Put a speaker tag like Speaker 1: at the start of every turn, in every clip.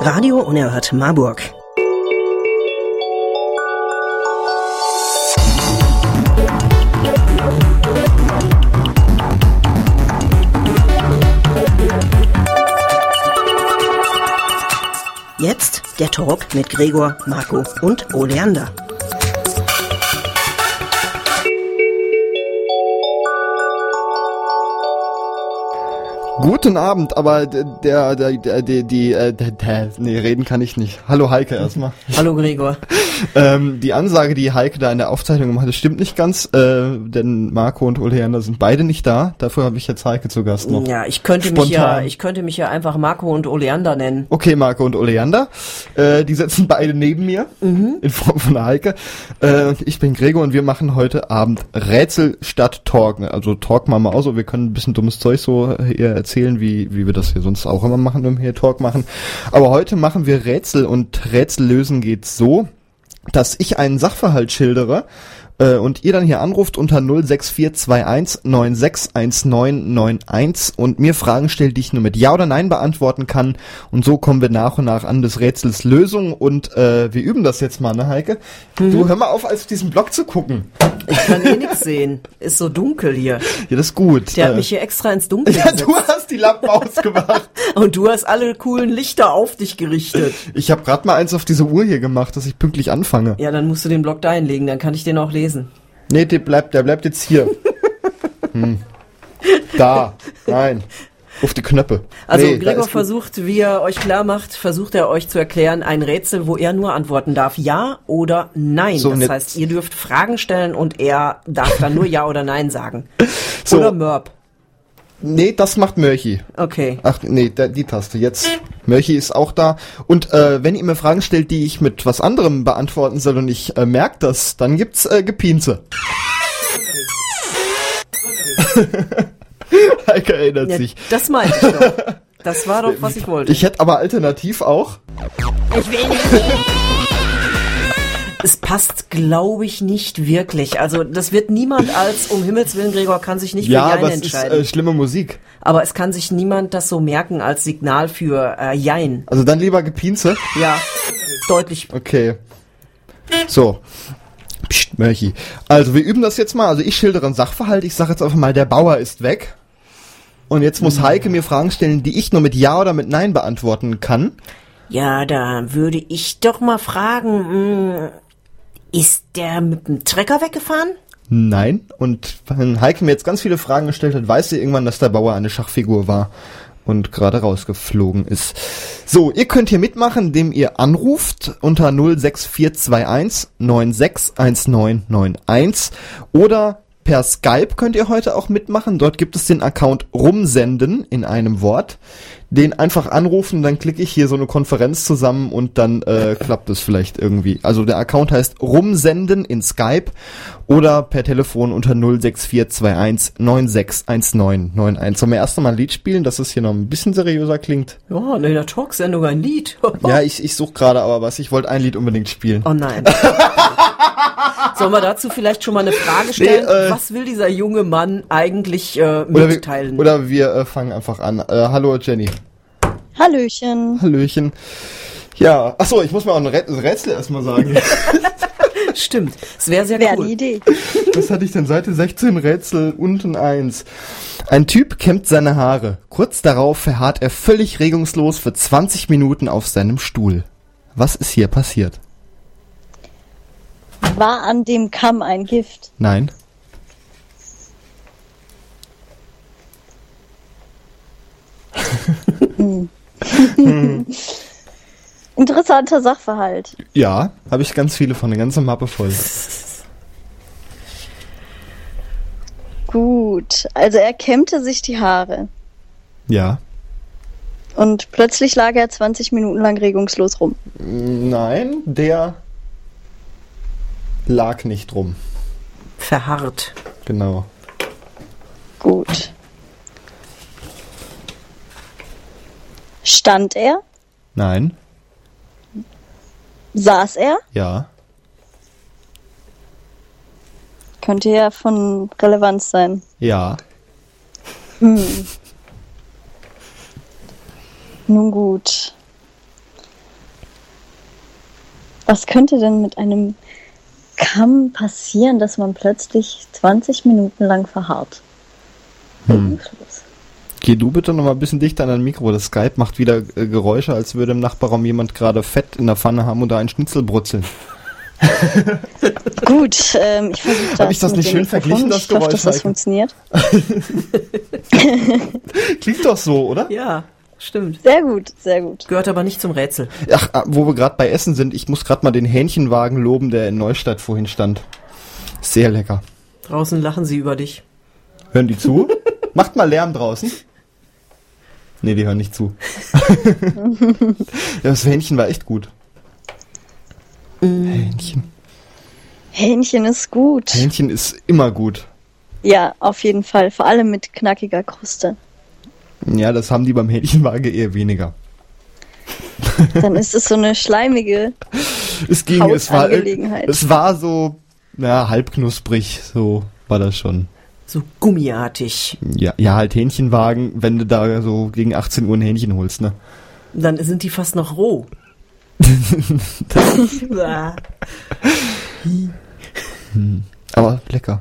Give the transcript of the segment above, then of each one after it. Speaker 1: Radio Unerhört Marburg. Jetzt der Talk mit Gregor, Marco und Oleander.
Speaker 2: Guten Abend, aber der, der, der, die, die, äh, der, der, nee, reden kann ich nicht. Hallo Heike erstmal.
Speaker 1: Hallo Gregor.
Speaker 2: ähm, die Ansage, die Heike da in der Aufzeichnung gemacht hat, stimmt nicht ganz, äh, denn Marco und Oleander sind beide nicht da. Dafür habe ich jetzt Heike zu Gast noch.
Speaker 1: Ja, ich könnte mich ja, ich könnte mich ja einfach Marco und Oleander nennen.
Speaker 2: Okay, Marco und Oleander. Äh, die sitzen beide neben mir in Form von Heike. Äh, ich bin Gregor und wir machen heute Abend Rätsel statt Talk. ne? Also Talk machen wir auch so. Wir können ein bisschen dummes Zeug so hier erzählen, wie, wie wir das hier sonst auch immer machen, wenn wir hier Talk machen. Aber heute machen wir Rätsel und Rätsel lösen geht so, dass ich einen Sachverhalt schildere äh, und ihr dann hier anruft unter 06421961991 und mir Fragen stellt, die ich nur mit Ja oder Nein beantworten kann. Und so kommen wir nach und nach an des Rätsels Lösung und äh, wir üben das jetzt mal, ne Heike?
Speaker 1: Mhm.
Speaker 2: Du hör mal auf, als diesen Blog zu gucken.
Speaker 1: Ich kann eh nichts sehen. Ist so dunkel hier.
Speaker 2: Ja, das ist gut.
Speaker 1: Der
Speaker 2: Äh,
Speaker 1: hat mich hier extra ins Dunkel
Speaker 2: ja,
Speaker 1: gesetzt.
Speaker 2: du hast die Lampe ausgemacht.
Speaker 1: Und du hast alle coolen Lichter auf dich gerichtet.
Speaker 2: Ich habe gerade mal eins auf diese Uhr hier gemacht, dass ich pünktlich anfange.
Speaker 1: Ja, dann musst du den Blog da einlegen, dann kann ich den auch lesen.
Speaker 2: Nee, der bleibt, der bleibt jetzt hier. hm. Da. Nein. Auf die Knöpfe.
Speaker 1: Also
Speaker 2: Nee, da
Speaker 1: Gregor
Speaker 2: ist gut.
Speaker 1: versucht, wie er euch klar macht, versucht er euch zu erklären, ein Rätsel, wo er nur antworten darf, ja oder nein.
Speaker 2: So, und
Speaker 1: das
Speaker 2: jetzt-
Speaker 1: heißt, ihr dürft Fragen stellen und er darf dann nur ja oder nein sagen.
Speaker 2: So.
Speaker 1: Oder Mörb.
Speaker 2: Nee, das macht Mörchi.
Speaker 1: Okay.
Speaker 2: Ach, nee, da, die Taste jetzt. Mörchi ist auch da. Und äh, wenn ihr mir Fragen stellt, die ich mit was anderem beantworten soll und ich äh, merke das, dann gibt's äh, Gepinze. Heike erinnert
Speaker 1: Ja,
Speaker 2: sich.
Speaker 1: das meinte ich doch. Das war doch, was ich wollte.
Speaker 2: Ich hätte aber alternativ auch.
Speaker 1: Es passt, glaube ich, nicht wirklich. Also das wird niemand als, um Himmels Willen, Gregor kann sich nicht
Speaker 2: Ja,
Speaker 1: für Jein
Speaker 2: aber es ist
Speaker 1: entscheiden.
Speaker 2: äh, schlimme Musik.
Speaker 1: aber es kann sich niemand das so merken als Signal für äh, Jein.
Speaker 2: Also dann lieber Gepinze.
Speaker 1: Ja, deutlich.
Speaker 2: Okay. So. Psst, Mörchi. Also, wir üben das jetzt mal. Also, ich schildere einen Sachverhalt. Ich sage jetzt einfach mal, der Bauer ist weg. Und jetzt muss Heike mir Fragen stellen, die ich nur mit Ja oder mit Nein beantworten kann.
Speaker 1: Ja, da würde ich doch mal fragen, mh, ist der mit dem Trecker weggefahren?
Speaker 2: Nein. Und wenn Heike mir jetzt ganz viele Fragen gestellt hat, weiß sie irgendwann, dass der Bauer eine Schachfigur war und gerade rausgeflogen ist. So, ihr könnt hier mitmachen, indem ihr anruft unter 06421 961991 oder per Skype könnt ihr heute auch mitmachen. Dort gibt es den Account rumsenden in einem Wort. Den einfach anrufen, dann klicke ich hier so eine Konferenz zusammen und dann äh, klappt es vielleicht irgendwie. Also der Account heißt rumsenden in Skype oder per Telefon unter 06421 961991. Sollen wir erst noch mal ein Lied spielen, dass es hier noch ein bisschen seriöser klingt?
Speaker 1: Ja, in der Talksendung ein Lied.
Speaker 2: Ja, ich, ich suche gerade aber was. Ich wollte ein Lied unbedingt spielen.
Speaker 1: Oh nein. Sollen wir dazu vielleicht schon mal eine Frage stellen?
Speaker 2: äh,
Speaker 1: Was will dieser junge Mann eigentlich äh,
Speaker 2: Oder
Speaker 1: mitteilen?
Speaker 2: wir, oder wir äh, fangen einfach an. Äh, hallo Jenny.
Speaker 3: Hallöchen.
Speaker 2: Hallöchen. Ja, ach so, ich muss mal auch ein Rät- Rätsel erstmal sagen.
Speaker 1: Stimmt, es wäre sehr
Speaker 3: Wäre eine
Speaker 1: cool.
Speaker 3: Idee.
Speaker 2: Was hatte ich denn? Seite 16, Rätsel, unten eins. Ein Typ kämmt seine Haare. Kurz darauf verharrt er völlig regungslos für 20 Minuten auf seinem Stuhl. Was ist hier passiert?
Speaker 3: War an dem Kamm ein Gift?
Speaker 2: Nein.
Speaker 3: Interessanter Sachverhalt.
Speaker 2: Ja, habe ich ganz viele von, eine ganze Mappe voll.
Speaker 3: Gut. Also er kämmte sich die Haare.
Speaker 2: Ja.
Speaker 3: Und plötzlich lag er 20 Minuten lang regungslos rum.
Speaker 2: Nein, der lag nicht rum.
Speaker 1: Verharrt.
Speaker 2: Genau.
Speaker 3: Gut. Stand er?
Speaker 2: Nein.
Speaker 3: Saß er?
Speaker 2: Ja.
Speaker 3: Könnte ja von Relevanz sein.
Speaker 2: Ja.
Speaker 3: Nun gut. Was könnte denn mit einem Kamm passieren, dass man plötzlich 20 Minuten lang verharrt?
Speaker 2: Hm.
Speaker 3: Hm. Regungslos.
Speaker 2: Geh du bitte noch mal ein bisschen dichter an dein Mikro. Das Skype macht wieder äh, Geräusche, als würde im Nachbarraum jemand gerade Fett in der Pfanne haben und da einen Schnitzel brutzeln.
Speaker 3: Gut, ähm, ich versuche das.
Speaker 2: Hab ich das
Speaker 3: mit
Speaker 2: nicht
Speaker 3: dem
Speaker 2: schön
Speaker 3: Mikrofon.
Speaker 2: verglichen, das
Speaker 3: ich hoffe,
Speaker 2: Geräusch,
Speaker 3: dass das
Speaker 2: Heike?
Speaker 3: funktioniert.
Speaker 2: Klingt doch so, oder?
Speaker 1: Ja, stimmt.
Speaker 3: Sehr gut, sehr gut.
Speaker 1: Gehört aber nicht zum Rätsel.
Speaker 2: Ach, ah, wo wir gerade bei Essen sind, ich muss gerade mal den Hähnchenwagen loben, der in Neustadt vorhin stand. Sehr lecker.
Speaker 1: Draußen lachen sie über dich.
Speaker 2: Hören die zu? Macht mal Lärm draußen. Nee, die hören nicht zu. ja, das Hähnchen war echt gut. Hähnchen.
Speaker 3: Hähnchen ist gut.
Speaker 2: Hähnchen ist immer gut.
Speaker 3: Ja, auf jeden Fall. Vor allem mit knackiger Kruste.
Speaker 2: Ja, das haben die beim Hähnchenwaage eher weniger.
Speaker 3: Dann ist es so eine schleimige.
Speaker 2: Es ging, es war,
Speaker 3: Hausangelegenheit.
Speaker 2: es war so, ja, halb knusprig, so war das schon.
Speaker 1: So gummiartig.
Speaker 2: Ja, ja, halt Hähnchenwagen, wenn du da so gegen 18 Uhr ein Hähnchen holst, ne?
Speaker 1: Dann sind die fast noch roh. Bäh.
Speaker 2: Aber lecker.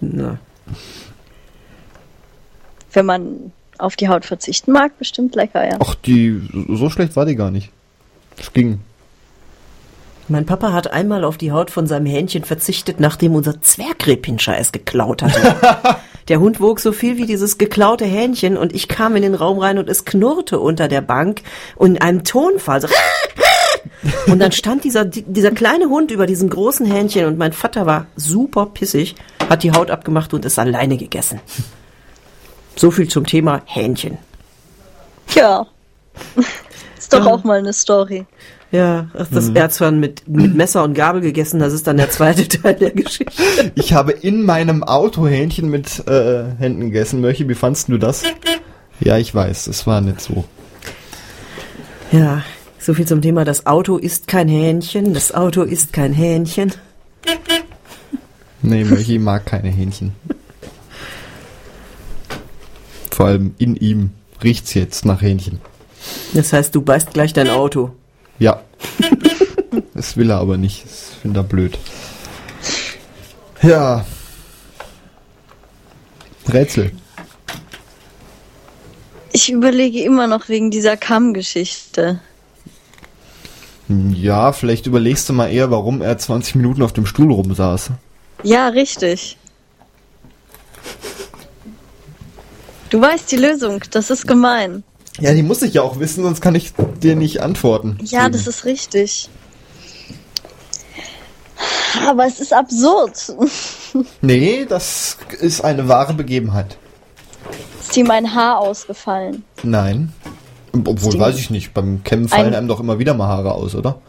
Speaker 1: Na,
Speaker 3: Wenn man auf die Haut verzichten mag, bestimmt lecker, ja.
Speaker 2: Ach, die, so schlecht war die gar nicht. Es ging.
Speaker 1: mein Papa hat einmal auf die Haut von seinem Hähnchen verzichtet, nachdem unser Zwergrehpinscher es geklaut hatte. Der Hund wog so viel wie dieses geklaute Hähnchen und ich kam in den Raum rein und es knurrte unter der Bank und in einem Tonfall so. Und dann stand dieser, dieser kleine Hund über diesem großen Hähnchen und mein Vater war super pissig, hat die Haut abgemacht und es alleine gegessen. So viel zum Thema Hähnchen.
Speaker 3: Ja. ist doch
Speaker 1: Ja.
Speaker 3: auch mal eine Story.
Speaker 1: Ja, ach, das Erzhorn mit, mit Messer und Gabel gegessen, das ist dann der zweite Teil der Geschichte.
Speaker 2: Ich habe in meinem Auto Hähnchen mit äh, Händen gegessen. Möchi, wie fandst du das? Ja, ich weiß, es war nicht so.
Speaker 1: Ja, so viel zum Thema, das Auto ist kein Hähnchen, das Auto ist kein Hähnchen.
Speaker 2: Nee, Möchi mag keine Hähnchen. Vor allem in ihm riecht's jetzt nach Hähnchen.
Speaker 1: Das heißt, du beißt gleich dein Auto.
Speaker 2: Ja. das will er aber nicht. Das finde er blöd. Ja. Rätsel.
Speaker 3: Ich überlege immer noch wegen dieser Kammgeschichte.
Speaker 2: Ja, vielleicht überlegst du mal eher, warum er 20 Minuten auf dem Stuhl rumsaß.
Speaker 3: Ja, richtig. Du weißt die Lösung, das ist gemein.
Speaker 2: Ja, die muss ich ja auch wissen, sonst kann ich dir nicht antworten.
Speaker 3: Ja, das ist richtig. Aber es ist absurd. Ist
Speaker 2: Nee, das ist eine wahre Begebenheit.
Speaker 3: dir mein Haar ausgefallen?
Speaker 2: Nein. Obwohl,
Speaker 3: Stimmt.
Speaker 2: weiß ich nicht. Beim Kämmen fallen
Speaker 3: Ein-
Speaker 2: einem doch immer wieder mal Haare aus, oder?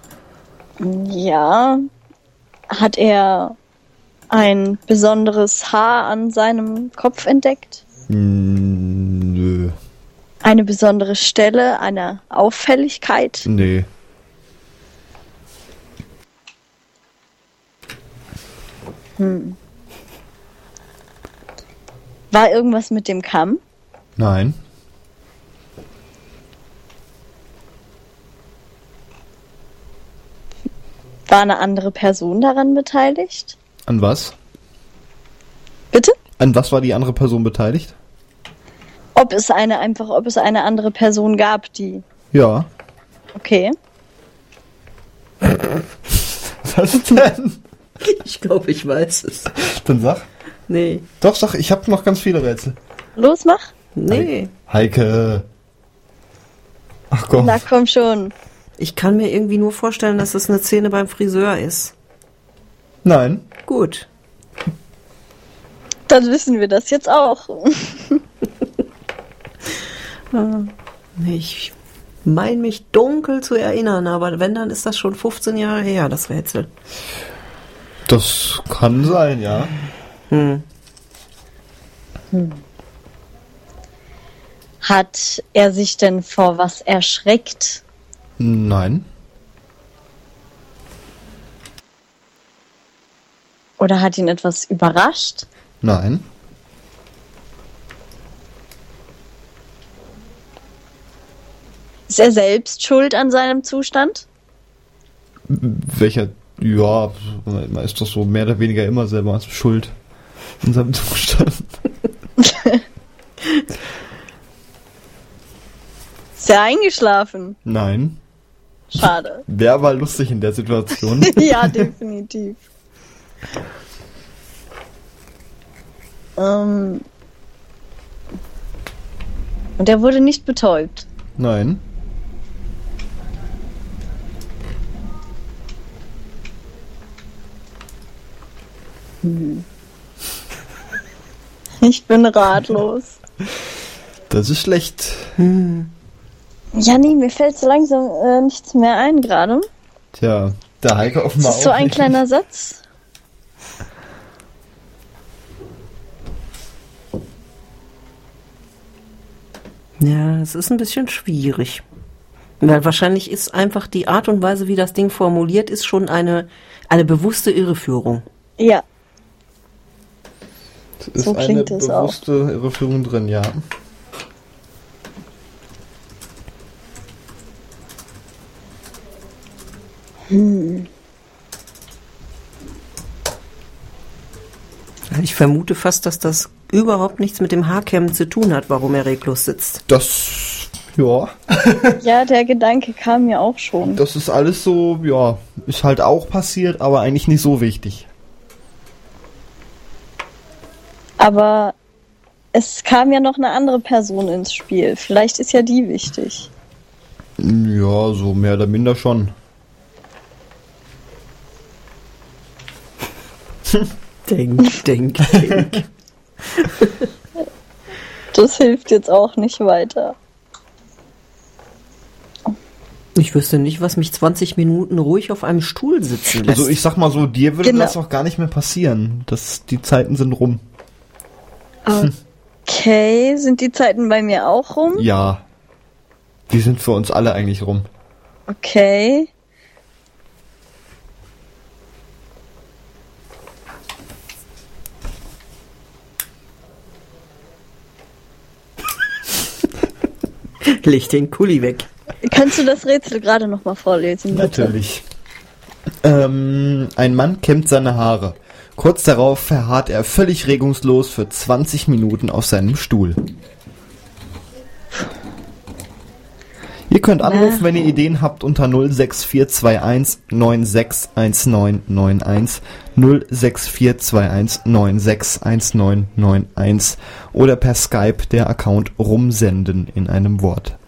Speaker 3: Ja. Hat er ein besonderes Haar an seinem Kopf entdeckt?
Speaker 2: Mm, Nö.
Speaker 3: Eine besondere Stelle, eine Auffälligkeit?
Speaker 2: Nee.
Speaker 3: War irgendwas mit dem Kamm?
Speaker 2: Nein.
Speaker 3: War eine andere Person daran beteiligt?
Speaker 2: An was?
Speaker 3: Bitte?
Speaker 2: An was war die andere Person beteiligt?
Speaker 3: Ob es eine einfach, ob es eine andere Person gab, die.
Speaker 2: Ja.
Speaker 3: Okay.
Speaker 2: Was denn?
Speaker 1: Ich glaube, ich weiß es.
Speaker 2: Dann sag.
Speaker 1: Nee.
Speaker 2: Doch, sag, ich habe noch ganz viele Rätsel.
Speaker 3: Los, mach.
Speaker 1: Nee.
Speaker 2: Heike. Ach komm.
Speaker 3: Na komm schon.
Speaker 1: Ich kann mir irgendwie nur vorstellen, dass es eine Szene beim Friseur ist.
Speaker 2: Nein.
Speaker 1: Gut.
Speaker 3: Dann wissen wir das jetzt auch.
Speaker 1: Nee, Ich mein mich dunkel zu erinnern, aber wenn, dann ist das schon 15 Jahre her, das Rätsel.
Speaker 2: Das kann sein, ja.
Speaker 3: Hat er sich denn vor was erschreckt?
Speaker 2: Nein.
Speaker 3: Oder hat ihn etwas überrascht?
Speaker 2: Nein.
Speaker 3: Ist er selbst schuld an seinem Zustand?
Speaker 2: welcher, ja, man ist doch so mehr oder weniger immer selber schuld in seinem Zustand.
Speaker 3: Ist er eingeschlafen?
Speaker 2: Nein.
Speaker 3: Schade.
Speaker 2: Wer war lustig in der Situation?
Speaker 3: ja, definitiv. Ähm. Und er wurde nicht betäubt.
Speaker 2: Nein.
Speaker 3: Ich bin ratlos.
Speaker 2: Das ist schlecht.
Speaker 3: Ja, nee, mir fällt so langsam äh, nichts mehr ein gerade.
Speaker 2: Tja, der Heike offenbar
Speaker 3: Das ist so
Speaker 2: auch
Speaker 3: ein
Speaker 2: nicht.
Speaker 3: kleiner Satz.
Speaker 1: Ja, es ist ein bisschen schwierig. Weil wahrscheinlich ist einfach die Art und Weise, wie das Ding formuliert ist, schon eine, eine bewusste Irreführung.
Speaker 3: Ja,
Speaker 2: ist
Speaker 3: so
Speaker 2: eine
Speaker 3: klingt es auch.
Speaker 2: bewusste Irreführung drin, ja.
Speaker 1: Ich vermute fast, dass das überhaupt nichts mit dem Haarkämmen zu tun hat, warum er reglos sitzt.
Speaker 2: Das, ja,
Speaker 3: ja, der Gedanke kam mir auch schon.
Speaker 2: das ist alles so, ja, ist halt auch passiert, aber eigentlich nicht so wichtig.
Speaker 3: Aber es kam ja noch eine andere Person ins Spiel. Vielleicht ist ja die wichtig.
Speaker 2: Ja, so mehr oder minder schon.
Speaker 1: Denk, denk, denk.
Speaker 3: Das hilft jetzt auch nicht weiter.
Speaker 1: Ich wüsste nicht, was mich 20 Minuten ruhig auf einem Stuhl sitzen lässt.
Speaker 2: Also ich sag mal so, dir würde
Speaker 3: Genau.
Speaker 2: das auch gar nicht mehr passieren. Das, die Zeiten sind rum.
Speaker 3: Okay, sind die Zeiten bei mir auch rum?
Speaker 2: Ja. Die sind für uns alle eigentlich rum.
Speaker 3: Okay.
Speaker 1: Leg den Kuli weg.
Speaker 3: Kannst du das Rätsel gerade nochmal vorlesen? Bitte?
Speaker 2: Natürlich. Ähm, ein Mann kämmt seine Haare. Kurz darauf verharrt er völlig regungslos für 20 Minuten auf seinem Stuhl. Ihr könnt anrufen, wenn ihr Ideen habt, unter 06421 961991 06421 961991 oder per Skype der Account rumsenden in einem Wort.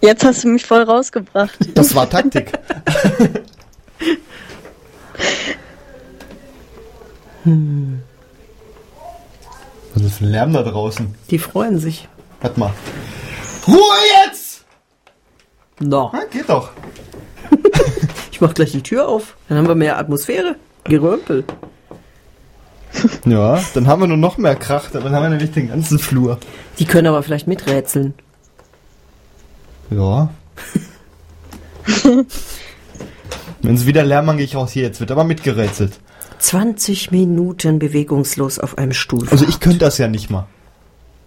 Speaker 3: Jetzt hast du mich voll rausgebracht.
Speaker 2: Das war Taktik. Hm. Was ist für ein Lärm da draußen?
Speaker 1: Die freuen sich.
Speaker 2: Warte mal. Ruhe jetzt!
Speaker 1: No.
Speaker 2: Na, geht doch.
Speaker 1: Ich mach gleich die Tür auf. Dann haben wir mehr Atmosphäre. Gerömpel.
Speaker 2: Ja, dann haben wir nur noch mehr Krach, dann haben wir nämlich den ganzen Flur.
Speaker 1: Die können aber vielleicht miträtseln.
Speaker 2: Ja. Wenn es wieder Lärm macht, gehe ich raus hier. Jetzt wird aber mitgerätselt.
Speaker 1: 20 Minuten bewegungslos auf einem Stuhl.
Speaker 2: Also ich könnte das ja nicht mal.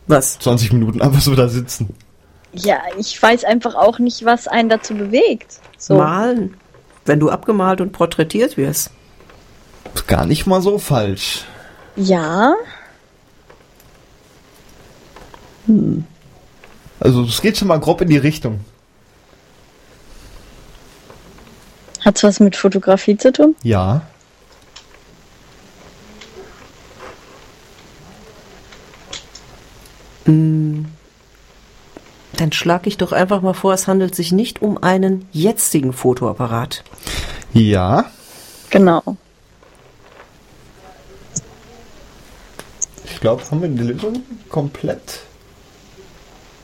Speaker 1: Was?
Speaker 2: 20 Minuten einfach so da sitzen.
Speaker 3: Ja, ich weiß einfach auch nicht, was einen dazu bewegt. So.
Speaker 1: Malen? Wenn du abgemalt und porträtiert wirst.
Speaker 2: Ist gar nicht mal so falsch.
Speaker 3: Ja,
Speaker 2: Also es geht schon mal grob in die Richtung.
Speaker 3: hat's was mit Fotografie zu tun?
Speaker 2: Ja.
Speaker 1: Dann schlage ich doch einfach mal vor, es handelt sich nicht um einen jetzigen Fotoapparat.
Speaker 2: Ja. Hm?
Speaker 3: Genau.
Speaker 2: Ich glaube, haben wir die Lösung komplett.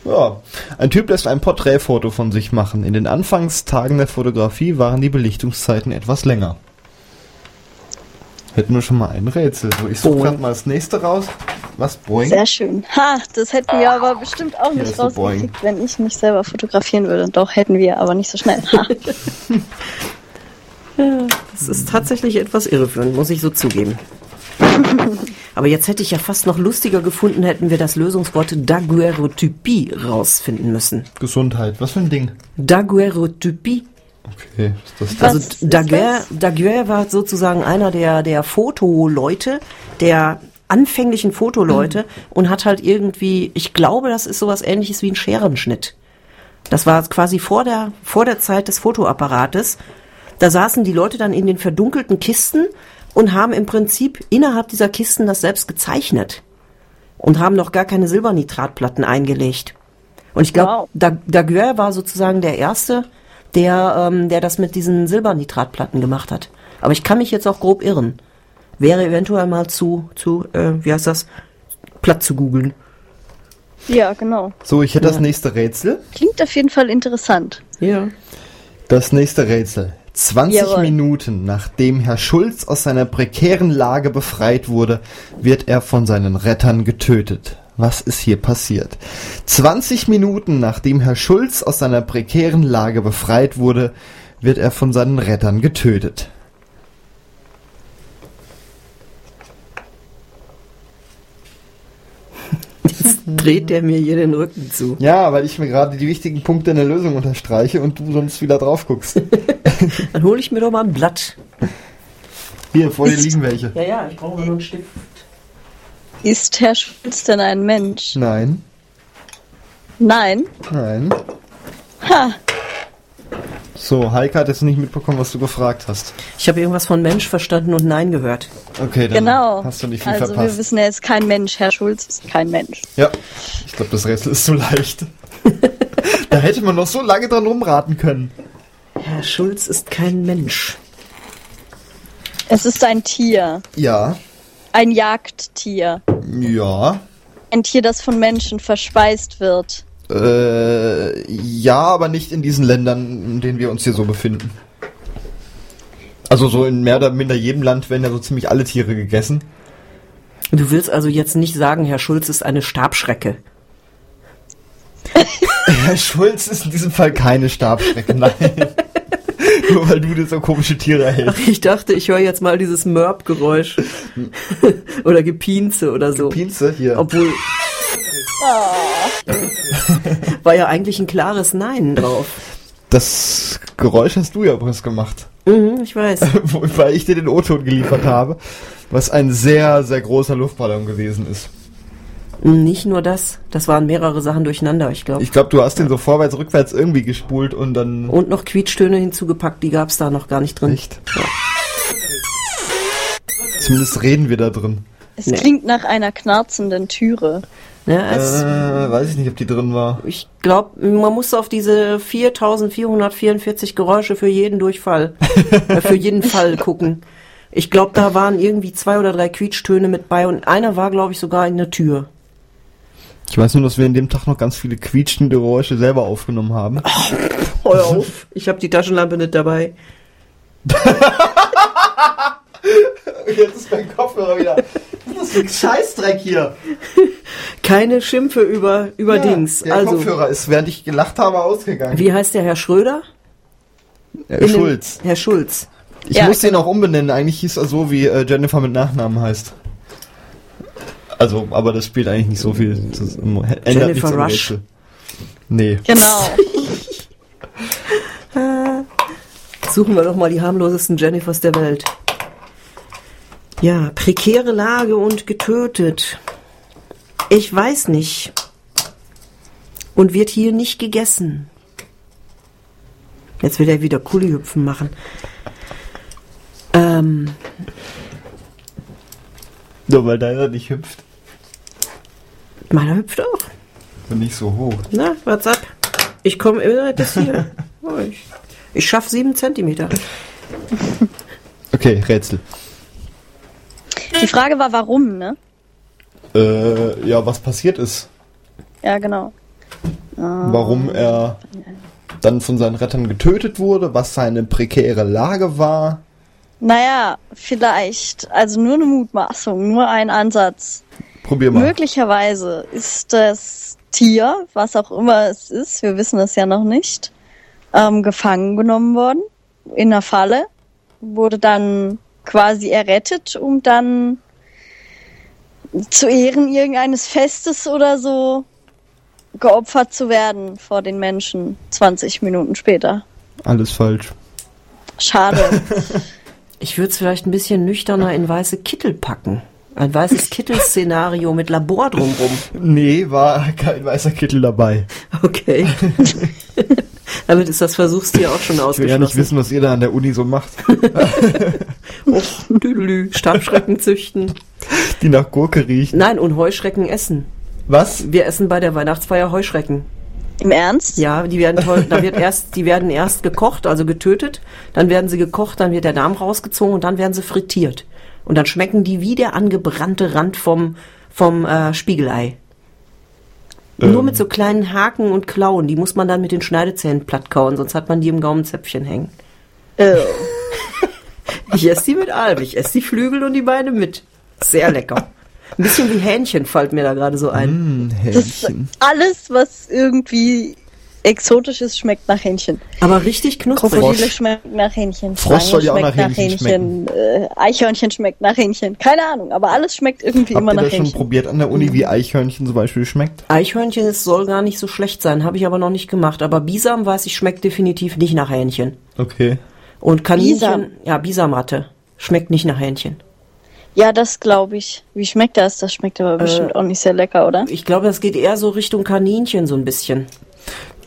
Speaker 2: Ja. Ein Typ lässt ein Porträtfoto von sich machen. In den Anfangstagen der Fotografie waren die Belichtungszeiten etwas länger. Hätten wir schon mal ein Rätsel. So, ich suche
Speaker 1: Boing.
Speaker 2: gerade mal das nächste raus. Was? Boing?
Speaker 3: Sehr schön. Ha, das hätten wir aber bestimmt auch
Speaker 2: ist
Speaker 3: nicht
Speaker 2: so
Speaker 3: rausgekriegt, wenn ich mich selber fotografieren würde. Doch, hätten wir, aber nicht so schnell. Ha.
Speaker 1: Das ist tatsächlich etwas irreführend, muss ich so zugeben. Aber jetzt hätte ich ja fast noch lustiger gefunden, hätten wir das Lösungswort Daguerreotypie rausfinden müssen.
Speaker 2: Gesundheit. Was für ein Ding?
Speaker 1: Daguerreotypie.
Speaker 2: Okay, ist das das?
Speaker 3: Was
Speaker 1: Also
Speaker 3: ist
Speaker 1: Daguerre,
Speaker 3: das?
Speaker 1: Daguerre war sozusagen einer der, der Fotoleute, der anfänglichen
Speaker 3: Mhm.
Speaker 1: Fotoleute und hat halt irgendwie, ich glaube, das ist sowas ähnliches wie ein Scherenschnitt. Das war quasi vor der, vor der Zeit des Fotoapparates. Da saßen die Leute dann in den verdunkelten Kisten und haben im Prinzip innerhalb dieser Kisten das selbst gezeichnet und haben noch gar keine Silbernitratplatten eingelegt. Und ich glaube,
Speaker 3: Wow.
Speaker 1: da Daguerre war sozusagen der Erste, der, ähm, der das mit diesen Silbernitratplatten gemacht hat. Aber ich kann mich jetzt auch grob irren. Wäre eventuell mal zu, zu äh, wie heißt das, platt zu googeln.
Speaker 3: Ja, genau.
Speaker 2: So, ich hätte das nächste Rätsel.
Speaker 3: Klingt auf jeden Fall interessant.
Speaker 1: Ja.
Speaker 2: Das nächste Rätsel. 20
Speaker 3: Jawohl.
Speaker 2: Minuten nachdem Herr Schulz aus seiner prekären Lage befreit wurde, wird er von seinen Rettern getötet. Was ist hier passiert? 20 Minuten nachdem Herr Schulz aus seiner prekären Lage befreit wurde, wird er von seinen Rettern getötet.
Speaker 1: Jetzt dreht der mir hier den Rücken zu.
Speaker 2: Ja, weil ich mir gerade die wichtigen Punkte in der Lösung unterstreiche und du sonst wieder drauf guckst.
Speaker 1: Dann hole ich mir doch mal ein Blatt.
Speaker 2: Hier, vor dir liegen welche.
Speaker 1: Ja, ja, ich brauche nur einen Stift.
Speaker 3: Ist Herr Schulz denn ein Mensch?
Speaker 2: Nein,
Speaker 3: Nein.
Speaker 2: nein.
Speaker 3: Ha.
Speaker 2: So, Heike hat jetzt nicht mitbekommen, was du gefragt hast.
Speaker 1: Ich habe irgendwas von Mensch verstanden und Nein gehört.
Speaker 2: Okay, dann
Speaker 3: Genau.
Speaker 2: hast du nicht viel
Speaker 3: also
Speaker 2: verpasst.
Speaker 3: wir wissen, er ist kein Mensch. Herr Schulz ist kein Mensch.
Speaker 2: Ja, ich glaube, das Rätsel ist zu leicht. da hätte man noch so lange dran rumraten können.
Speaker 1: Herr Schulz ist kein Mensch.
Speaker 3: Es ist ein Tier.
Speaker 2: Ja,
Speaker 3: Ein Jagdtier.
Speaker 2: ja,
Speaker 3: Ein Tier, das von Menschen verspeist wird.
Speaker 2: äh, ja, aber nicht in diesen Ländern, in denen wir uns hier so befinden. Also so in mehr oder minder jedem Land werden ja so ziemlich alle Tiere gegessen.
Speaker 1: Du willst also jetzt nicht sagen, Herr Schulz ist eine Stabschrecke.
Speaker 2: Herr Schulz ist in diesem Fall keine Stabschrecke, nein. Nur weil du dir so komische Tiere hältst.
Speaker 1: Ich dachte, ich höre jetzt mal dieses Mörb-Geräusch. oder Gepienze oder so.
Speaker 2: Pinze hier.
Speaker 1: Obwohl.
Speaker 2: Oh.
Speaker 1: War ja eigentlich ein klares Nein drauf.
Speaker 2: Das Geräusch hast du ja übrigens gemacht.
Speaker 1: Mhm, ich weiß.
Speaker 2: Wobei ich dir den O-Ton geliefert habe, was ein sehr, sehr großer Luftballon gewesen ist.
Speaker 1: Nicht nur das. Das waren mehrere Sachen durcheinander, ich glaube.
Speaker 2: Ich glaube, du hast den so vorwärts, rückwärts irgendwie gespult und dann
Speaker 1: Und noch Quietschtöne hinzugepackt, die gab's da noch gar nicht drin.
Speaker 2: nicht. Zumindest reden wir da drin.
Speaker 3: Es
Speaker 1: Nee.
Speaker 3: klingt nach einer knarzenden Türe.
Speaker 1: Ja,
Speaker 2: Äh,
Speaker 1: es,
Speaker 2: weiß ich nicht, ob die drin war.
Speaker 1: Ich glaube, man muss auf diese 4444 Geräusche für jeden Durchfall, äh, für jeden Fall gucken. Ich glaube, da waren irgendwie zwei oder drei Quietschtöne mit bei und einer war, glaube ich, sogar in der Tür.
Speaker 2: Ich weiß nur, dass wir an dem Tag noch ganz viele quietschende Geräusche selber aufgenommen haben.
Speaker 1: Hör auf, ich habe die Taschenlampe nicht dabei.
Speaker 2: Jetzt ist mein Kopfhörer wieder. Das ist ein Scheißdreck hier.
Speaker 1: Keine Schimpfe über, über Dings.
Speaker 2: Der
Speaker 1: Also,
Speaker 2: Kopfhörer ist, während ich gelacht habe, ausgegangen.
Speaker 1: wie heißt der Herr Schröder?
Speaker 2: Äh,
Speaker 1: In dem-
Speaker 2: Schulz.
Speaker 1: Herr Schulz.
Speaker 2: Ich
Speaker 3: Ja,
Speaker 2: muss den auch umbenennen. Eigentlich hieß er so, wie äh, Jennifer mit Nachnamen heißt. Also, aber das spielt eigentlich nicht so viel. Das ändert
Speaker 1: Jennifer
Speaker 2: nichts am
Speaker 1: Rush.
Speaker 2: Rätsel. Nee.
Speaker 3: Genau.
Speaker 1: Suchen wir doch mal die harmlosesten Jennifers der Welt. Ja, prekäre Lage und getötet. Ich weiß nicht. Und wird hier nicht gegessen. Jetzt will er wieder Kullihüpfen machen. Ähm,
Speaker 2: Nur weil deiner nicht hüpft.
Speaker 1: meiner hüpft auch.
Speaker 2: Und nicht so hoch.
Speaker 1: Na, what's up? Ich komme immer bis hier. Oh, ich ich schaffe sieben Zentimeter.
Speaker 2: Okay, Rätsel.
Speaker 3: Die Frage war, warum, ne?
Speaker 2: Äh, ja, was passiert ist,
Speaker 3: Ja, genau.
Speaker 2: warum er dann von seinen Rettern getötet wurde, was seine prekäre Lage war.
Speaker 3: Naja, vielleicht, also nur eine Mutmaßung, nur ein Ansatz.
Speaker 2: Probier mal.
Speaker 3: Möglicherweise ist das Tier, was auch immer es ist, wir wissen es ja noch nicht, ähm, gefangen genommen worden in einer Falle, wurde dann quasi errettet, um dann zu Ehren irgendeines Festes oder so geopfert zu werden vor den Menschen 20 Minuten später.
Speaker 2: Alles falsch.
Speaker 3: Schade.
Speaker 1: Ich würde es vielleicht ein bisschen nüchterner in weiße Kittel packen. Ein weißes Kittel-Szenario mit Labor drumrum.
Speaker 2: Nee, war kein weißer Kittel dabei.
Speaker 1: Okay. Damit ist das Versuchstier auch schon
Speaker 2: Ich will ja nicht
Speaker 1: ausgeschlossen.
Speaker 2: wissen, was ihr da an der Uni so macht.
Speaker 1: Och, Düdelü. Stabschrecken Oh, züchten.
Speaker 2: Die nach Gurke riecht.
Speaker 1: Nein, und Heuschrecken essen.
Speaker 2: Was?
Speaker 1: Wir essen bei der Weihnachtsfeier Heuschrecken.
Speaker 3: Im Ernst?
Speaker 1: Ja, die werden toll, da wird erst, die werden erst gekocht, also getötet, dann werden sie gekocht, dann wird der Darm rausgezogen und dann werden sie frittiert. Und dann schmecken die wie der angebrannte Rand vom, vom äh, Spiegelei. Nur
Speaker 2: Ähm.
Speaker 1: mit so kleinen Haken und Klauen, die muss man dann mit den Schneidezähnen plattkauen, sonst hat man die im Gaumenzäpfchen hängen.
Speaker 3: Äh,
Speaker 2: Oh.
Speaker 1: Ich esse die mit allem, ich esse die Flügel und die Beine mit. Sehr lecker. Ein bisschen wie Hähnchen fällt mir da gerade so ein.
Speaker 2: Hm,
Speaker 3: das
Speaker 2: Hähnchen.
Speaker 3: alles, was irgendwie exotisch ist, schmeckt nach Hähnchen.
Speaker 1: Aber richtig knusprig.
Speaker 2: Frosch.
Speaker 3: Krokodile schmecken nach Hähnchen.
Speaker 2: Frosch soll ja auch
Speaker 3: Schlangen
Speaker 2: nach
Speaker 3: schmeckt
Speaker 2: Hähnchen
Speaker 3: Äh, Eichhörnchen schmeckt nach Hähnchen. Keine Ahnung, aber alles schmeckt irgendwie
Speaker 2: Habt
Speaker 3: immer
Speaker 2: ihr
Speaker 3: nach
Speaker 2: das schon
Speaker 3: Hähnchen. Mhm.
Speaker 2: probiert an der Uni, wie Eichhörnchen zum Beispiel schmeckt?
Speaker 1: Eichhörnchen es soll gar nicht so schlecht sein, habe ich aber noch nicht gemacht. Aber Bisam weiß ich, schmeckt definitiv nicht nach Hähnchen.
Speaker 2: Okay.
Speaker 1: Und Kaninchen,
Speaker 3: Bisam?
Speaker 1: ja, Bisamratte schmeckt nicht nach Hähnchen.
Speaker 3: Ja, das glaube ich. Wie schmeckt das? Das schmeckt aber bestimmt auch nicht sehr lecker, oder?
Speaker 1: Ich glaube, das geht eher so Richtung Kaninchen so ein bisschen.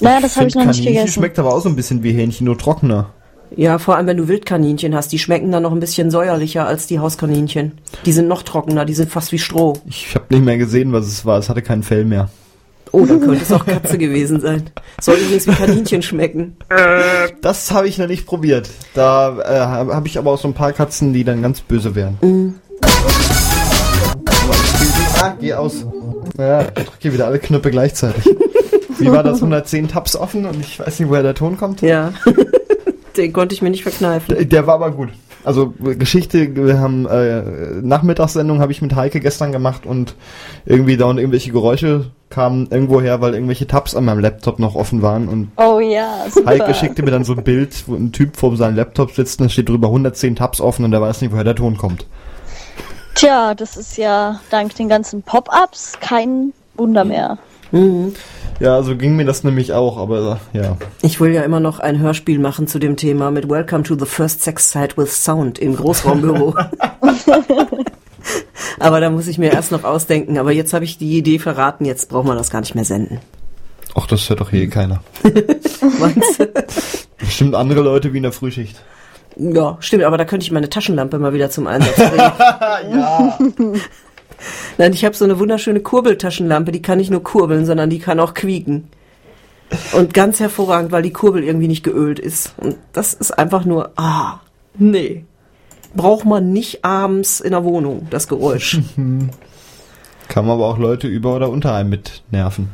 Speaker 3: Naja, das habe ich noch
Speaker 2: find,
Speaker 3: nicht
Speaker 2: Kaninchen
Speaker 3: gegessen.
Speaker 2: schmeckt aber auch so ein bisschen wie Hähnchen, nur trockener.
Speaker 1: Ja, vor allem wenn du Wildkaninchen hast, die schmecken dann noch ein bisschen säuerlicher als die Hauskaninchen. Die sind noch trockener, die sind fast wie Stroh.
Speaker 2: Ich habe nicht mehr gesehen, was es war. Es hatte kein Fell mehr.
Speaker 1: Oh, dann könnte es auch Katze gewesen sein. Soll übrigens wie Kaninchen schmecken.
Speaker 2: Das habe ich noch nicht probiert. Da äh, habe hab ich aber auch so ein paar Katzen, die dann ganz böse wären.
Speaker 3: Mhm.
Speaker 2: Ah, geh aus. Ja, ich drücke wieder alle Knöpfe gleichzeitig. Wie war das? 110 Tabs offen und ich weiß nicht, woher der Ton kommt.
Speaker 1: Ja. Den konnte ich mir nicht verkneifen.
Speaker 2: Der war aber gut. Also äh, Geschichte, wir haben äh, Nachmittagssendung habe ich mit Heike gestern gemacht und irgendwie da und irgendwelche Geräusche kamen irgendwo her, weil irgendwelche Tabs an meinem Laptop noch offen waren und
Speaker 3: Oh ja, super.
Speaker 2: Heike schickte mir dann so ein Bild, wo ein Typ vor seinem Laptop sitzt und da steht drüber 110 Tabs offen und er weiß nicht, woher der Ton kommt.
Speaker 3: Tja, das ist ja dank den ganzen Pop-ups kein
Speaker 2: Hm.
Speaker 3: Wunder mehr.
Speaker 2: Ja, also ging mir das nämlich auch, aber äh, ja.
Speaker 1: Ich will ja immer noch ein Hörspiel machen zu dem Thema mit Welcome to the First Sex Site with Sound im Großraumbüro. Aber da muss ich mir erst noch ausdenken. Aber jetzt habe ich die Idee verraten, jetzt braucht man das gar nicht mehr senden.
Speaker 2: Ach, das hört doch hier keiner.
Speaker 1: Meinst du?
Speaker 2: Bestimmt andere Leute wie in der Frühschicht.
Speaker 1: ja, stimmt, aber da könnte ich meine Taschenlampe mal wieder zum Einsatz bringen.
Speaker 2: Ja.
Speaker 1: Nein, ich habe so eine wunderschöne Kurbeltaschenlampe, die kann nicht nur kurbeln, sondern die kann auch quieken. Und ganz hervorragend, weil die Kurbel irgendwie nicht geölt ist. Und das ist einfach nur, ah, nee. Braucht man nicht abends in der Wohnung, das Geräusch.
Speaker 2: Kann man aber auch Leute über oder unter einem mit nerven.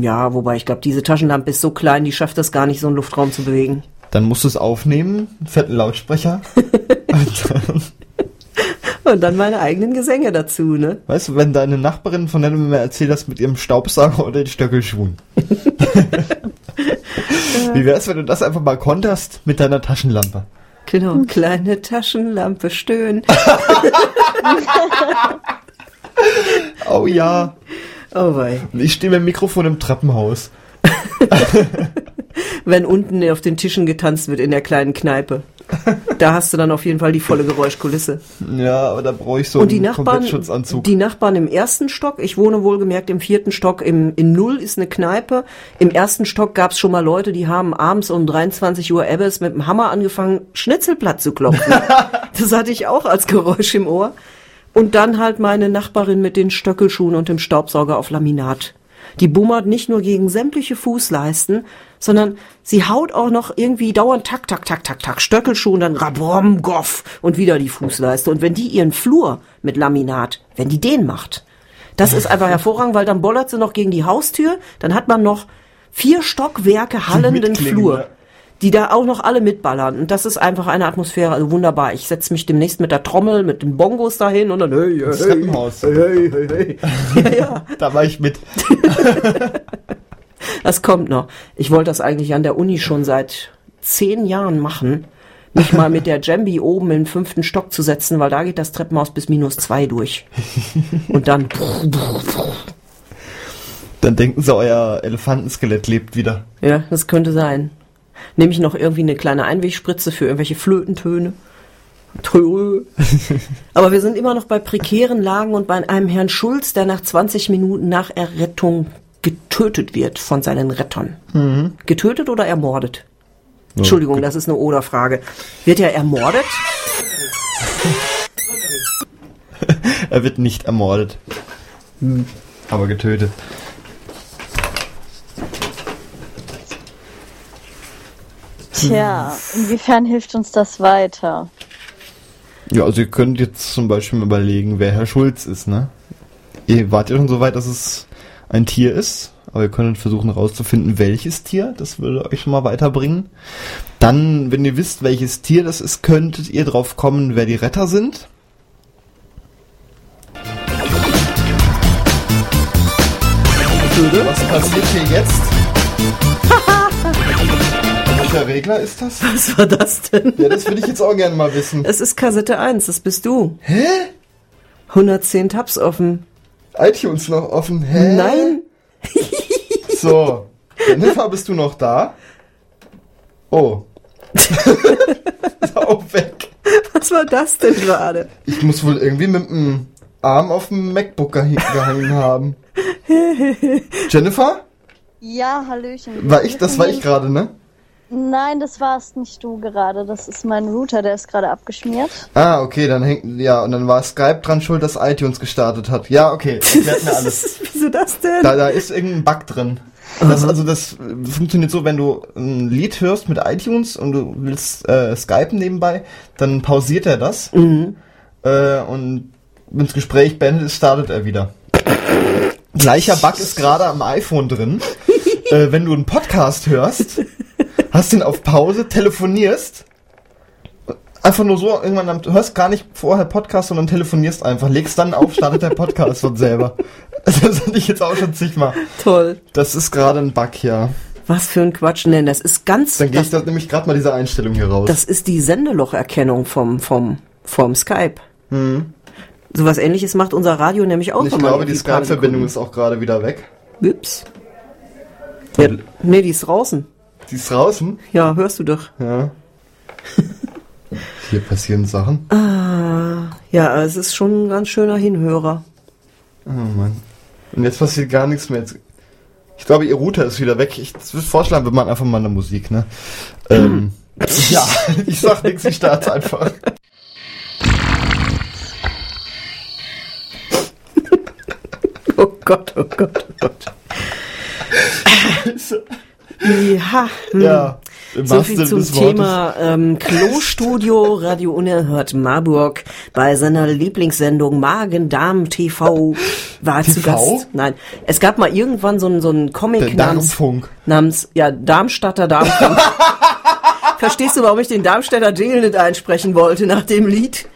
Speaker 1: Ja, wobei ich glaube, diese Taschenlampe ist so klein, die schafft das gar nicht, so einen Luftraum zu bewegen.
Speaker 2: Dann musst du es aufnehmen, einen fetten Lautsprecher. Und dann,
Speaker 1: Und dann meine eigenen Gesänge dazu, ne?
Speaker 2: weißt du, wenn deine Nachbarin, von der du mir erzählt hast, mit ihrem Staubsauger oder den Stöckelschuhen. Wie wär's, wenn du das einfach mal konterst mit deiner Taschenlampe?
Speaker 1: Genau. Kleine Taschenlampe stöhnen.
Speaker 2: Oh ja.
Speaker 1: Oh wei.
Speaker 2: Und ich stehe mit dem Mikrofon im Treppenhaus.
Speaker 1: Wenn unten auf den Tischen getanzt wird in der kleinen Kneipe. Da hast du dann auf jeden Fall die volle Geräuschkulisse.
Speaker 2: Ja, aber da brauche ich so
Speaker 1: Und die Nachbarn,
Speaker 2: Komplettschutzanzug.
Speaker 1: die Nachbarn im ersten Stock, ich wohne wohlgemerkt im vierten Stock, im, in Null ist eine Kneipe. Im ersten Stock gab es schon mal Leute, die haben abends um 23 Uhr Ebbes mit dem Hammer angefangen, Schnitzelplatt zu klopfen. das hatte ich auch als Geräusch im Ohr. Und dann halt meine Nachbarin mit den Stöckelschuhen und dem Staubsauger auf Laminat. Die bummert nicht nur gegen sämtliche Fußleisten, sondern sie haut auch noch irgendwie dauernd tak, tak, tak, tak, tak, Stöckelschuh und dann rabom, goff und wieder die Fußleiste. Und wenn die ihren Flur mit Laminat, wenn die den macht, das ist einfach hervorragend, weil dann bollert sie noch gegen die Haustür, dann hat man noch vier Stockwerke hallenden
Speaker 2: mitklingen,
Speaker 1: Flur
Speaker 2: ja.
Speaker 1: die da auch noch alle mitballern. Und das ist einfach eine Atmosphäre, also wunderbar. Ich setze mich demnächst mit der Trommel, mit den Bongos dahin und dann hey,
Speaker 2: Im
Speaker 1: hey, hey.
Speaker 2: Treppenhaus. Hey, hey, hey.
Speaker 1: Ja, ja.
Speaker 2: Da war ich mit.
Speaker 1: Das kommt noch. Ich wollte das eigentlich an der Uni schon seit zehn Jahren machen. mich mal mit der Jambi oben im fünften Stock zu setzen, weil da geht das Treppenhaus bis minus zwei durch. Und dann.
Speaker 2: Dann denken sie, euer Elefantenskelett lebt wieder.
Speaker 1: Ja, das könnte sein. Nehme ich noch irgendwie eine kleine Einwegspritze für irgendwelche Flötentöne. Trö. Aber wir sind immer noch bei prekären Lagen und bei einem Herrn Schulz, der nach 20 Minuten nach Errettung getötet wird von seinen Rettern.
Speaker 2: Mhm.
Speaker 1: Getötet oder ermordet? Entschuldigung, das ist eine Oder-Frage. Wird er ermordet?
Speaker 2: Er wird nicht ermordet. Hm. Aber getötet.
Speaker 3: Tja, inwiefern hilft uns das weiter?
Speaker 2: Ja, also ihr könnt jetzt zum Beispiel mal überlegen, wer Herr Schulz ist, ne? Ihr wart ja schon so weit, dass es ein Tier ist, aber ihr könnt versuchen herauszufinden, welches Tier, das würde euch schon mal weiterbringen. Dann, wenn ihr wisst, welches Tier das ist, könntet ihr drauf kommen, wer die Retter sind. Was passiert hier jetzt? Welcher Regler ist das?
Speaker 1: Was war das denn?
Speaker 2: Ja, das würde ich jetzt auch gerne mal wissen.
Speaker 1: Es ist Kassette 1, das bist du.
Speaker 2: Hä?
Speaker 1: 110 Tabs offen.
Speaker 2: iTunes Halt noch offen? Hä?
Speaker 1: Nein,
Speaker 2: So, Jennifer, bist du noch da? Oh. ist auch weg.
Speaker 1: was war das denn gerade?
Speaker 2: Ich muss wohl irgendwie mit dem Arm auf dem MacBook gehe- gehangen haben. Jennifer?
Speaker 3: Ja, Hallöchen.
Speaker 2: War ich, das war ich gerade, ne?
Speaker 3: Nein, das warst nicht du gerade. Das ist mein Router, der ist gerade abgeschmiert.
Speaker 2: Ah, okay, dann hängt, ja, und dann war Skype dran schuld, dass iTunes gestartet hat. Ja, okay, erklärt mir alles.
Speaker 1: Wieso das denn?
Speaker 2: Da, da ist irgendein Bug drin. Das, also das äh, funktioniert so, wenn du ein Lied hörst mit iTunes und du willst äh, Skypen nebenbei, dann pausiert er das äh, und wenn das Gespräch beendet ist, startet er wieder. Gleicher Bug ist gerade am iPhone drin. äh, wenn du einen Podcast hörst, hast ihn auf Pause, telefonierst, einfach nur so irgendwann, am- du hörst gar nicht vorher Podcast, sondern telefonierst einfach, legst dann auf, startet der Podcast von selber. Das hatte ich jetzt auch schon zigmal.
Speaker 1: Toll.
Speaker 2: Das ist gerade ein Bug, ja.
Speaker 1: Was für ein Quatsch, denn das ist ganz.
Speaker 2: Dann gehe ich
Speaker 1: Das,
Speaker 2: das nämlich gerade mal diese Einstellung hier raus.
Speaker 1: das ist die Sendelocherkennung vom, vom, vom Skype. Sowas ähnliches macht unser Radio nämlich auch
Speaker 2: Und Hm. ich
Speaker 1: wenn man
Speaker 2: glaube, die
Speaker 1: irgendwie gerade
Speaker 2: Skype-Verbindung ist auch gerade wieder weg.
Speaker 1: Sekunden- Ups. Ja, nee, die ist draußen.
Speaker 2: Die ist draußen.
Speaker 1: Ja, hörst du doch.
Speaker 2: Ja. Hier passieren Sachen.
Speaker 1: Ah. Ja, es ist schon ein ganz schöner Hinhörer.
Speaker 2: Oh Mann. Und jetzt passiert gar nichts mehr. Jetzt- Ich glaube, ihr Router ist wieder weg. Ich würde vorschlagen, wir machen einfach mal eine Musik, ne? Ähm, ja, ich sag nichts, ich starte einfach.
Speaker 1: Oh Gott, oh Gott, oh Gott. ja, hm.
Speaker 2: Ja. im
Speaker 1: So
Speaker 2: wahrsten
Speaker 1: viel
Speaker 2: Sinne
Speaker 1: zum
Speaker 2: des Wortes.
Speaker 1: Thema ähm, Klostudio Radio Unerhört Marburg bei seiner Lieblingssendung Magen-Darm-TV war zu
Speaker 2: TV?
Speaker 1: Gast. Nein, es gab mal irgendwann so einen so einen
Speaker 2: Der
Speaker 1: Comic namens,
Speaker 2: Darmfunk.
Speaker 1: namens ja Darmstadter Darmfunk. Verstehst du, warum ich den Darmstädter Jingle nicht einsprechen wollte nach dem Lied?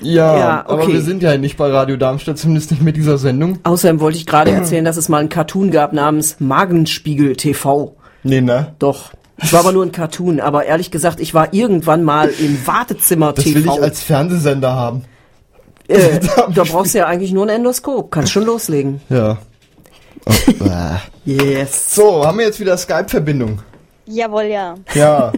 Speaker 2: Ja,
Speaker 1: Ja,
Speaker 2: aber
Speaker 1: okay.
Speaker 2: wir sind ja nicht bei Radio Darmstadt, zumindest nicht mit dieser Sendung.
Speaker 1: Außerdem wollte ich
Speaker 2: Mhm.
Speaker 1: gerade erzählen, dass es mal einen Cartoon gab namens Magenspiegel TV.
Speaker 2: Nee, ne?
Speaker 1: Doch. Es war aber nur ein Cartoon, aber ehrlich gesagt, ich war irgendwann mal im Wartezimmer
Speaker 2: Das
Speaker 1: TV.
Speaker 2: will ich als Fernsehsender haben.
Speaker 1: Äh, da brauchst du ja eigentlich nur ein Endoskop. Kannst schon loslegen.
Speaker 2: Ja.
Speaker 1: Yes.
Speaker 2: so, haben wir jetzt wieder Skype-Verbindung.
Speaker 3: Jawohl, ja.
Speaker 2: Ja.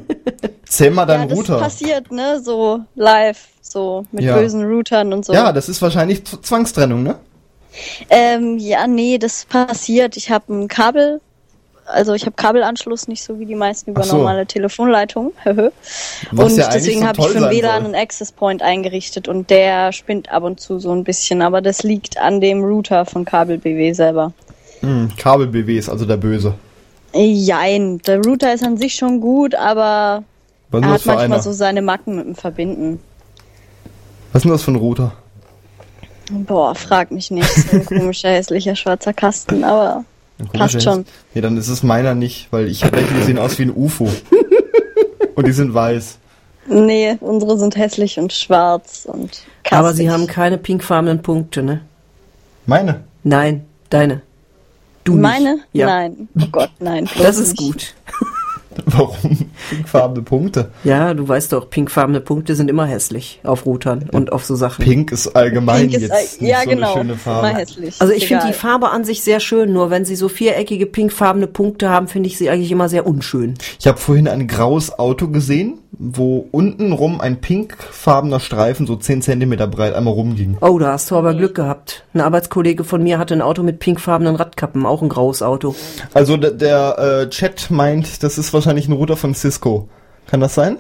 Speaker 2: Zähl mal
Speaker 3: Ja,
Speaker 2: deinen
Speaker 3: das
Speaker 2: Router.
Speaker 3: passiert, ne? So live, so mit
Speaker 2: Ja.
Speaker 3: bösen Routern und so.
Speaker 2: Ja, das ist wahrscheinlich Z- Zwangstrennung, ne?
Speaker 3: Ähm, ja, nee, das passiert. Ich habe ein Kabel, also ich habe Kabelanschluss nicht so wie die meisten über
Speaker 2: Ach so.
Speaker 3: normale Telefonleitungen.
Speaker 2: Was
Speaker 3: und
Speaker 2: ja eigentlich
Speaker 3: deswegen
Speaker 2: so
Speaker 3: habe ich
Speaker 2: toll
Speaker 3: für
Speaker 2: sein
Speaker 3: den WLAN
Speaker 2: soll.
Speaker 3: einen Access Point eingerichtet und der spinnt ab und zu so ein bisschen, aber das liegt an dem Router von Kabel BW selber.
Speaker 2: Hm, Kabel BW ist also der Böse.
Speaker 3: Jein, der Router ist an sich schon gut, aber
Speaker 2: Was ist denn
Speaker 3: er
Speaker 2: das
Speaker 3: hat
Speaker 2: für
Speaker 3: manchmal
Speaker 2: einer?
Speaker 3: so seine Macken mit dem Verbinden.
Speaker 2: Was ist denn das für ein Router?
Speaker 3: Boah, frag mich nicht. So ein komischer, hässlicher, schwarzer Kasten, aber
Speaker 2: Ein komischer
Speaker 3: passt
Speaker 2: Hess-
Speaker 3: schon.
Speaker 2: Nee, dann ist es meiner nicht, weil ich habe welche, die sehen aus wie ein UFO. Und die sind weiß.
Speaker 3: Nee, unsere sind hässlich und schwarz und kassig.
Speaker 1: Aber sie haben keine pinkfarbenen Punkte, ne?
Speaker 2: Meine.
Speaker 1: Nein, deine. Du
Speaker 3: Meine?
Speaker 1: Nicht. Ja.
Speaker 3: Nein. Oh Gott, nein. bloß
Speaker 1: Das ist
Speaker 3: nicht.
Speaker 1: gut.
Speaker 2: Warum? Pinkfarbene Punkte.
Speaker 1: Ja, du weißt doch, pinkfarbene Punkte sind immer hässlich auf Routern und auf so Sachen.
Speaker 2: Pink ist allgemein
Speaker 3: Pink ist,
Speaker 2: jetzt
Speaker 3: äh, ja,
Speaker 2: nicht
Speaker 3: genau.
Speaker 2: so eine schöne Farbe.
Speaker 3: Mal hässlich.
Speaker 1: Also ich
Speaker 3: Egal.
Speaker 1: finde die Farbe an sich sehr schön, nur wenn sie so viereckige pinkfarbene Punkte haben, finde ich sie eigentlich immer sehr unschön.
Speaker 2: Ich habe vorhin ein graues Auto gesehen, wo untenrum ein pinkfarbener Streifen so 10 Zentimeter breit einmal rumging.
Speaker 1: Oh, da hast du aber Glück gehabt. Ein Arbeitskollege von mir hatte ein Auto mit pinkfarbenen Radkappen, auch ein graues Auto.
Speaker 2: Also der, der äh, Chat meint, das ist wahrscheinlich ein Router von Cisco. Kann das sein?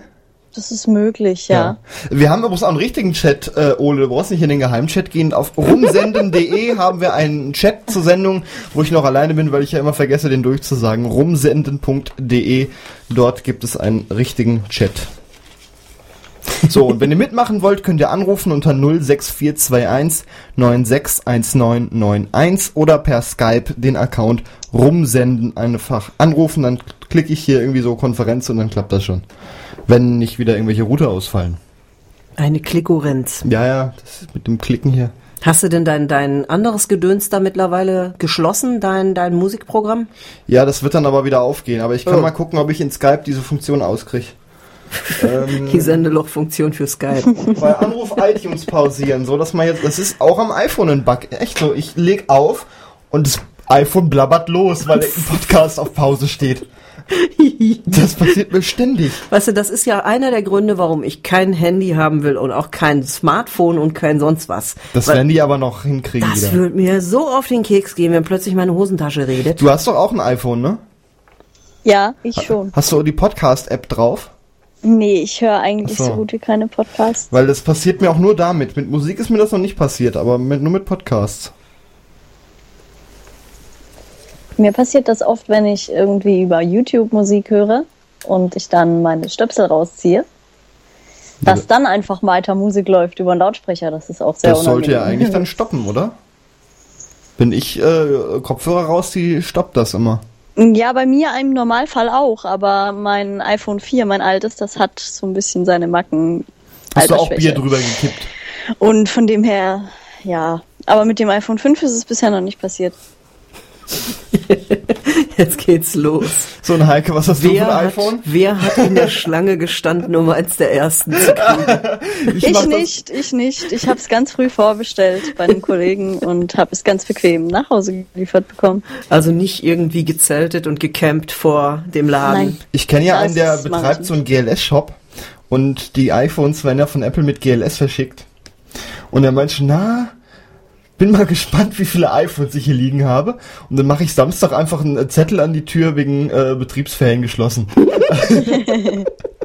Speaker 3: Das ist möglich, ja.
Speaker 2: Wir haben übrigens auch einen richtigen Chat, äh, Ole, du brauchst nicht in den Geheimchat gehen. Auf rumsenden.de haben wir einen Chat zur Sendung, wo ich noch alleine bin, weil ich ja immer vergesse, den durchzusagen. rumsenden.de, dort gibt es einen richtigen Chat. So, und wenn ihr mitmachen wollt, könnt ihr anrufen unter 06421 961991 oder per Skype den Account rumsenden, einfach anrufen, dann klicke ich hier irgendwie so Konferenz und dann klappt das schon. Wenn nicht wieder irgendwelche Router ausfallen.
Speaker 1: Eine Klickorenz.
Speaker 2: Ja, ja, das ist mit dem Klicken hier.
Speaker 1: Hast du denn dein, dein anderes Gedöns da mittlerweile geschlossen, dein, dein Musikprogramm?
Speaker 2: Ja, das wird dann aber wieder aufgehen, aber ich kann
Speaker 1: Oh.
Speaker 2: mal gucken, ob ich in Skype diese Funktion auskriege. Hm. Ähm,
Speaker 1: Die Sendelochfunktion für Skype.
Speaker 2: Bei Anruf iTunes pausieren, so dass man jetzt, das ist auch am iPhone ein Bug. Echt so, ich leg auf und das iPhone blabbert los, weil der Podcast auf Pause steht. Das passiert mir ständig.
Speaker 1: Weißt du, das ist ja einer der Gründe, warum ich kein Handy haben will und auch kein Smartphone und kein sonst was.
Speaker 2: Das
Speaker 1: Weil
Speaker 2: werden die aber noch hinkriegen
Speaker 1: das
Speaker 2: wieder.
Speaker 1: würde mir so auf den Keks gehen, wenn plötzlich meine Hosentasche redet.
Speaker 2: Du hast doch auch ein iPhone, ne?
Speaker 3: Ja, ich schon.
Speaker 2: Hast du die Podcast-App drauf?
Speaker 3: Nee, ich höre eigentlich
Speaker 2: Ach so.
Speaker 3: so gut wie keine Podcasts.
Speaker 2: Weil das passiert mir auch nur damit. Mit Musik ist mir das noch nicht passiert, aber mit, nur mit Podcasts.
Speaker 3: Mir passiert das oft, wenn ich irgendwie über YouTube Musik höre und ich dann meine Stöpsel rausziehe, dass dann einfach weiter Musik läuft über einen Lautsprecher. Das ist auch sehr
Speaker 2: das sollte ja
Speaker 3: unangenehm.
Speaker 2: eigentlich dann stoppen, oder? Wenn ich äh, Kopfhörer rausziehe, stoppt das immer.
Speaker 3: Ja, bei mir im Normalfall auch, aber mein iPhone 4, mein altes, das hat so ein bisschen seine Macken.
Speaker 2: Hast du auch
Speaker 3: Altersschwäche.
Speaker 2: Bier drüber gekippt?
Speaker 3: Und von dem her, ja. Aber mit dem iPhone 5 ist es bisher noch nicht passiert.
Speaker 1: Jetzt geht's los.
Speaker 2: So ein Heike, was hast du für
Speaker 1: Wer
Speaker 2: ein
Speaker 1: hat,
Speaker 2: iPhone?
Speaker 1: wer hat in der Schlange gestanden, um eins der ersten zu
Speaker 3: Ich,
Speaker 2: mach das-
Speaker 3: nicht, ich nicht. Ich habe es ganz früh vorbestellt bei einem Kollegen und habe es ganz bequem nach Hause geliefert bekommen.
Speaker 1: Also nicht irgendwie gezeltet und gecampt vor dem Laden.
Speaker 3: Nein.
Speaker 2: Ich kenne ja
Speaker 3: Das
Speaker 2: einen, der
Speaker 3: ist
Speaker 2: betreibt
Speaker 3: Wahnsinn.
Speaker 2: so einen GLS-Shop und die iPhones werden ja von Apple mit GLS verschickt. Und er meint schon, na, bin mal gespannt, wie viele iPhones ich hier liegen habe. Und dann mache ich Samstag einfach einen äh, Zettel an die Tür wegen äh, Betriebsferien geschlossen.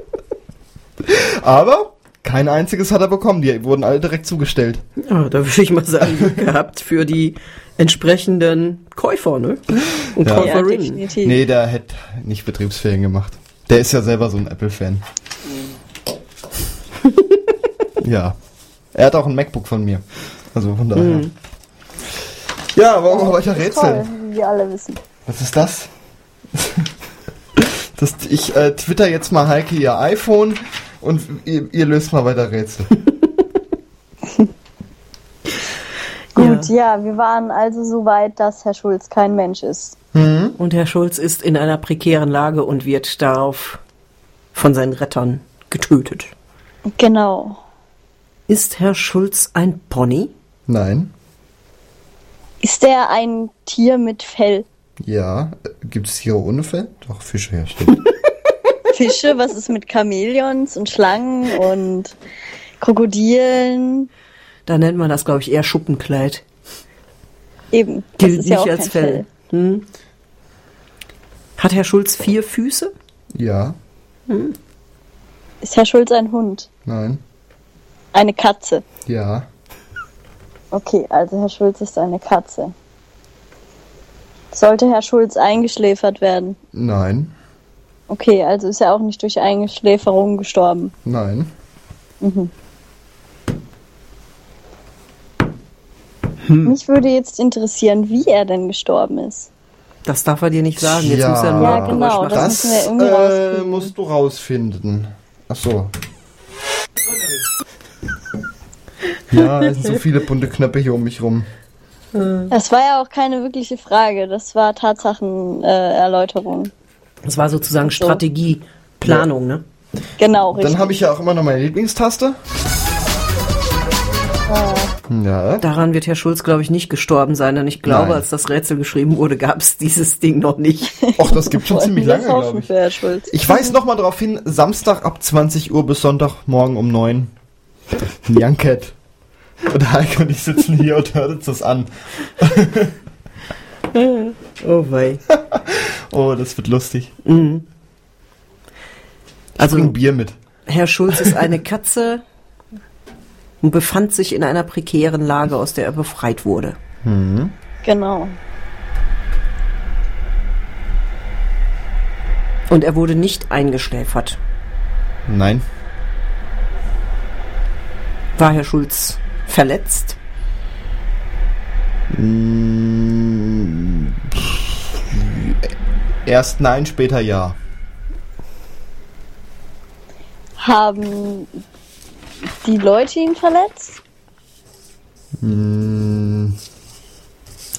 Speaker 2: Aber kein einziges hat er bekommen. Die wurden alle direkt zugestellt.
Speaker 1: Ja, Ah, da würde ich mal sagen, Glück gehabt für die entsprechenden Käufer, ne? Und
Speaker 2: Ja.
Speaker 3: Ja,
Speaker 1: Käuferinnen.
Speaker 3: definitiv.
Speaker 2: Nee, der hätte nicht Betriebsferien gemacht. Der ist ja selber so ein Apple-Fan. ja. Er hat auch ein MacBook von mir. Also von daher. Ja, warum auch weiter
Speaker 3: Toll,
Speaker 2: Rätsel?
Speaker 3: wie wir alle wissen.
Speaker 2: Was ist das? das ich äh, twitter jetzt mal Heike ihr iPhone und ihr, ihr löst mal weiter Rätsel.
Speaker 3: Gut, ja. wir waren also so weit, dass Herr Schulz kein Mensch ist.
Speaker 1: Hm? Und Herr Schulz ist in einer prekären Lage und wird darauf von seinen Rettern getötet.
Speaker 3: Genau.
Speaker 1: Ist Herr Schulz ein Pony?
Speaker 2: Nein.
Speaker 3: Ist er ein Tier mit Fell?
Speaker 2: Ja. Gibt es Tiere ohne Fell? Doch, Fische, ja, stimmt.
Speaker 3: Fische, was ist mit Chamäleons und Schlangen und Krokodilen?
Speaker 1: Da nennt man das, glaube ich, eher Schuppenkleid.
Speaker 3: Eben, das
Speaker 1: Gilt
Speaker 3: ist
Speaker 1: nicht
Speaker 3: ja auch
Speaker 1: als
Speaker 3: kein
Speaker 1: Fell.
Speaker 3: Fell.
Speaker 1: Hm? Hat Herr Schulz vier Füße?
Speaker 2: ja.
Speaker 3: Ist Herr Schulz ein Hund?
Speaker 2: Nein.
Speaker 3: Eine Katze.
Speaker 2: Ja.
Speaker 3: Okay, also Herr Schulz ist eine Katze. Sollte Herr Schulz eingeschläfert werden?
Speaker 2: Nein.
Speaker 3: Okay, also ist er auch nicht durch Eingeschläferung gestorben.
Speaker 2: Nein. Hm.
Speaker 3: Mich würde jetzt interessieren, wie er denn gestorben ist.
Speaker 1: Das darf er dir nicht sagen. Jetzt
Speaker 2: Ja.
Speaker 1: muss er nur
Speaker 2: Ja,
Speaker 1: Geräusch
Speaker 3: genau,
Speaker 1: machen.
Speaker 3: das-
Speaker 2: Das,
Speaker 3: müssen wir irgendwie
Speaker 2: äh,
Speaker 3: rausfinden.
Speaker 2: musst du rausfinden. Ach so. Ja, es sind so viele bunte Knöpfe hier um mich rum. Hm.
Speaker 3: Das war ja auch keine wirkliche Frage, das war Tatsachenerläuterung. Äh, Erläuterung.
Speaker 1: Das war sozusagen
Speaker 3: So.
Speaker 1: Strategie. Planung, ne?
Speaker 3: Genau, richtig.
Speaker 2: Dann habe ich ja auch immer noch meine Lieblingstaste.
Speaker 3: Oh.
Speaker 2: Ja.
Speaker 1: Daran wird Herr Schulz, glaube ich, nicht gestorben sein, denn ich glaube,
Speaker 2: Nein.
Speaker 1: als das Rätsel geschrieben wurde, gab es dieses Ding noch nicht.
Speaker 2: Och, das gibt schon ziemlich lange, glaube ich.
Speaker 3: Für Herr Schulz.
Speaker 2: Ich weise nochmal darauf hin, Samstag ab 20 Uhr bis Sonntagmorgen um 9. Young Cat. Und Heike und ich sitzen hier und hören uns das an.
Speaker 1: Oh wei.
Speaker 2: Oh, das wird lustig. Also
Speaker 1: Also
Speaker 2: ein Bier mit.
Speaker 1: Herr Schulz ist eine Katze und befand sich in einer prekären Lage, aus der er befreit wurde.
Speaker 3: Genau.
Speaker 1: Und er wurde nicht eingeschläfert.
Speaker 2: Nein.
Speaker 1: War Herr Schulz verletzt?
Speaker 2: Erst nein, später ja.
Speaker 3: Haben die Leute ihn verletzt?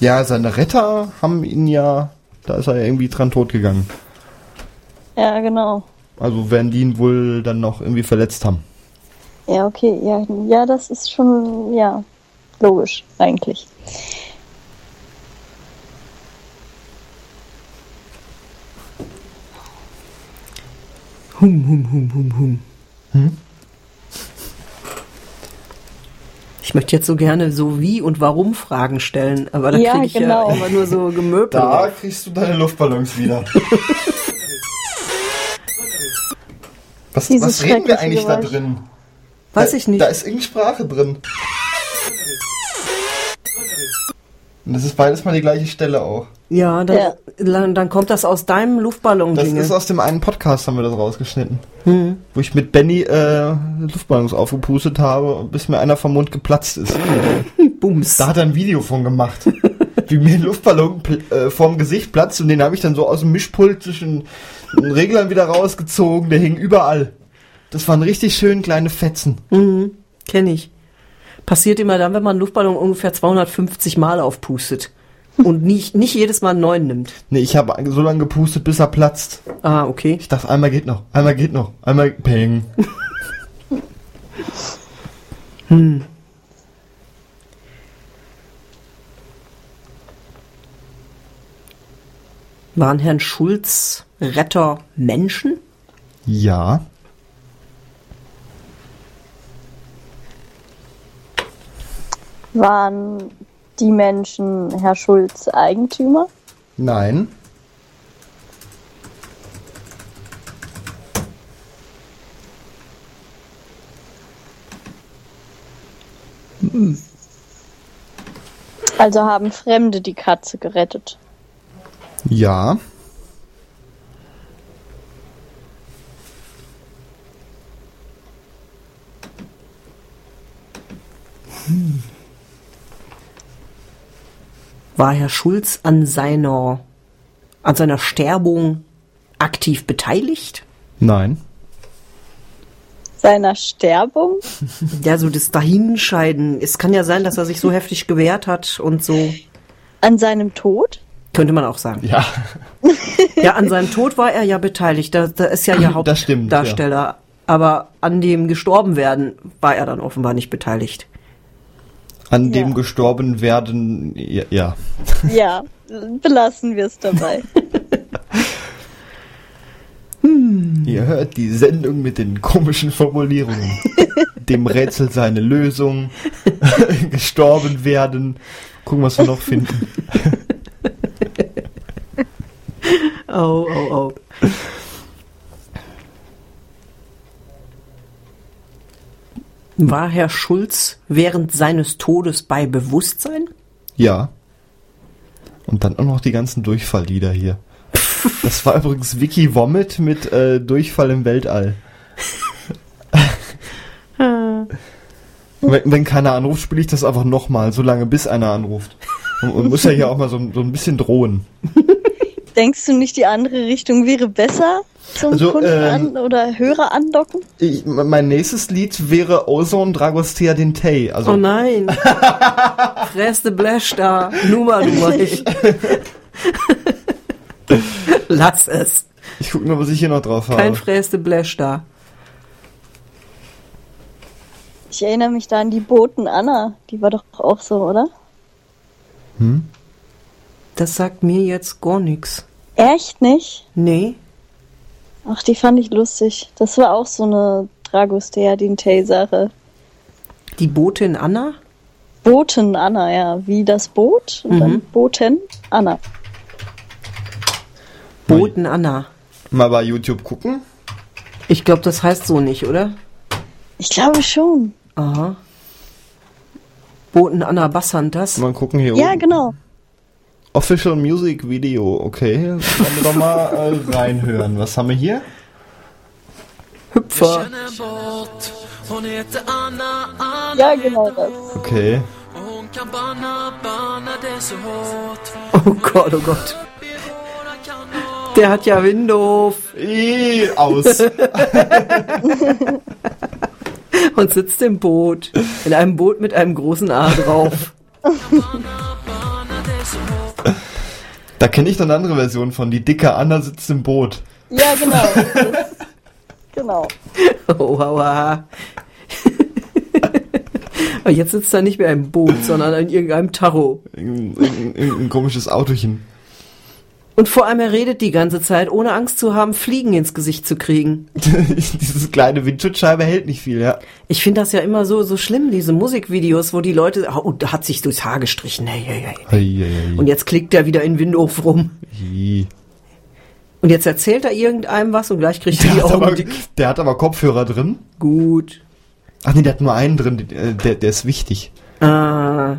Speaker 2: Ja, seine Retter haben ihn ja, da ist er ja irgendwie dran tot gegangen.
Speaker 3: Ja, genau.
Speaker 2: Also werden die ihn wohl dann noch irgendwie verletzt haben.
Speaker 3: Ja, okay. Ja, ja das ist schon, ja, logisch eigentlich.
Speaker 1: Hum, hum, hum, hum, hum. Ich möchte jetzt so gerne so wie und warum Fragen stellen, aber da
Speaker 3: Ja,
Speaker 1: kriege ich
Speaker 3: genau.
Speaker 1: ja immer nur so Gemöbel.
Speaker 2: kriegst du deine Luftballons wieder. was
Speaker 3: Dieses
Speaker 2: was reden wir
Speaker 3: schreckliche
Speaker 2: eigentlich da
Speaker 3: Geräusch.
Speaker 2: drin?
Speaker 1: Weiß
Speaker 2: da,
Speaker 1: ich nicht.
Speaker 2: Da ist irgendeine Sprache drin. Und das ist beides mal die gleiche Stelle auch.
Speaker 1: Ja, dann,
Speaker 3: Ja.
Speaker 1: Dann, dann kommt das aus deinem ne? luftballon
Speaker 2: Das
Speaker 1: Dinge.
Speaker 2: ist aus dem einen Podcast, haben wir das rausgeschnitten. Wo ich mit Benny äh, Luftballons aufgepustet habe, bis mir einer vom Mund geplatzt ist.
Speaker 1: Bums.
Speaker 2: Da hat er ein Video von gemacht. wie mir ein Luftballon pl- äh, vorm Gesicht platzt und den habe ich dann so aus dem Mischpult zwischen den Reglern wieder rausgezogen. Der hing überall. Das waren richtig schön kleine Fetzen.
Speaker 1: Kenne ich. Passiert immer dann, wenn man einen Luftballon ungefähr 250 Mal aufpustet. Und nicht, nicht jedes Mal einen neuen nimmt.
Speaker 2: Nee, ich habe so lange gepustet, bis er platzt.
Speaker 1: Ah, okay.
Speaker 2: Ich dachte, einmal geht noch, einmal geht noch, einmal peng.
Speaker 1: Waren Herrn Schulz Retter Menschen?
Speaker 2: Ja.
Speaker 3: Waren die Menschen Herr Schulz Eigentümer?
Speaker 2: Nein.
Speaker 3: Also haben Fremde die Katze gerettet.
Speaker 2: Ja.
Speaker 1: War Herr Schulz an seiner, an seiner Sterbung aktiv beteiligt?
Speaker 2: Nein.
Speaker 3: Seiner Sterbung?
Speaker 1: Ja, so das Dahinscheiden. Es kann ja sein, dass er sich so heftig gewehrt hat und so.
Speaker 3: An seinem Tod?
Speaker 1: Könnte man auch sagen.
Speaker 2: Ja.
Speaker 1: Ja, an seinem Tod war er ja beteiligt. Da, da ist ja ja
Speaker 2: Das stimmt,
Speaker 1: Hauptdarsteller. Aber an dem gestorben werden war er dann offenbar nicht beteiligt.
Speaker 2: An
Speaker 3: Ja.
Speaker 2: dem gestorben werden, ja. ja.
Speaker 3: Ja, belassen wir es dabei.
Speaker 2: Ihr hört die Sendung mit den komischen Formulierungen. dem Rätsel seine Lösung. gestorben werden. Gucken, was wir noch finden.
Speaker 1: Oh, oh, oh. War Herr Schulz während seines Todes bei Bewusstsein?
Speaker 2: Ja. Und dann auch noch die ganzen Durchfalllieder hier. Das war übrigens Vicky Vomit mit äh, Durchfall im Weltall.
Speaker 1: Ah.
Speaker 2: wenn, wenn keiner anruft, spiele ich das einfach nochmal, so lange bis einer anruft. Und, und muss ja hier auch mal so, so ein bisschen drohen.
Speaker 3: Denkst du nicht, die andere Richtung wäre besser zum
Speaker 2: Also,
Speaker 3: Kunden
Speaker 2: ähm,
Speaker 3: an oder Hörer andocken?
Speaker 2: Ich, m- mein nächstes Lied wäre Ozone Dragostea Dintei. Also
Speaker 1: Oh nein! Freste Blash da! Nummer, Nummer ich! Lass es!
Speaker 2: Ich gucke nur, was ich hier noch drauf habe.
Speaker 1: Kein fräste Blash da.
Speaker 3: Ich erinnere mich da an die Boten Anna. Die war doch auch so, oder?
Speaker 2: Hm?
Speaker 1: Das sagt mir jetzt gar nichts.
Speaker 3: Echt nicht?
Speaker 1: Nee.
Speaker 3: Ach, die fand ich lustig. Das war auch so eine Dragostea Dintei-Sache.
Speaker 1: Die Botin Anna?
Speaker 3: Boten Anna, ja. Wie das Boot und dann
Speaker 2: Mhm.
Speaker 3: Boten Anna.
Speaker 1: Boten Anna.
Speaker 2: Mal bei YouTube gucken.
Speaker 1: Ich glaube, das heißt so nicht, oder?
Speaker 3: Ich glaube schon.
Speaker 1: Aha. Boten Anna Bassantas.
Speaker 2: Mal gucken hier
Speaker 3: Ja,
Speaker 2: oben.
Speaker 3: genau.
Speaker 2: Official Music Video, okay. Wollen wir doch mal äh, reinhören. Was haben wir hier?
Speaker 1: Hüpfer.
Speaker 4: Bort. Hon heter Anna, Anna
Speaker 3: Ja, genau
Speaker 4: heter
Speaker 3: das.
Speaker 4: hon.
Speaker 2: Okay.
Speaker 4: Och Hon kan banna, banna det så hårt.
Speaker 1: Oh Gott, oh Gott.
Speaker 4: I våra kanal.
Speaker 1: Der hat ja Windows
Speaker 2: Ih, aus.
Speaker 1: und sitzt im Boot. In einem Boot mit einem großen A drauf.
Speaker 2: Da kenne ich noch eine andere Version von. Die dicke Anna sitzt im Boot.
Speaker 3: Ja, genau. Das- genau.
Speaker 1: Oh, Oha. Aber jetzt sitzt er nicht mehr im Boot, sondern in irgendeinem Tarot.
Speaker 2: Irgendein, irgendein, irgendein komisches Autochen.
Speaker 1: Und vor allem, er redet die ganze Zeit, ohne Angst zu haben, Fliegen ins Gesicht zu kriegen.
Speaker 2: Dieses kleine Windschutzscheibe hält nicht viel, ja.
Speaker 1: Ich finde das ja immer so, so schlimm, diese Musikvideos, wo die Leute, oh, da hat sich durchs Haar gestrichen, hey, hey, hey. Und jetzt klickt er wieder in Windhof rum.
Speaker 2: Ih.
Speaker 1: Und jetzt erzählt er irgendeinem was und gleich kriegt er
Speaker 2: Der
Speaker 1: die
Speaker 2: hat, aber,
Speaker 1: Augen dick.
Speaker 2: der hat aber Kopfhörer drin.
Speaker 1: Gut.
Speaker 2: Ach nee, der hat nur einen drin. Der, der, der ist wichtig.
Speaker 1: Ah.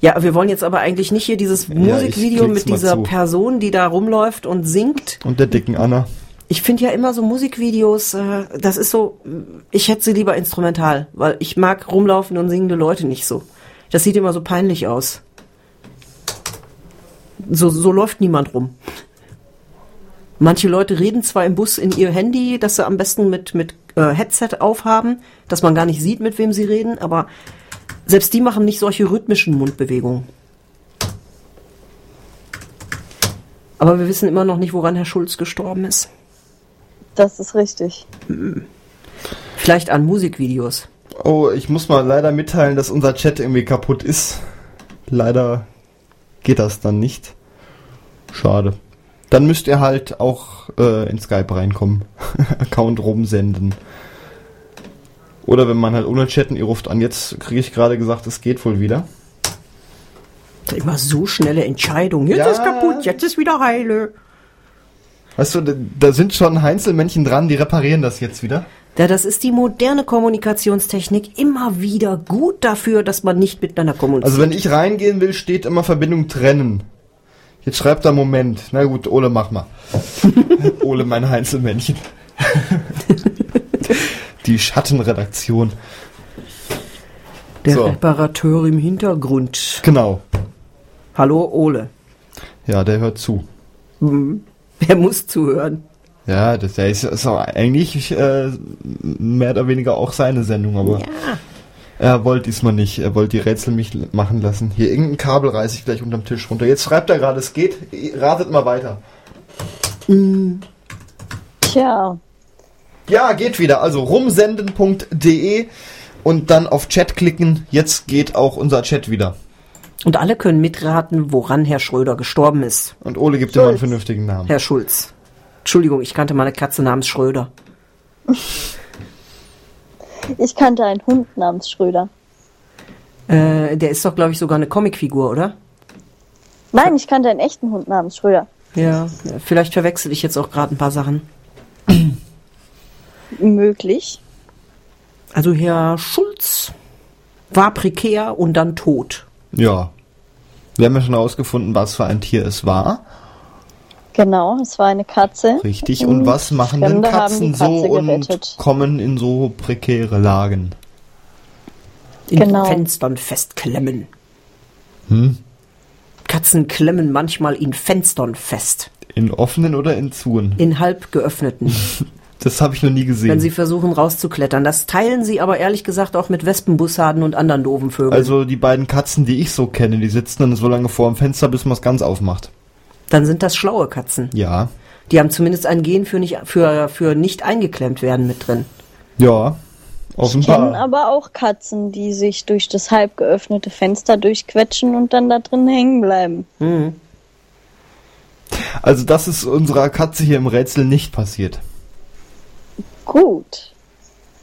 Speaker 1: Ja, wir wollen jetzt aber eigentlich nicht hier dieses Musikvideo
Speaker 2: klick's
Speaker 1: mit
Speaker 2: mal
Speaker 1: dieser
Speaker 2: zu.
Speaker 1: Person, die da rumläuft und singt.
Speaker 2: Und der dicken Anna.
Speaker 1: Ich finde ja immer so Musikvideos, äh, das ist so, ich hätte sie lieber instrumental, weil ich mag rumlaufende und singende Leute nicht so. Das sieht immer so peinlich aus. So, so läuft niemand rum. Manche Leute reden zwar im Bus in ihr Handy, dass sie am besten mit, mit äh, Headset aufhaben, dass man gar nicht sieht, mit wem sie reden, aber selbst die machen nicht solche rhythmischen Mundbewegungen. Aber wir wissen immer noch nicht, woran Herr Schulz gestorben ist.
Speaker 3: Das ist richtig.
Speaker 1: Vielleicht an Musikvideos.
Speaker 2: Oh, ich muss mal leider mitteilen, dass unser Chat irgendwie kaputt ist. Leider geht das dann nicht. Schade. Dann müsst ihr halt auch äh, in Skype reinkommen. Account rumsenden. Oder wenn man halt ohne chatten, ihr ruft an. Jetzt kriege ich gerade gesagt, es geht wohl wieder.
Speaker 1: Immer so schnelle Entscheidungen. Jetzt
Speaker 2: Ja.
Speaker 1: ist kaputt, jetzt ist wieder heile.
Speaker 2: Weißt du, da- da sind schon Heinzelmännchen dran, die reparieren das jetzt wieder.
Speaker 1: Ja, das ist die moderne Kommunikationstechnik immer wieder gut dafür, dass man nicht miteinander kommuniziert.
Speaker 2: Also wenn ich reingehen will, steht immer Verbindung trennen. Jetzt schreibt er Moment. Na gut, Ole, mach mal. Ole, mein Heinzelmännchen. Die Schattenredaktion.
Speaker 1: Der
Speaker 2: Also, so.
Speaker 1: Reparateur im Hintergrund.
Speaker 2: Genau.
Speaker 1: Hallo, Ole.
Speaker 2: Ja, der hört zu.
Speaker 1: Er muss zuhören.
Speaker 2: Ja, das der ist, ist auch eigentlich äh, mehr oder weniger auch seine Sendung, aber er wollte diesmal nicht. Er wollte die Rätsel mich l- machen lassen. Hier, irgendein Kabel reiße ich gleich unterm Tisch runter. Jetzt schreibt er gerade, es geht. Ratet mal weiter.
Speaker 3: Tja,
Speaker 2: Ja, geht wieder. Also rumsenden.de und dann auf Chat klicken. Jetzt geht auch unser Chat wieder.
Speaker 1: Und alle können mitraten, woran Herr Schröder gestorben ist.
Speaker 2: Und Ole gibt dir mal einen vernünftigen Namen.
Speaker 1: Herr Schulz. Entschuldigung, ich kannte meine Katze namens Schröder.
Speaker 3: ich kannte einen Hund namens Schröder.
Speaker 1: Äh, der ist doch, glaube ich, sogar eine Comicfigur, oder?
Speaker 3: Nein, ich kannte einen echten Hund namens Schröder.
Speaker 1: Ja. Vielleicht verwechsel ich jetzt auch gerade ein paar Sachen.
Speaker 3: Möglich.
Speaker 1: Also Herr Schulz war prekär und dann tot.
Speaker 2: Ja. Wir haben ja schon herausgefunden, was für ein Tier es war.
Speaker 3: Genau, es war eine Katze. Mhm.
Speaker 2: Richtig. Und was machen denn
Speaker 3: Hm, Fremde haben die
Speaker 2: Katzen so
Speaker 3: Katze
Speaker 2: und
Speaker 3: gerettet.
Speaker 2: kommen in so prekäre Lagen?
Speaker 1: In
Speaker 3: Genau.
Speaker 1: Fenstern festklemmen. Hm? Katzen klemmen manchmal in Fenstern fest.
Speaker 2: In offenen oder in zuen?
Speaker 1: In halb geöffneten,
Speaker 2: Das habe ich noch nie gesehen.
Speaker 1: wenn sie versuchen rauszuklettern. Das teilen sie aber ehrlich gesagt auch mit Wespenbussarden und anderen doofen Vögeln.
Speaker 2: also die beiden Katzen, die ich so kenne, die sitzen dann so lange vor dem Fenster, bis man es ganz aufmacht.
Speaker 1: Dann sind das schlaue Katzen.
Speaker 2: Ja.
Speaker 1: Die haben zumindest ein Gen für nicht, für, für nicht eingeklemmt werden mit drin.
Speaker 2: Ja,
Speaker 3: Ich kenne
Speaker 2: offenbar.
Speaker 3: aber auch Katzen, die sich durch das halb geöffnete Fenster durchquetschen und dann da drin hängen bleiben.
Speaker 2: Also das ist unserer Katze hier im Rätsel nicht passiert.
Speaker 3: Gut.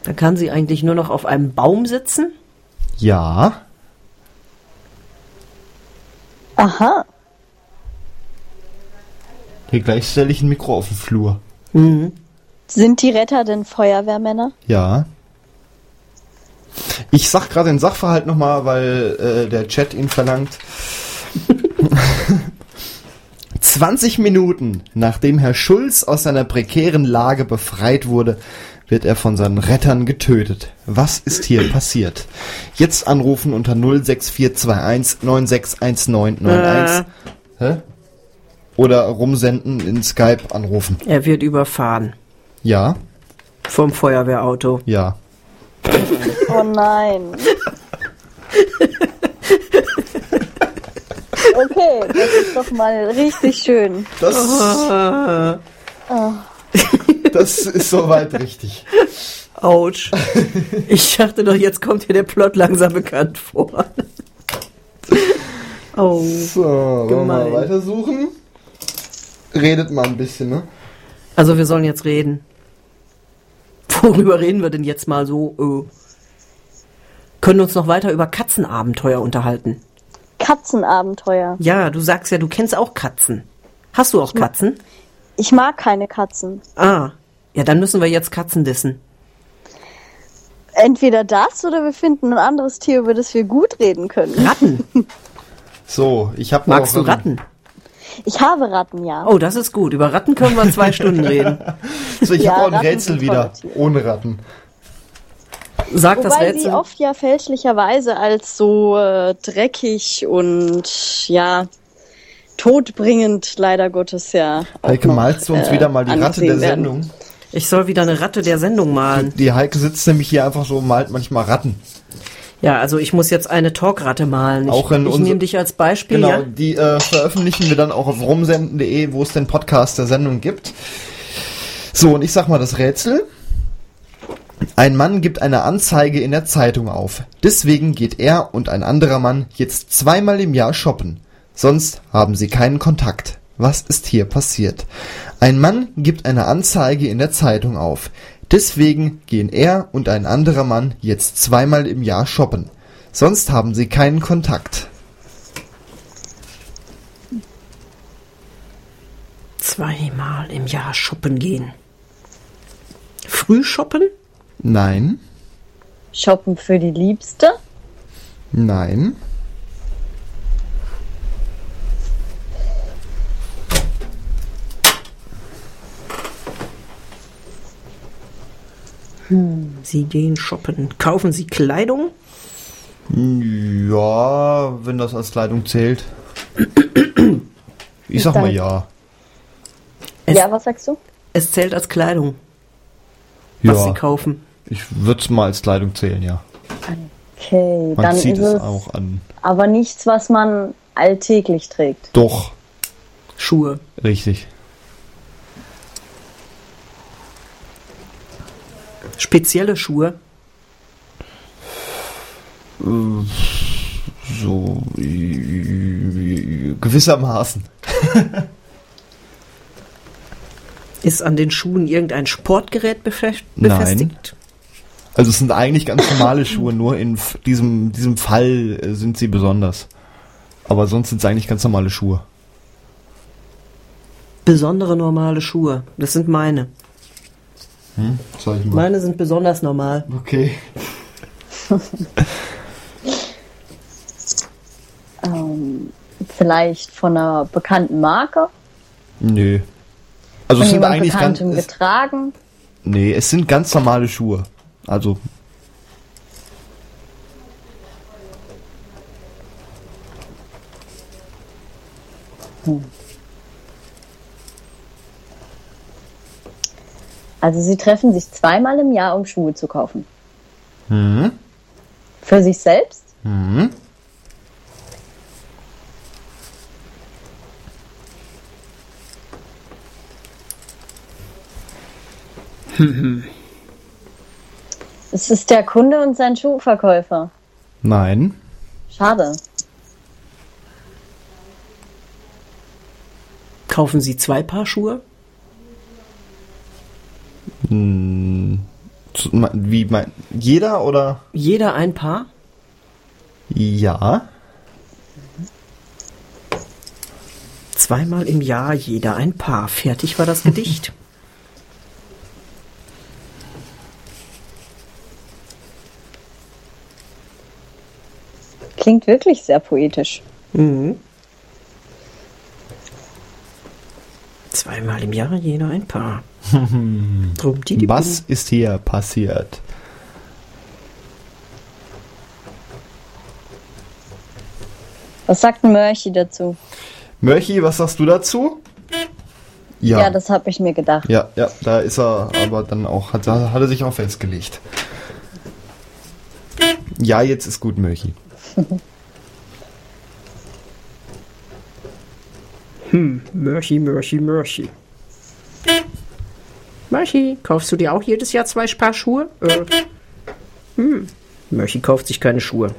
Speaker 1: Dann kann sie eigentlich nur noch auf einem Baum sitzen.
Speaker 2: Ja.
Speaker 3: Aha.
Speaker 2: Hier gleich stelle ich ein Mikro auf den Flur.
Speaker 3: Sind die Retter denn Feuerwehrmänner?
Speaker 2: Ja. Ich sag gerade den Sachverhalt nochmal, weil äh, der Chat ihn verlangt. 20 Minuten nachdem Herr Schulz aus seiner prekären Lage befreit wurde, wird er von seinen Rettern getötet. Was ist hier passiert? Jetzt anrufen unter 06421 961991. Hä? Oder rumsenden in Skype anrufen.
Speaker 1: Er wird überfahren
Speaker 2: Ja,
Speaker 1: vom Feuerwehrauto.
Speaker 2: ja.
Speaker 3: Oh nein. Okay, das ist doch mal richtig schön.
Speaker 2: Das, das ist soweit richtig.
Speaker 1: Autsch. Ich dachte doch, jetzt kommt hier der Plot langsam bekannt vor. Oh.
Speaker 2: So, wollen wir mal
Speaker 1: Gemein.
Speaker 2: weitersuchen? Redet mal ein bisschen, ne?
Speaker 1: Also wir sollen jetzt reden. Worüber reden wir denn jetzt mal so? Äh. Können uns noch weiter über Katzenabenteuer unterhalten.
Speaker 3: Katzenabenteuer.
Speaker 1: Ja, du sagst ja, du kennst auch Katzen. Hast du auch Katzen?
Speaker 3: Ich mag keine Katzen.
Speaker 1: Ah. Ja, dann müssen wir jetzt Katzen dissen.
Speaker 3: Entweder das oder wir finden ein anderes Tier, über das wir gut reden können.
Speaker 1: Ratten.
Speaker 2: So, ich habe
Speaker 1: Magst du Ratten?
Speaker 3: Ich habe Ratten, ja.
Speaker 1: Oh, das ist gut. Über Ratten können wir zwei Stunden reden.
Speaker 2: So, ich
Speaker 3: Ja,
Speaker 2: hab habe auch ein
Speaker 3: Ratten
Speaker 2: Rätsel
Speaker 3: sind
Speaker 2: wieder
Speaker 3: toll.
Speaker 2: ohne Ratten.
Speaker 1: Sag das
Speaker 3: Wobei sie
Speaker 1: Rätsel.
Speaker 3: oft ja fälschlicherweise als so äh, dreckig und ja todbringend leider Gottes ja. auch
Speaker 2: Heike,
Speaker 3: noch,
Speaker 2: malst du uns
Speaker 3: äh,
Speaker 2: wieder mal die Ratte
Speaker 3: angesehen
Speaker 2: der
Speaker 3: werden.
Speaker 2: Sendung?
Speaker 1: Ich soll wieder eine Ratte der Sendung malen.
Speaker 2: Die Heike sitzt nämlich hier einfach so und malt manchmal Ratten.
Speaker 1: Ja, also ich muss jetzt eine Talkratte malen. Ich,
Speaker 2: Auch in
Speaker 1: ich
Speaker 2: unser-
Speaker 1: nehme dich als Beispiel.
Speaker 2: Genau,
Speaker 1: Ja?
Speaker 2: die äh, veröffentlichen wir dann auch auf rumsenden.de, wo es den Podcast der Sendung gibt. So, und ich sag mal das Rätsel. Ein Mann gibt eine Anzeige in der Zeitung auf. Deswegen geht er und ein anderer Mann jetzt zweimal im Jahr shoppen. Sonst haben sie keinen Kontakt. Was ist hier passiert? Ein Mann gibt eine Anzeige in der Zeitung auf. Deswegen gehen er und ein anderer Mann jetzt zweimal im Jahr shoppen. Sonst haben sie keinen Kontakt.
Speaker 1: Zweimal im Jahr shoppen gehen. Früh shoppen?
Speaker 2: Nein.
Speaker 3: Shoppen für die Liebste?
Speaker 2: Nein.
Speaker 1: Sie gehen shoppen. Kaufen Sie Kleidung?
Speaker 2: Ja, wenn das als Kleidung zählt. Ich sag mal ja.
Speaker 1: Es,
Speaker 3: ja, was sagst du?
Speaker 1: es zählt als Kleidung, was Sie
Speaker 2: Ja,
Speaker 1: kaufen.
Speaker 2: ich würde es mal als Kleidung zählen, ja.
Speaker 3: Okay,
Speaker 2: Man
Speaker 3: dann
Speaker 2: zieht
Speaker 3: ist
Speaker 2: es
Speaker 3: es
Speaker 2: auch an.
Speaker 3: aber nichts, was man alltäglich trägt.
Speaker 2: Doch,
Speaker 1: Schuhe.
Speaker 2: richtig.
Speaker 1: Spezielle Schuhe.
Speaker 2: So gewissermaßen.
Speaker 1: Ist an den Schuhen irgendein Sportgerät befest-
Speaker 2: Nein.
Speaker 1: befestigt?
Speaker 2: Also es sind eigentlich ganz normale Schuhe, nur in f- diesem, diesem Fall äh, sind sie besonders. Aber sonst sind es eigentlich ganz normale Schuhe.
Speaker 1: Besondere normale Schuhe. Das sind meine.
Speaker 2: Sag ich
Speaker 1: Meine sind besonders normal.
Speaker 2: Okay.
Speaker 3: Ähm, vielleicht von einer bekannten Marke,
Speaker 2: Nö. Also
Speaker 3: von
Speaker 2: es sind
Speaker 3: jemand
Speaker 2: eigentlich ganz,
Speaker 3: Bekanntem
Speaker 2: es,
Speaker 3: getragen.
Speaker 2: Nee, es sind ganz normale Schuhe. Also.
Speaker 3: Also sie treffen sich zweimal im Jahr, um Schuhe zu kaufen.
Speaker 2: Mhm.
Speaker 3: Für sich selbst?
Speaker 2: Mhm.
Speaker 3: Es ist der Kunde und sein Schuhverkäufer.
Speaker 2: Nein.
Speaker 3: Schade.
Speaker 1: Kaufen Sie zwei Paar Schuhe?
Speaker 2: Zu- me- Wie mein. Jeder oder?
Speaker 1: Jeder ein Paar?
Speaker 2: Ja.
Speaker 1: Zweimal im Jahr jeder ein Paar. Fertig war das Gedicht.
Speaker 3: Klingt wirklich sehr poetisch.
Speaker 1: Zweimal im Jahr jeder ein Paar. Drum die
Speaker 2: Was ist hier passiert?
Speaker 3: Was sagt ein Mörchi dazu?
Speaker 2: Mörchi, was sagst du dazu?
Speaker 3: Ja, das habe ich mir gedacht.
Speaker 2: Ja, ja, da ist er aber dann auch, hat, hat er sich auch festgelegt. Ja, jetzt ist gut, Mörchi.
Speaker 1: Mörchi, Mörchi, Mörchi. Mörchi, kaufst du dir auch jedes Jahr zwei Paar Schuhe? Äh. Hm. Mörchi kauft sich keine Schuhe.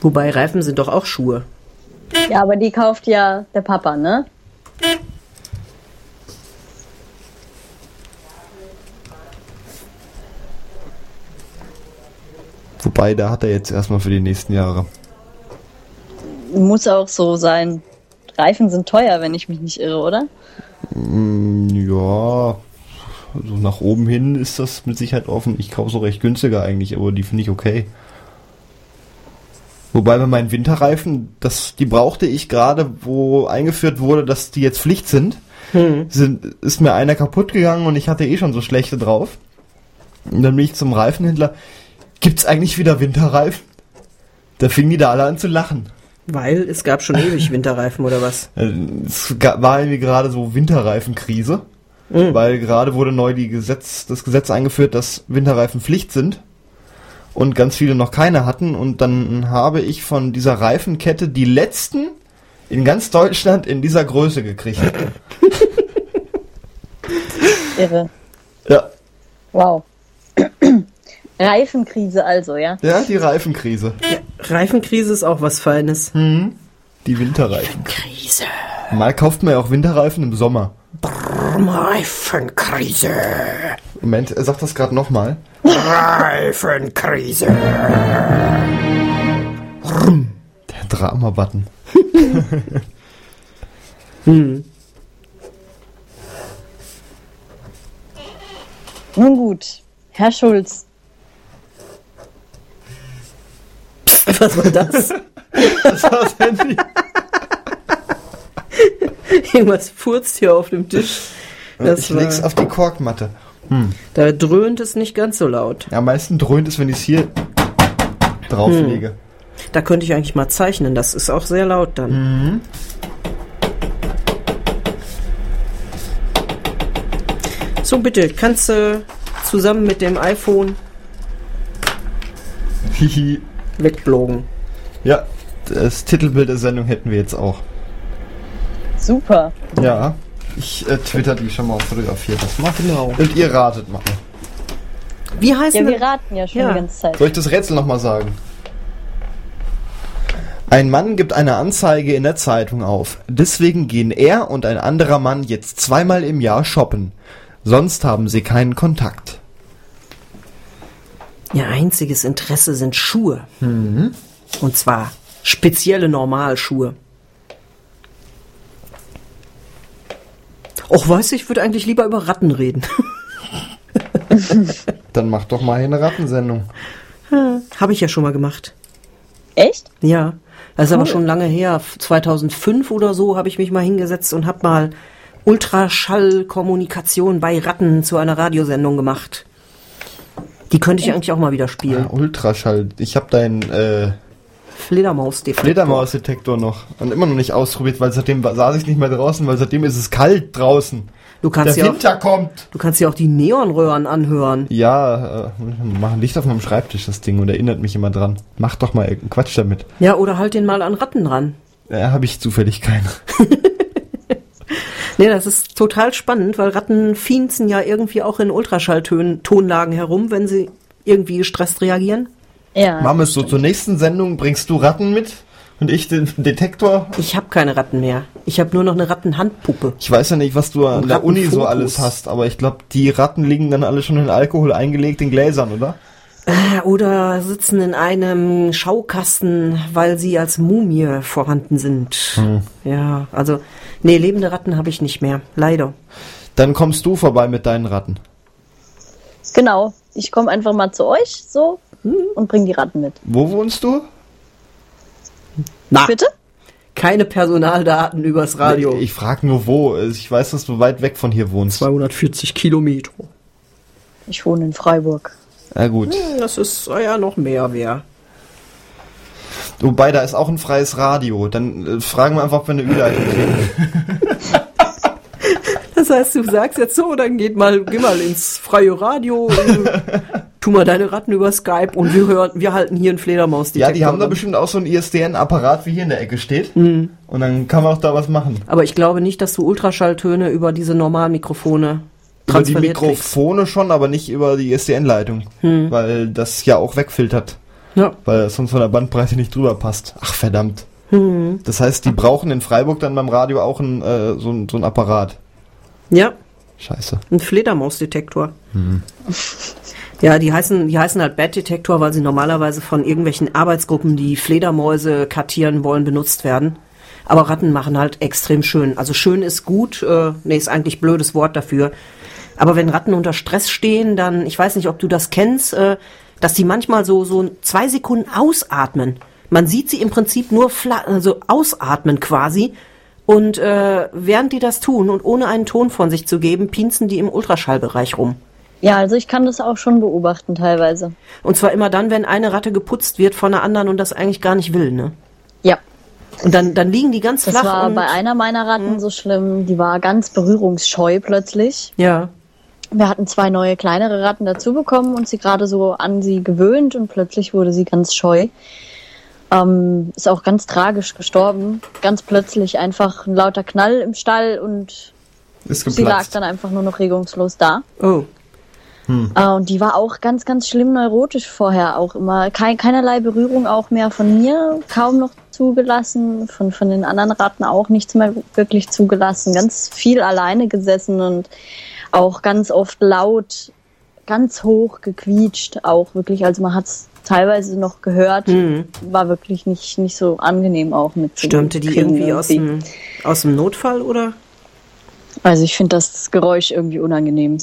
Speaker 1: Wobei Reifen sind doch auch Schuhe.
Speaker 3: Ja, aber die kauft ja der Papa, ne?
Speaker 2: Wobei, da hat er jetzt erstmal für die nächsten Jahre.
Speaker 3: Muss auch so sein. Reifen sind teuer, wenn ich mich nicht irre, oder?
Speaker 2: Ja, also nach oben hin ist das mit Sicherheit offen. Ich kaufe so recht günstiger eigentlich, aber die finde ich okay. Wobei bei meinen Winterreifen, das, die brauchte ich gerade, wo eingeführt wurde, dass die jetzt Pflicht sind. sind. Ist mir einer kaputt gegangen und ich hatte eh schon so schlechte drauf. Und dann bin ich zum Reifenhändler. Gibt's eigentlich wieder Winterreifen? Da fingen die da alle an zu lachen.
Speaker 1: Weil es gab schon ewig Winterreifen oder was?
Speaker 2: Also, Es ga- war irgendwie gerade so Winterreifenkrise, weil gerade wurde neu die Gesetz, das Gesetz eingeführt, dass Winterreifen Pflicht sind und ganz viele noch keine hatten. Und dann habe ich von dieser Reifenkette die letzten in ganz Deutschland in dieser Größe gekriegt.
Speaker 3: Irre.
Speaker 2: ja,
Speaker 3: Wow. Reifenkrise also, ja?
Speaker 2: ja, die Reifenkrise,
Speaker 1: Reifenkrise ist auch was Feines.
Speaker 2: die Winterreifen.
Speaker 1: Krise.
Speaker 2: Mal kauft man ja auch Winterreifen im Sommer.
Speaker 1: Reifenkrise.
Speaker 2: Moment, er sagt das gerade nochmal.
Speaker 1: Reifenkrise.
Speaker 2: Der Drama-Button.
Speaker 3: Nun gut. Herr Schulz,
Speaker 1: Was war das?
Speaker 2: Das war das Handy.
Speaker 1: Irgendwas furzt hier auf dem Tisch. Das
Speaker 2: ich leg's
Speaker 1: war,
Speaker 2: auf die Korkmatte.
Speaker 1: da dröhnt es nicht ganz so laut.
Speaker 2: Ja, Am meisten dröhnt es, wenn ich es hier drauflege.
Speaker 1: Da könnte ich eigentlich mal zeichnen, das ist auch sehr laut dann. So, bitte, kannst du zusammen mit dem iPhone Hm.
Speaker 2: Hihi.
Speaker 1: wegblogen.
Speaker 2: ja, das Titelbild der Sendung hätten wir jetzt auch.
Speaker 3: super.
Speaker 2: Ja. Ich äh, twitter die schon mal und fotografiere das mal.
Speaker 1: Genau.
Speaker 2: Und ihr ratet mal.
Speaker 1: Wie heißt
Speaker 3: Ja,
Speaker 1: denn-
Speaker 3: wir raten ja schon
Speaker 1: Ja.
Speaker 3: die ganze Zeit.
Speaker 2: Soll ich das Rätsel nochmal sagen? Ein Mann gibt eine Anzeige in der Zeitung auf. Deswegen gehen er und ein anderer Mann jetzt zweimal im Jahr shoppen. Sonst haben sie keinen Kontakt.
Speaker 1: Ihr einziges Interesse sind Schuhe. Und zwar spezielle Normalschuhe. Och, weiß ich, ich würde eigentlich lieber über Ratten reden.
Speaker 2: Dann mach doch mal eine Rattensendung.
Speaker 1: Habe ich ja schon mal gemacht.
Speaker 3: Echt?
Speaker 1: Ja, das ist aber schon lange her. 2005 oder so habe ich mich mal hingesetzt und habe mal Ultraschallkommunikation bei Ratten zu einer Radiosendung gemacht. Die könnte ich eigentlich auch mal wieder spielen.
Speaker 2: Ja, Ultraschall. Ich habe dein äh,
Speaker 1: Fledermaus defekt.
Speaker 2: Fledermausdetektor noch und immer noch nicht ausprobiert, weil seitdem wa- saß ich nicht mehr draußen, weil seitdem ist es kalt draußen.
Speaker 1: Du kannst
Speaker 2: Der
Speaker 1: ja
Speaker 2: Winter kommt.
Speaker 1: Du kannst ja auch die Neonröhren anhören.
Speaker 2: Ja, äh, mach ein Licht auf meinem Schreibtisch, das Ding, und erinnert mich immer dran. Mach doch mal irgendeinen Quatsch damit.
Speaker 1: Ja, oder halt den mal an Ratten ran.
Speaker 2: Äh, habe ich zufällig keine.
Speaker 1: Nee, das ist total spannend, weil Ratten fienzen ja irgendwie auch in Ultraschalltonlagen herum, wenn sie irgendwie gestresst reagieren.
Speaker 3: Ja.
Speaker 2: Machen wir es so, zur nächsten Sendung bringst du Ratten mit und ich den Detektor.
Speaker 1: Ich habe keine Ratten mehr. Ich habe nur noch eine Rattenhandpuppe.
Speaker 2: Ich weiß ja nicht, was du an
Speaker 1: Und
Speaker 2: der Uni so
Speaker 1: Rattenfokus.
Speaker 2: alles hast, aber ich glaube, die Ratten liegen dann alle schon in Alkohol eingelegt in Gläsern, oder?
Speaker 1: Äh, Oder sitzen in einem Schaukasten, weil sie als Mumie vorhanden sind. Ja, also, nee, lebende Ratten habe ich nicht mehr. Leider.
Speaker 2: Dann kommst du vorbei mit deinen Ratten.
Speaker 3: Genau. Ich komme einfach mal zu euch so
Speaker 1: Mhm.
Speaker 3: und bring die Ratten mit.
Speaker 2: Wo wohnst du?
Speaker 1: Na,
Speaker 3: Bitte?
Speaker 1: keine Personaldaten übers Radio.
Speaker 2: Ich frage nur wo. Ich weiß, dass du weit weg von hier wohnst.
Speaker 1: 240 Kilometer.
Speaker 3: Ich wohne in Freiburg.
Speaker 2: Na gut.
Speaker 1: Das ist äh, ja noch mehr wer.
Speaker 2: Wobei, da ist auch ein freies Radio. Dann äh, fragen wir einfach, wenn eine Überleitung kriegen.
Speaker 1: Das heißt, du sagst jetzt so, dann geht mal, geh mal ins freie Radio, äh, tu mal deine Ratten über Skype und wir hören, wir halten hier einen
Speaker 2: Ja,
Speaker 1: Fledermausdetektor.
Speaker 2: die haben da
Speaker 1: an.
Speaker 2: bestimmt auch so ein ISDN-Apparat, wie hier in der Ecke steht.
Speaker 1: Mhm.
Speaker 2: Und dann kann man auch da was machen.
Speaker 1: Aber ich glaube nicht, dass du Ultraschalltöne über diese normalen Mikrofone
Speaker 2: Über die
Speaker 1: transferiert kriegst.
Speaker 2: Mikrofone schon, aber nicht über die ISDN-Leitung.
Speaker 3: Hm.
Speaker 2: Weil das ja auch wegfiltert.
Speaker 1: Ja.
Speaker 2: Weil das sonst von der Bandbreite nicht drüber passt. Ach, verdammt.
Speaker 3: Hm.
Speaker 2: Das heißt, die brauchen in Freiburg dann beim Radio auch ein, äh, so, ein, so ein Apparat.
Speaker 1: ja,
Speaker 2: Scheiße.
Speaker 1: ein Fledermausdetektor. Ja, die heißen, die heißen halt Bat-Detektor, weil sie normalerweise von irgendwelchen Arbeitsgruppen, die Fledermäuse kartieren wollen, benutzt werden. Aber Ratten machen halt extrem schön. Also schön ist gut, äh, nee, ist eigentlich ein blödes Wort dafür. Aber wenn Ratten unter Stress stehen, dann, ich weiß nicht, ob du das kennst, äh, dass die manchmal so, so zwei Sekunden ausatmen. Man sieht sie im Prinzip nur fla also ausatmen quasi. Und äh, während die das tun und ohne einen Ton von sich zu geben, pinzen die im Ultraschallbereich rum.
Speaker 3: Ja, also ich kann das auch schon beobachten teilweise.
Speaker 1: Und zwar immer dann, wenn eine Ratte geputzt wird von einer anderen und das eigentlich gar nicht will, ne?
Speaker 3: Ja.
Speaker 1: Und dann, dann liegen die ganz
Speaker 3: Das
Speaker 1: flach
Speaker 3: war
Speaker 1: und, Mhm.
Speaker 3: bei einer meiner Ratten so schlimm. Die war ganz berührungsscheu plötzlich.
Speaker 1: ja.
Speaker 3: Wir hatten zwei neue kleinere Ratten dazu bekommen und sie gerade so an sie gewöhnt und plötzlich wurde sie ganz scheu. Ähm, ist auch ganz tragisch gestorben. Ganz plötzlich einfach ein lauter Knall im Stall und
Speaker 2: Ist
Speaker 3: sie lag
Speaker 2: geplatzt.
Speaker 3: dann einfach nur noch regungslos da.
Speaker 1: Oh,
Speaker 3: Äh, und die war auch ganz, ganz schlimm neurotisch vorher auch immer. Kei- keinerlei Berührung auch mehr von mir, kaum noch zugelassen, von, von den anderen Ratten auch nichts mehr wirklich zugelassen. Ganz viel alleine gesessen und auch ganz oft laut, ganz hoch gequietscht auch wirklich. Also man hat es teilweise noch gehört, war wirklich nicht, nicht so angenehm auch mit zu
Speaker 1: Mhm. stürmte die
Speaker 3: kriegen
Speaker 1: irgendwie aus dem, aus dem Notfall oder?
Speaker 3: Also ich finde das Geräusch irgendwie unangenehm.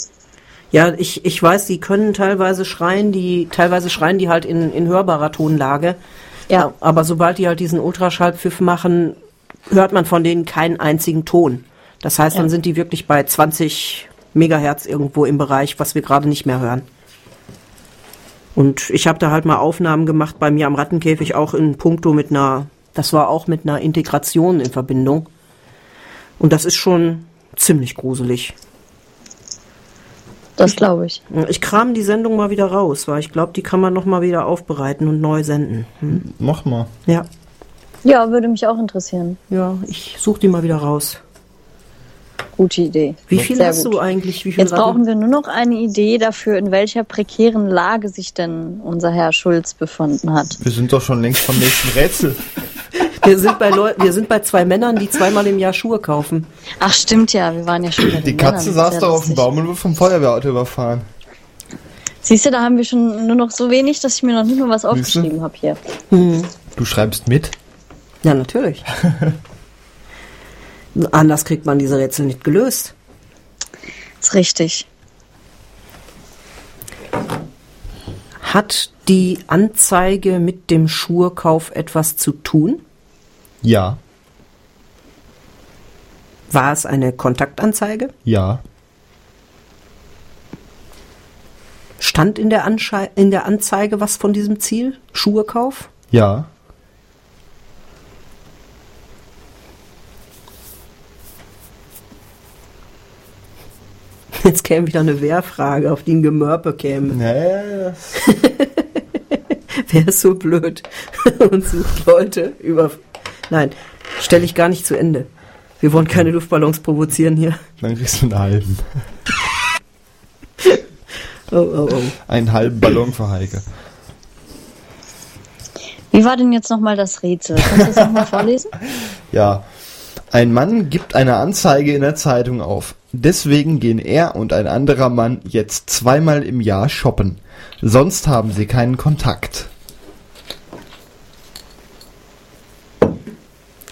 Speaker 1: Ja, ich, ich weiß, die können teilweise schreien, die teilweise schreien die halt in, in hörbarer Tonlage.
Speaker 3: Ja.
Speaker 1: Aber sobald die halt diesen Ultraschallpfiff machen, hört man von denen keinen einzigen Ton. Das heißt, dann sind die wirklich bei 20 Megahertz irgendwo im Bereich, was wir gerade nicht mehr hören. Und ich habe da halt mal Aufnahmen gemacht bei mir am Rattenkäfig, auch in puncto mit einer, das war auch mit einer Integration in Verbindung. Und das ist schon ziemlich gruselig.
Speaker 3: Das glaube ich.
Speaker 1: Ich kram die Sendung mal wieder raus, weil ich glaube, die kann man noch mal wieder aufbereiten und neu senden. Hm?
Speaker 2: Nochmal.
Speaker 1: Ja,
Speaker 3: Ja, würde mich auch interessieren.
Speaker 1: ja, ich suche die mal wieder raus.
Speaker 3: Gute Idee.
Speaker 1: Wie viel
Speaker 3: Sehr
Speaker 1: hast
Speaker 3: gut.
Speaker 1: du eigentlich? Wie viel
Speaker 3: Jetzt brauchen wir nur noch eine Idee dafür, in welcher prekären Lage sich denn unser Herr Schulz befunden hat.
Speaker 2: Wir sind doch schon längst vom nächsten Rätsel.
Speaker 1: wir sind bei Leu wir sind bei zwei Männern, die zweimal im Jahr Schuhe kaufen.
Speaker 3: Ach, stimmt ja, wir waren ja schon bei den
Speaker 2: Die Katze
Speaker 3: Männern.
Speaker 2: saß
Speaker 3: Sehr
Speaker 2: doch auf dem
Speaker 3: lustig.
Speaker 2: Baum und wurde vom Feuerwehrauto überfahren.
Speaker 3: Siehst du, da haben wir schon nur noch so wenig, dass ich mir noch nicht mal was aufgeschrieben habe hier.
Speaker 2: Du schreibst mit?
Speaker 1: Ja, natürlich. Anders kriegt man diese Rätsel nicht gelöst.
Speaker 3: Ist richtig.
Speaker 1: Hat die Anzeige mit dem Schuhkauf etwas zu tun?
Speaker 2: Ja.
Speaker 1: War es eine Kontaktanzeige?
Speaker 2: Ja.
Speaker 1: Stand in der, Anschei in der Anzeige was von diesem Ziel? Schuhekauf?
Speaker 2: Ja.
Speaker 1: Jetzt käme wieder eine Wehrfrage, auf die ein Gemörpe käme.
Speaker 2: Nee,
Speaker 1: Wer ist so blöd und sucht Leute über... Nein, stelle ich gar nicht zu Ende. Wir wollen keine Luftballons provozieren hier.
Speaker 2: Dann kriegst du einen halben.
Speaker 1: Oh, oh, oh.
Speaker 2: Einen halben Ballon für Heike.
Speaker 3: Wie war denn jetzt nochmal das Rätsel? Kannst du das nochmal vorlesen?
Speaker 2: Ja. Ein Mann gibt eine Anzeige in der Zeitung auf. Deswegen gehen er und ein anderer Mann jetzt zweimal im Jahr shoppen. Sonst haben sie keinen Kontakt.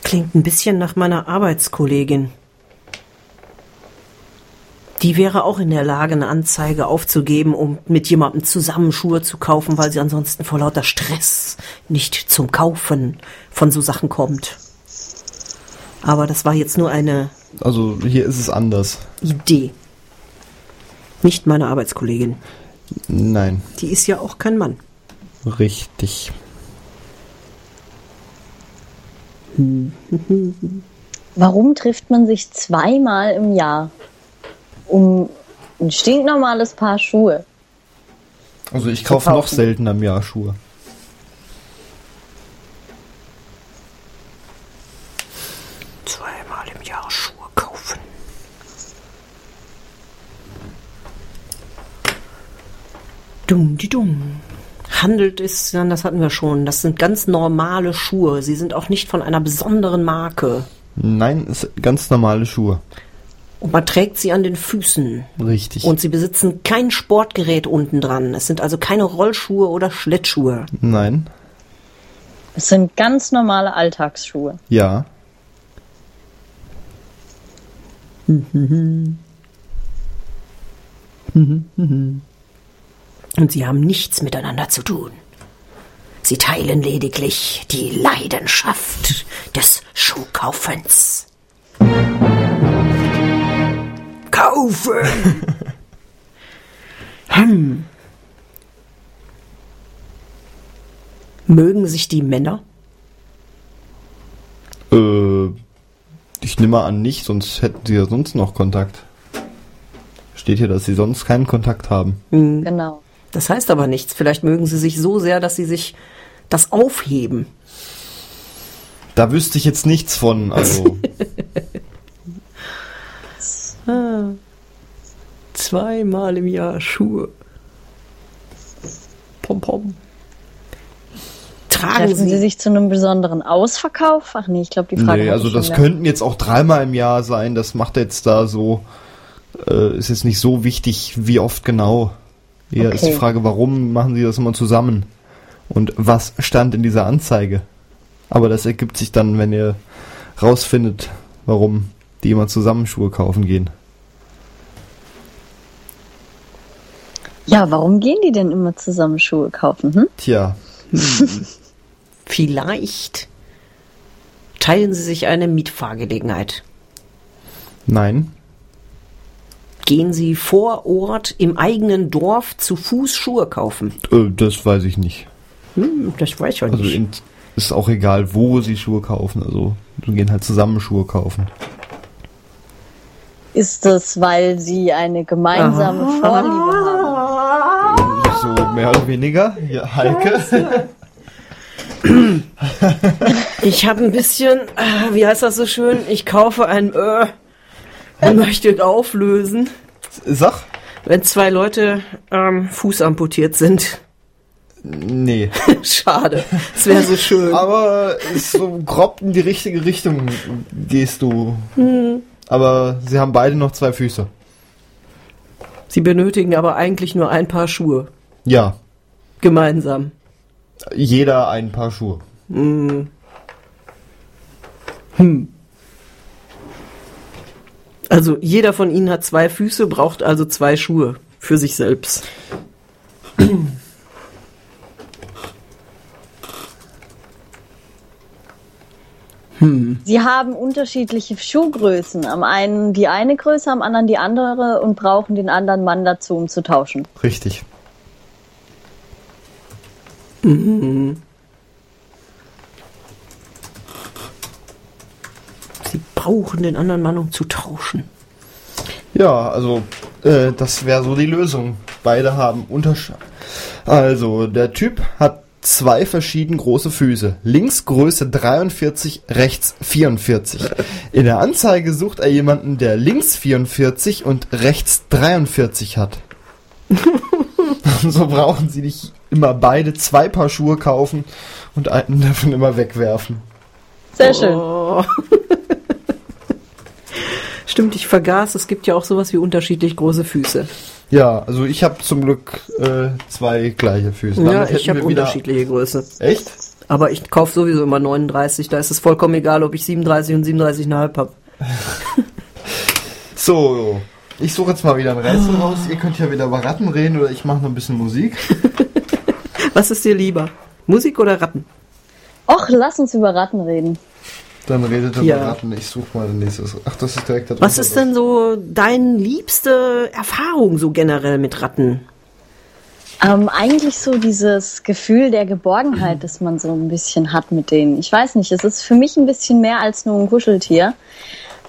Speaker 1: Klingt ein bisschen nach meiner Arbeitskollegin. Die wäre auch in der Lage, eine Anzeige aufzugeben, um mit jemandem zusammen Schuhe zu kaufen, weil sie ansonsten vor lauter Stress nicht zum Kaufen von so Sachen kommt. Aber das war jetzt nur eine
Speaker 2: Also hier ist es anders.
Speaker 1: Idee. Nicht meine Arbeitskollegin.
Speaker 2: Nein,
Speaker 1: Die ist ja auch kein Mann.
Speaker 2: richtig.
Speaker 3: Warum trifft man sich zweimal im Jahr? Um ein stinknormales Paar Schuhe.
Speaker 2: Also ich kaufe noch seltener im Jahr Schuhe.
Speaker 1: Zweimal im Jahr Schuhe kaufen. Dumm, die dumm. Handelt ist, ja, das hatten wir schon. Das sind ganz normale Schuhe. Sie sind auch nicht von einer besonderen Marke.
Speaker 2: Nein, es sind ganz normale Schuhe.
Speaker 1: Und man trägt sie an den Füßen.
Speaker 2: Richtig.
Speaker 1: Und sie besitzen kein Sportgerät unten dran. Es sind also keine Rollschuhe oder Schlittschuhe.
Speaker 2: Nein,
Speaker 3: Es sind ganz normale Alltagsschuhe.
Speaker 2: ja.
Speaker 1: Und sie haben nichts miteinander zu tun. Sie teilen lediglich die Leidenschaft des Schuhkaufens. Kaufen! hm. Mögen sich die Männer?
Speaker 2: Äh, ich nehme an nicht, sonst hätten sie ja sonst noch Kontakt. Steht hier, dass sie sonst keinen Kontakt haben.
Speaker 1: Mhm.
Speaker 3: Genau.
Speaker 1: Das heißt aber nichts. Vielleicht mögen sie sich so sehr, dass sie sich das aufheben.
Speaker 2: Da wüsste ich jetzt nichts von, also.
Speaker 1: Zweimal im Jahr Schuhe. Pom pom. Tragen
Speaker 3: Treffen
Speaker 1: sie,
Speaker 3: sie sich zu einem besonderen Ausverkauf? Ach nee, ich glaube, die Frage
Speaker 2: nee,
Speaker 3: hatte
Speaker 2: also
Speaker 3: ich
Speaker 2: das
Speaker 3: schon
Speaker 2: könnten jetzt auch dreimal im Jahr sein, das macht jetzt da so, äh, ist jetzt nicht so wichtig, wie oft genau. Hier ist die
Speaker 3: Okay.
Speaker 2: Frage, warum machen sie das immer zusammen? Und was stand in dieser Anzeige? Aber das ergibt sich dann, wenn ihr rausfindet, warum die immer zusammen Schuhe kaufen gehen.
Speaker 3: Ja, warum gehen die denn immer zusammen Schuhe kaufen? Hm?
Speaker 2: Tja,
Speaker 1: vielleicht teilen sie sich eine Mietfahrgelegenheit.
Speaker 2: nein,
Speaker 1: Gehen sie vor Ort im eigenen Dorf zu Fuß Schuhe kaufen.
Speaker 2: äh, das weiß ich nicht.
Speaker 1: Hm, das weiß ich auch
Speaker 2: Also
Speaker 1: nicht.
Speaker 2: in, ist auch egal, wo sie Schuhe kaufen. Also sie gehen halt zusammen Schuhe kaufen.
Speaker 3: Ist das, weil sie eine gemeinsame Vorliebe haben?
Speaker 2: So mehr oder weniger. Ja, Heike.
Speaker 1: Ich habe ein bisschen, äh, wie heißt das so schön? Ich kaufe ein äh, und möchte es auflösen,
Speaker 2: Sag.
Speaker 1: wenn zwei Leute ähm, fußamputiert sind.
Speaker 2: Nee.
Speaker 1: Schade. Es wäre so schön.
Speaker 2: Aber ist so grob in die richtige Richtung gehst du. Aber sie haben beide noch zwei Füße.
Speaker 1: Sie benötigen aber eigentlich nur ein paar Schuhe.
Speaker 2: Ja.
Speaker 1: Gemeinsam.
Speaker 2: Jeder ein paar Schuhe.
Speaker 1: Also jeder von ihnen hat zwei Füße, braucht also zwei Schuhe für sich selbst.
Speaker 3: Sie haben unterschiedliche Schuhgrößen. Am einen die eine Größe, am anderen die andere und brauchen den anderen Mann dazu, um zu tauschen.
Speaker 2: Richtig.
Speaker 1: Sie brauchen den anderen Mann, um zu tauschen.
Speaker 2: Ja, also äh, das wäre so die Lösung. Beide haben Unterschied. Also der Typ hat zwei verschieden große Füße. Links Größe 43, rechts 44. In der Anzeige sucht er jemanden, der links 44 und rechts 43 hat. so brauchen sie nicht immer beide zwei Paar Schuhe kaufen und einen davon immer wegwerfen.
Speaker 3: Sehr schön.
Speaker 1: Oh. Stimmt, ich vergaß, es gibt ja auch sowas wie unterschiedlich große Füße.
Speaker 2: Ja, also ich habe zum Glück äh, zwei gleiche Füße.
Speaker 1: Ja,
Speaker 2: Damit
Speaker 1: ich
Speaker 2: hätten
Speaker 1: habe
Speaker 2: wir wieder-
Speaker 1: unterschiedliche Größe.
Speaker 2: Echt?
Speaker 1: Aber ich kaufe sowieso immer 39, da ist es vollkommen egal, ob ich 37 und 37,5 habe.
Speaker 2: So, ich suche jetzt mal wieder ein Rätsel raus. Ihr könnt ja wieder über Ratten reden oder ich mache noch ein bisschen Musik.
Speaker 1: Was ist dir lieber? Musik oder Ratten?
Speaker 3: Och, lass uns über Ratten reden.
Speaker 2: Dann redet ihr
Speaker 1: Ja.
Speaker 2: über Ratten. Ich suche mal den nächsten. Ach, das ist direkt da
Speaker 1: Was
Speaker 2: drunter.
Speaker 1: ist denn so deine liebste Erfahrung so generell mit Ratten?
Speaker 3: Ähm, eigentlich so dieses Gefühl der Geborgenheit, das man so ein bisschen hat mit denen. Ich weiß nicht, es ist für mich ein bisschen mehr als nur ein Kuscheltier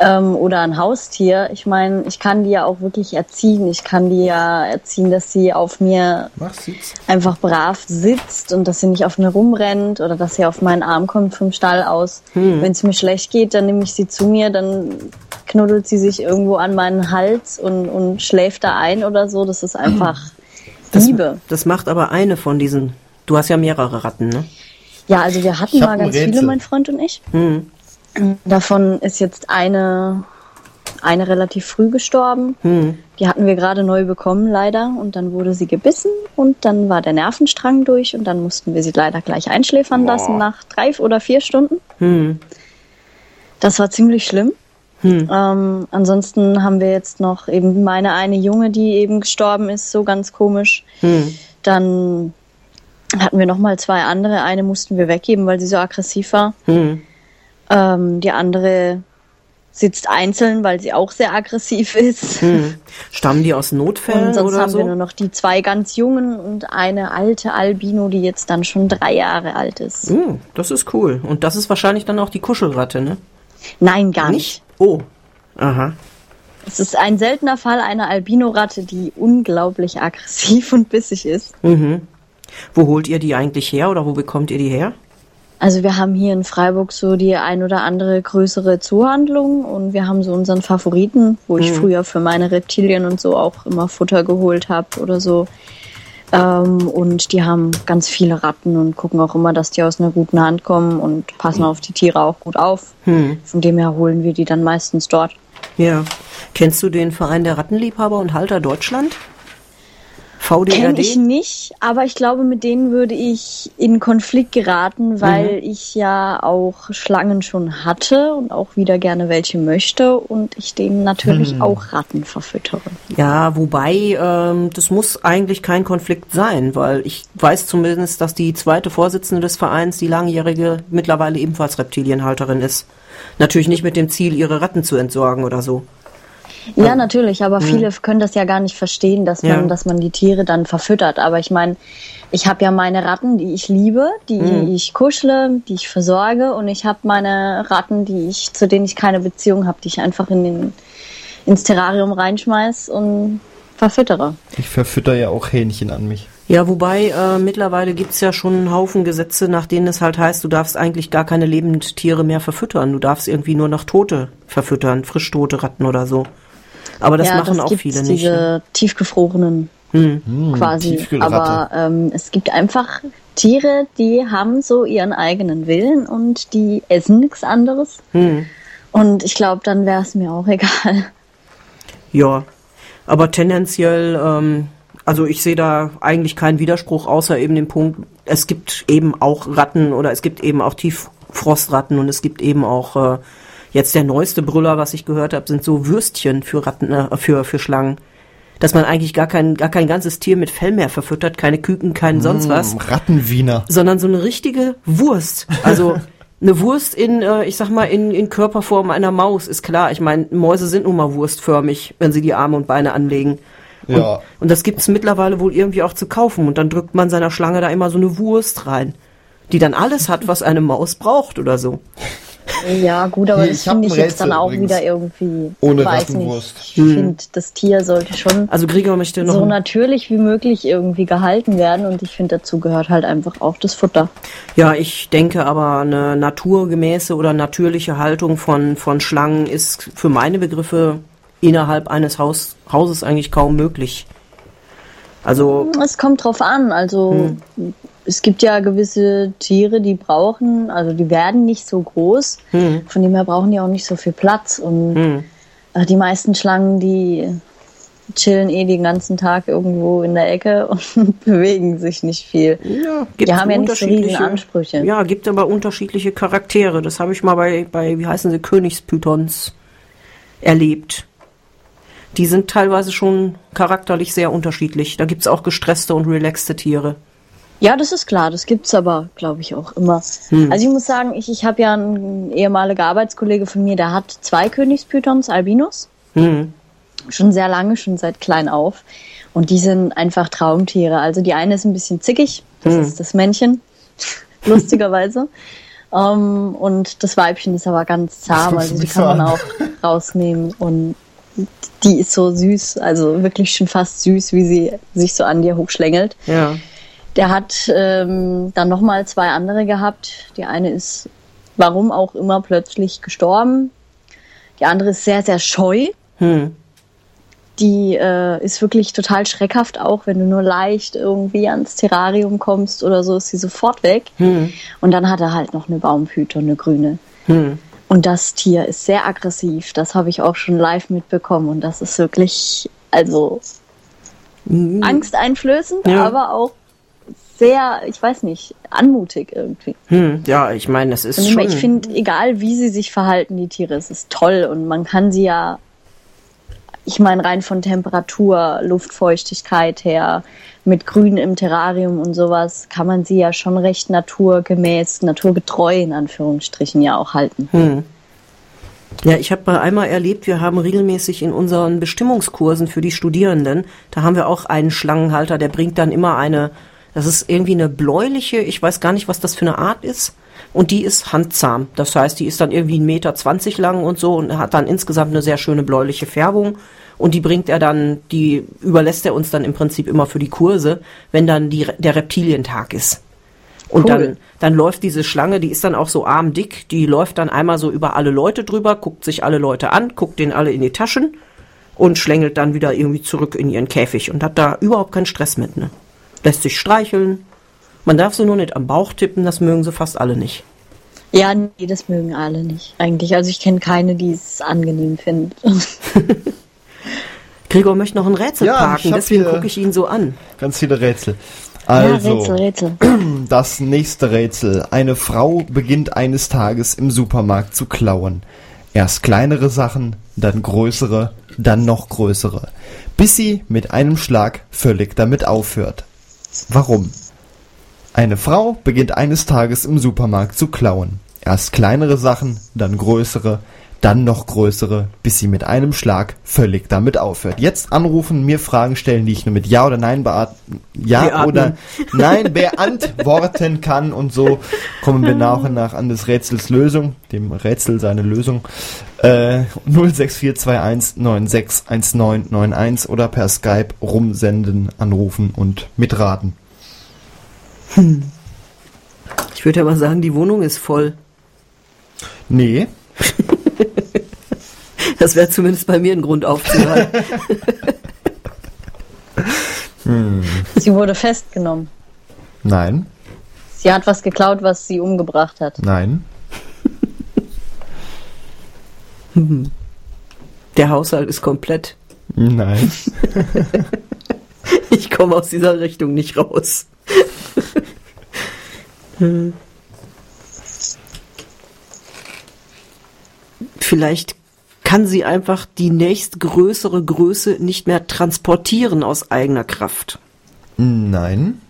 Speaker 3: ähm, oder ein Haustier. Ich meine, ich kann die ja auch wirklich erziehen. Ich kann die ja erziehen, dass sie auf mir
Speaker 2: Mach sieht's.
Speaker 3: einfach brav sitzt und dass sie nicht auf mir rumrennt oder dass sie auf meinen Arm kommt vom Stall aus. Wenn es mir schlecht geht, dann nehme ich sie zu mir, dann knuddelt sie sich irgendwo an meinen Hals und, und schläft da ein oder so. Das ist einfach Liebe.
Speaker 1: Das macht aber eine von diesen. Du hast ja mehrere Ratten, ne?
Speaker 3: Ja, also wir hatten
Speaker 2: Ich hab
Speaker 3: mal
Speaker 2: ein
Speaker 3: ganz
Speaker 2: Rätsel.
Speaker 3: viele, mein Freund und ich.
Speaker 1: Hm.
Speaker 3: Davon ist jetzt eine, eine relativ früh gestorben.
Speaker 1: Hm.
Speaker 3: Die hatten wir gerade neu bekommen, leider. Und dann wurde sie gebissen und dann war der Nervenstrang durch und dann mussten wir sie leider gleich einschläfern lassen nach drei oder vier Stunden.
Speaker 1: Hm.
Speaker 3: Das war ziemlich schlimm.
Speaker 1: Hm.
Speaker 3: Ähm, ansonsten haben wir jetzt noch eben meine eine Junge, die eben gestorben ist, so ganz komisch.
Speaker 1: Hm.
Speaker 3: Dann hatten wir noch mal zwei andere. Eine mussten wir weggeben, weil sie so aggressiv war.
Speaker 1: Hm.
Speaker 3: Ähm, die andere sitzt einzeln, weil sie auch sehr aggressiv ist.
Speaker 1: Hm. Stammen die aus Notfällen
Speaker 3: Und sonst
Speaker 1: oder
Speaker 3: haben
Speaker 1: so?
Speaker 3: wir nur noch die zwei ganz jungen und eine alte Albino, die jetzt dann schon drei Jahre alt ist.
Speaker 1: Hm, das ist cool. Und das ist wahrscheinlich dann auch die Kuschelratte, ne?
Speaker 3: Nein, gar nicht.
Speaker 1: Oh. Aha.
Speaker 3: Es ist ein seltener Fall einer Albino-Ratte, die unglaublich aggressiv und bissig ist.
Speaker 1: Mhm. Wo holt ihr die eigentlich her oder wo bekommt ihr die her?
Speaker 3: Also wir haben hier in Freiburg so die ein oder andere größere Zuhandlung und wir haben so unseren Favoriten, wo ich früher für meine Reptilien und so auch immer Futter geholt habe oder so. Ähm, und die haben ganz viele Ratten und gucken auch immer, dass die aus einer guten Hand kommen und passen auf die Tiere auch gut auf. Von dem her holen wir die dann meistens dort.
Speaker 1: Ja. Kennst du den Verein der Rattenliebhaber und Halter Deutschland?
Speaker 3: Kenne ich
Speaker 1: VDRD?
Speaker 3: nicht, aber ich glaube, mit denen würde ich in Konflikt geraten, weil ich ja auch Schlangen schon hatte und auch wieder gerne welche möchte und ich denen natürlich auch Ratten verfüttere.
Speaker 1: Ja, wobei, ähm, das muss eigentlich kein Konflikt sein, weil ich weiß zumindest, dass die zweite Vorsitzende des Vereins, die langjährige, mittlerweile ebenfalls Reptilienhalterin ist. Natürlich nicht mit dem Ziel, ihre Ratten zu entsorgen oder so.
Speaker 3: Ja, natürlich, aber viele können das ja gar nicht verstehen, dass man,
Speaker 1: Ja.
Speaker 3: dass man die Tiere dann verfüttert. Aber ich meine, ich habe ja meine Ratten, die ich liebe, die ich kuschle, die ich versorge und ich habe meine Ratten, die ich, zu denen ich keine Beziehung habe, die ich einfach in den, ins Terrarium reinschmeiß und verfüttere.
Speaker 2: Ich verfütter ja auch Hähnchen an mich.
Speaker 1: Ja, wobei äh, mittlerweile gibt's ja schon einen Haufen Gesetze, nach denen es halt heißt, du darfst eigentlich gar keine Lebendtiere mehr verfüttern. Du darfst irgendwie nur noch Tote verfüttern, frisch tote Ratten oder so. Aber das
Speaker 3: ja,
Speaker 1: machen
Speaker 3: das
Speaker 1: auch
Speaker 3: gibt's,
Speaker 1: viele nicht. ne? Hm.
Speaker 3: diese tiefgefrorenen
Speaker 2: Hm,
Speaker 3: quasi.
Speaker 2: Tiefkühlratte.
Speaker 3: Aber ähm, es gibt einfach Tiere, die haben so ihren eigenen Willen und die essen nichts anderes.
Speaker 1: Hm.
Speaker 3: Und ich glaube, dann wäre es mir auch egal.
Speaker 1: Ja, aber tendenziell, ähm, also ich sehe da eigentlich keinen Widerspruch, außer eben den Punkt, es gibt eben auch Ratten oder es gibt eben auch Tieffrostratten und es gibt eben auch äh, jetzt der neueste Brüller, was ich gehört habe, sind so Würstchen für Ratten, äh, für für Schlangen, dass man eigentlich gar kein gar kein ganzes Tier mit Fell mehr verfüttert, keine Küken, kein sonst was,
Speaker 2: Hm, Rattenwiener.
Speaker 1: sondern so eine richtige Wurst. Also eine Wurst in, äh, ich sag mal, in, in Körperform einer Maus, ist klar. Ich meine, Mäuse sind nun mal wurstförmig, wenn sie die Arme und Beine anlegen.
Speaker 2: Ja.
Speaker 1: Und das gibt's mittlerweile wohl irgendwie auch zu kaufen. Und dann drückt man seiner Schlange da immer so eine Wurst rein, die dann alles hat, was eine Maus braucht oder so.
Speaker 3: Ja, gut, aber
Speaker 2: Hier,
Speaker 3: das
Speaker 2: ich hab
Speaker 3: finde
Speaker 2: ein
Speaker 3: ich jetzt
Speaker 2: Rätsel
Speaker 3: dann auch
Speaker 2: übrigens.
Speaker 3: wieder irgendwie.
Speaker 2: Ohne
Speaker 3: weiß
Speaker 2: Rassenwurst.
Speaker 3: nicht. Ich finde, das Tier sollte schon
Speaker 1: Hm. Also Gregor möchte noch
Speaker 3: so
Speaker 1: ein-
Speaker 3: natürlich wie möglich irgendwie gehalten werden und ich finde, dazu gehört halt einfach auch das Futter.
Speaker 1: Ja, ich denke aber, eine naturgemäße oder natürliche Haltung von, von Schlangen ist für meine Begriffe innerhalb eines Haus, Hauses eigentlich kaum möglich. Also,
Speaker 3: Es kommt drauf an, also
Speaker 1: Hm.
Speaker 3: es gibt ja gewisse Tiere, die brauchen, also die werden nicht so groß,
Speaker 1: Hm.
Speaker 3: von dem her brauchen die auch nicht so viel Platz und äh, die meisten Schlangen, die chillen eh den ganzen Tag irgendwo in der Ecke und bewegen sich nicht viel.
Speaker 1: ja,
Speaker 3: Die haben ja nicht so riesen Ansprüche.
Speaker 1: Ja, gibt aber unterschiedliche Charaktere. Das habe ich mal bei, bei, wie heißen sie, Königspythons erlebt. Die sind teilweise schon charakterlich sehr unterschiedlich. Da gibt's auch gestresste und relaxte Tiere.
Speaker 3: Ja, das ist klar, das gibt's aber, glaube ich, auch immer. Also ich muss sagen, ich, ich habe ja einen ehemaliger Arbeitskollege von mir, der hat zwei Königspythons, Albinos,
Speaker 1: Hm.
Speaker 3: schon sehr lange, schon seit klein auf. Und die sind einfach Traumtiere. Also die eine ist ein bisschen zickig, das ist das Männchen, lustigerweise. Ähm, und das Weibchen ist aber ganz zahm, also die kann man auch rausnehmen. Und die ist so süß, also wirklich schon fast süß, wie sie sich so an dir hochschlängelt.
Speaker 1: Ja.
Speaker 3: Der hat ähm, dann nochmal zwei andere gehabt. Die eine ist, warum auch immer, plötzlich gestorben. Die andere ist sehr, sehr scheu.
Speaker 1: Hm.
Speaker 3: Die äh, ist wirklich total schreckhaft auch, wenn du nur leicht irgendwie ans Terrarium kommst oder so, ist sie sofort weg.
Speaker 1: Hm.
Speaker 3: Und dann hat er halt noch eine Baumpython, eine grüne.
Speaker 1: Hm.
Speaker 3: Und das Tier ist sehr aggressiv. Das habe ich auch schon live mitbekommen. Und das ist wirklich, also angsteinflößend,
Speaker 1: Hm. Ja.
Speaker 3: aber auch sehr, ich weiß nicht, anmutig irgendwie.
Speaker 1: Hm. Ja, ich meine, das ist
Speaker 3: Und
Speaker 1: schon...
Speaker 3: ich finde, egal wie sie sich verhalten, die Tiere, es ist toll. Und man kann sie ja, ich meine, rein von Temperatur, Luftfeuchtigkeit her, mit Grün im Terrarium und sowas, kann man sie ja schon recht naturgemäß, naturgetreu in Anführungsstrichen ja auch halten.
Speaker 1: Ja, ich habe mal einmal erlebt, wir haben regelmäßig in unseren Bestimmungskursen für die Studierenden, da haben wir auch einen Schlangenhalter, der bringt dann immer eine, das ist irgendwie eine bläuliche, ich weiß gar nicht, was das für eine Art ist, und die ist handzahm. Das heißt, die ist dann irgendwie 1,20 Meter lang und so und hat dann insgesamt eine sehr schöne bläuliche Färbung. Und die bringt er dann, die überlässt er uns dann im Prinzip immer für die Kurse, wenn dann die, der Reptilientag ist. Und
Speaker 3: Cool.
Speaker 1: dann, dann läuft diese Schlange, die ist dann auch so armdick, die läuft dann einmal so über alle Leute drüber, guckt sich alle Leute an, guckt denen alle in die Taschen und schlängelt dann wieder irgendwie zurück in ihren Käfig und hat da überhaupt keinen Stress mit. Ne? Lässt sich streicheln. Man darf sie nur nicht am Bauch tippen, das mögen sie fast alle nicht.
Speaker 3: Ja, nee, das mögen alle nicht eigentlich. Also ich kenne keine, die es angenehm findet.
Speaker 1: Gregor möchte noch ein Rätsel
Speaker 2: Ja, ich
Speaker 1: parken,
Speaker 2: hab
Speaker 1: deswegen
Speaker 2: hier-
Speaker 1: gucke ich ihn so an.
Speaker 2: Ganz viele Rätsel. Also,
Speaker 3: ja, Rätsel, Rätsel.
Speaker 2: das nächste Rätsel. Eine Frau beginnt eines Tages im Supermarkt zu klauen. Erst kleinere Sachen, dann größere, dann noch größere. Bis sie mit einem Schlag völlig damit aufhört. Warum? Eine Frau beginnt eines Tages im Supermarkt zu klauen. Erst kleinere Sachen, dann größere, dann noch größere, bis sie mit einem Schlag völlig damit aufhört. Jetzt anrufen, mir Fragen stellen, die ich nur mit Ja oder Nein beantworten, ja
Speaker 1: Beatmen.
Speaker 2: oder Nein beantworten kann. Und so kommen wir nach und nach an des Rätsels Lösung, dem Rätsel seine Lösung. Äh, 06421961991 oder per Skype rumsenden, anrufen und mitraten.
Speaker 1: Ich würde aber sagen, die Wohnung ist voll.
Speaker 2: Nee.
Speaker 1: Das wäre zumindest bei mir ein Grund aufzuhören.
Speaker 3: Sie wurde festgenommen.
Speaker 2: Nein,
Speaker 3: Sie hat was geklaut, was sie umgebracht hat.
Speaker 2: nein,
Speaker 1: Der Haushalt ist komplett.
Speaker 2: nein.
Speaker 1: Ich komme aus dieser Richtung nicht raus. Hm. Vielleicht kann sie einfach die nächstgrößere Größe nicht mehr transportieren aus eigener Kraft.
Speaker 2: Nein.